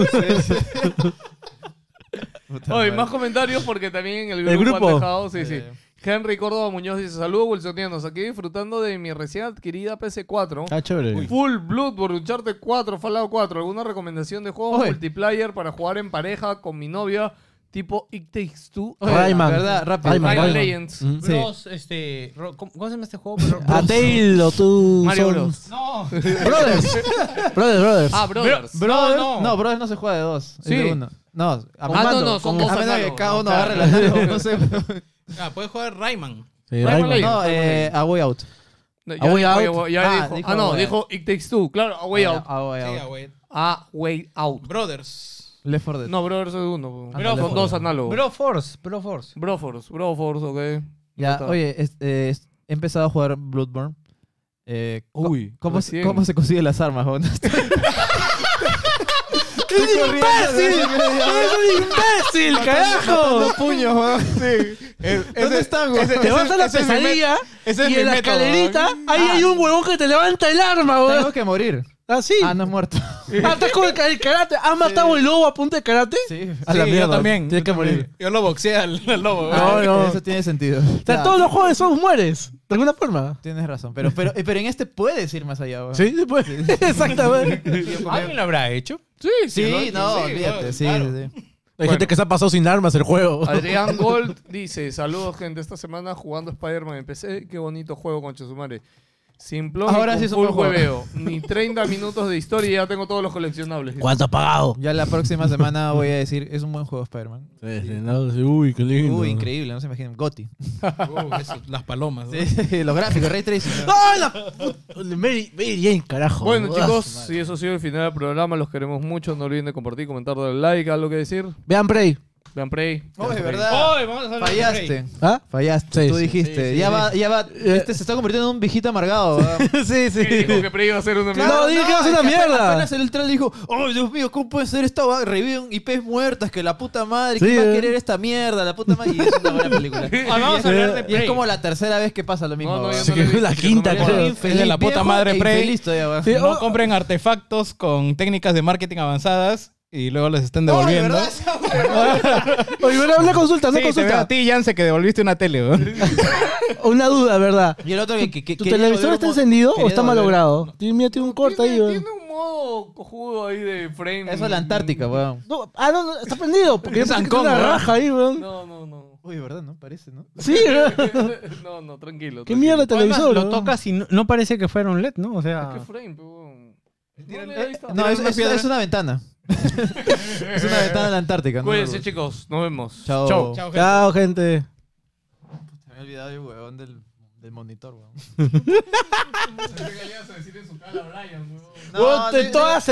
Speaker 6: Oye, más comentarios porque también en el grupo,
Speaker 10: El grupo.
Speaker 6: han dejado, sí,
Speaker 8: Eh.
Speaker 6: sí. Henry Córdoba Muñoz dice, saludos Wilsonianos, aquí disfrutando de mi recién adquirida PC4.
Speaker 10: Ah, chévere.
Speaker 6: Full Blood por lucharte 4, Fallout 4. ¿Alguna recomendación de juegos
Speaker 8: Oye.
Speaker 6: multiplayer para jugar en pareja con mi novia? Tipo It Takes Two.
Speaker 8: Oye,
Speaker 10: Rayman.
Speaker 8: ¿Verdad? Rápido.
Speaker 10: Rayman,
Speaker 6: Rayman
Speaker 10: Rayman.
Speaker 6: Legends.
Speaker 10: Mm.
Speaker 8: Sí. Ah,
Speaker 9: Bros, este, ro- ¿cómo, cómo se llama este juego? Bro-
Speaker 10: A
Speaker 9: Bros.
Speaker 10: Tail o tú.
Speaker 6: Mario
Speaker 10: son-
Speaker 6: Bros.
Speaker 10: Brothers. Brothers, brothers.
Speaker 6: Ah, Brothers.
Speaker 8: Brother,
Speaker 9: No,
Speaker 8: no,
Speaker 9: no.
Speaker 8: Brother no se juega de dos, es
Speaker 6: Sí.
Speaker 8: de uno. No, a
Speaker 6: Ah, no, no, son
Speaker 8: con-
Speaker 6: dos
Speaker 8: a menos que
Speaker 6: análogos.
Speaker 8: cada uno
Speaker 6: Claro.
Speaker 8: agarre la mano, no sé.
Speaker 7: Ah, puedes jugar Rayman.
Speaker 10: Sí,
Speaker 6: Rayman
Speaker 10: Rayman.
Speaker 6: Legends.
Speaker 8: No, eh, A Way Out.
Speaker 6: No, ya
Speaker 10: A Way
Speaker 6: dijo-
Speaker 10: Out.
Speaker 6: ya- ya
Speaker 8: Ah,
Speaker 6: dijo-
Speaker 8: dijo
Speaker 6: ah,
Speaker 8: A
Speaker 6: no,
Speaker 8: Way
Speaker 6: dijo It Takes Two. Claro, A Way Out.
Speaker 8: A Way
Speaker 7: Sí, ah,
Speaker 8: Out.
Speaker 7: güey.
Speaker 6: A Way Out.
Speaker 7: Brothers.
Speaker 8: Left 4 Dead.
Speaker 6: No, Brothers es uno.
Speaker 8: Ah, no,
Speaker 6: Pero son
Speaker 8: Brothers.
Speaker 6: dos análogos.
Speaker 9: Bro Force, Bro Force.
Speaker 6: Broforce, Broforce, ok.
Speaker 8: Ya,
Speaker 6: Nota.
Speaker 8: oye, es- eh, es- he empezado a jugar Bloodborne. Eh, co-
Speaker 6: Uy,
Speaker 8: ¿cómo, se-
Speaker 6: recién.
Speaker 8: ¿Cómo se consiguen las armas, weón? ¡Es
Speaker 10: ¡Ah,
Speaker 8: imbécil!
Speaker 10: ¡Imbécil, carajo!
Speaker 8: puños, weón! ¿Dónde están, weón?
Speaker 10: Te vas a la pesadilla
Speaker 7: ese es
Speaker 10: y
Speaker 7: mi
Speaker 10: en la
Speaker 7: método,
Speaker 10: escalerita
Speaker 7: ¿eh?
Speaker 10: ahí hay un huevón que te levanta el arma, weón.
Speaker 8: Tengo que morir.
Speaker 10: Ah, sí.
Speaker 8: Ah, no es muerto.
Speaker 10: Estás con el, el karate. ¿Has matado el lobo a punta de karate?
Speaker 8: Sí.
Speaker 10: A la
Speaker 7: Sí,
Speaker 10: mierda.
Speaker 7: yo también.
Speaker 10: Tienes
Speaker 7: yo
Speaker 10: que
Speaker 7: también.
Speaker 10: morir.
Speaker 7: Yo lo boxeé al, al lobo.
Speaker 10: Ah. No, no.
Speaker 8: Eso tiene sentido.
Speaker 10: O sea,
Speaker 8: Ya,
Speaker 10: todos los juegos de Souls mueres. De alguna forma.
Speaker 8: Tienes razón. Pero, pero, eh, pero en este puedes ir más allá, weón.
Speaker 10: Sí, sí, pues. Exactamente.
Speaker 9: ¿Alguien lo habrá hecho?
Speaker 6: Sí,
Speaker 8: Sí, no,
Speaker 7: sí,
Speaker 8: olvídate. Sí,
Speaker 7: claro.
Speaker 8: sí, sí.
Speaker 10: Hay gente que se ha pasado sin armas el juego.
Speaker 6: Adrián Gold dice, saludos gente, esta semana jugando Spider-Man en PC, qué bonito juego con Chosumare. Simplón y
Speaker 8: Ahora
Speaker 6: con
Speaker 8: sí es un
Speaker 6: full
Speaker 8: buen juego.
Speaker 6: hueveo. Ni 30 minutos de historia y ya tengo todos los coleccionables.
Speaker 10: ¿Cuánto ha pagado?
Speaker 8: Ya la próxima semana voy a decir, es un buen juego Spider-Man.
Speaker 10: Uy, qué lindo.
Speaker 8: Uy, increíble, no se imaginen. Gotti.
Speaker 7: Uh, eso, las palomas. ¿no?
Speaker 8: Sí, los gráficos, Ray Tracing.
Speaker 10: ¡Ah, la puta! Mary, Mary Jane, carajo.
Speaker 6: Bueno
Speaker 10: Ah, su
Speaker 6: chicos,
Speaker 10: madre.
Speaker 6: y eso ha sido el final del programa, los queremos mucho, no olviden de compartir, comentar, darle like, algo que decir.
Speaker 10: Vean Prey.
Speaker 6: Vean Prey.
Speaker 8: Oh,
Speaker 6: vean
Speaker 8: es
Speaker 6: Prey.
Speaker 8: verdad.
Speaker 9: Oye, vamos a hablar de Prey.
Speaker 8: Fallaste.
Speaker 10: ¿Ah?
Speaker 8: Fallaste,
Speaker 10: Sí,
Speaker 8: tú
Speaker 10: sí, Eh,
Speaker 8: dijiste. ya va, ya va. Este se está convirtiendo en un viejito amargado. ¿verdad?
Speaker 10: sí, sí.
Speaker 6: Sí, Dijo que Prey iba a ser una mierda.
Speaker 10: Claro, dije que iba a ser
Speaker 8: es
Speaker 10: una
Speaker 8: que apenas-
Speaker 10: mierda.
Speaker 8: Apenas el trailer dijo, oh Dios mío, ¿cómo puede ser esta? va- Reviven IPs muertas, que la puta madre, ¿quién
Speaker 10: Sí,
Speaker 8: va a
Speaker 10: eh.
Speaker 8: querer esta mierda? La puta madre. Y es una buena película.
Speaker 9: Ah, vamos a hablar de
Speaker 8: Y es
Speaker 9: Prey.
Speaker 8: como la tercera vez que pasa lo mismo.
Speaker 6: No, no, yo
Speaker 8: ¿verdad?
Speaker 10: Sí, que
Speaker 6: le-
Speaker 10: la
Speaker 6: yo no
Speaker 10: quinta,
Speaker 6: le-
Speaker 8: Es
Speaker 10: creo.
Speaker 8: infeliz,
Speaker 7: Es la puta
Speaker 8: viejo
Speaker 7: madre,
Speaker 8: e
Speaker 7: Prey.
Speaker 8: infeliz todavía, ¿verdad?
Speaker 10: Sí,
Speaker 7: No
Speaker 10: oh,
Speaker 7: compren artefactos con técnicas de marketing avanzadas y luego les estén devolviendo.
Speaker 8: ¿verdad?
Speaker 10: Oye, bueno, una consulta, una
Speaker 7: Sí, te veo a
Speaker 10: consulta.
Speaker 7: ti, Yance, que devolviste una tele. weón.
Speaker 10: Una duda, ¿verdad?
Speaker 8: Y el otro que... que, que
Speaker 10: ¿Tu
Speaker 8: quería
Speaker 10: televisor
Speaker 8: volver
Speaker 10: está
Speaker 8: un-
Speaker 10: encendido o
Speaker 8: quería
Speaker 10: está
Speaker 8: volver-
Speaker 10: malogrado? Tiene- Mira, tiene un corte ahí.
Speaker 6: Tiene,
Speaker 10: weón.
Speaker 6: tiene un modo cojudo ahí de frame.
Speaker 8: Eso es la Antártica, weón.
Speaker 10: No, ah, no, no, está prendido. Porque yo
Speaker 7: Es
Speaker 10: pensé que
Speaker 7: Ancón,
Speaker 10: tenía una
Speaker 7: weón.
Speaker 10: raja ahí, weón.
Speaker 6: No, no, no.
Speaker 8: Uy, ¿verdad? No parece, ¿no?
Speaker 10: Sí, weón.
Speaker 6: no, no, tranquilo.
Speaker 10: Qué
Speaker 6: tranquilo.
Speaker 10: mierda de
Speaker 9: Además,
Speaker 10: televisor.
Speaker 9: lo
Speaker 10: weón.
Speaker 9: tocas y no, no parece que fuera un LED, ¿no? O sea,
Speaker 6: ¿Qué frame, weón? Ponle ahí
Speaker 8: Eh,
Speaker 6: está.
Speaker 8: Ah. No, es, es- es una ventana. es una ventana de la Antártica. ¿no?
Speaker 6: Cuídense, chicos. Nos vemos.
Speaker 8: Chao.
Speaker 7: Chao, gente.
Speaker 10: Chao, gente.
Speaker 8: Me había olvidado el huevón del, del monitor, huevón.
Speaker 6: ¿Qué le ibas a decir en su cara a Brian, weón?
Speaker 10: Weón, te- todas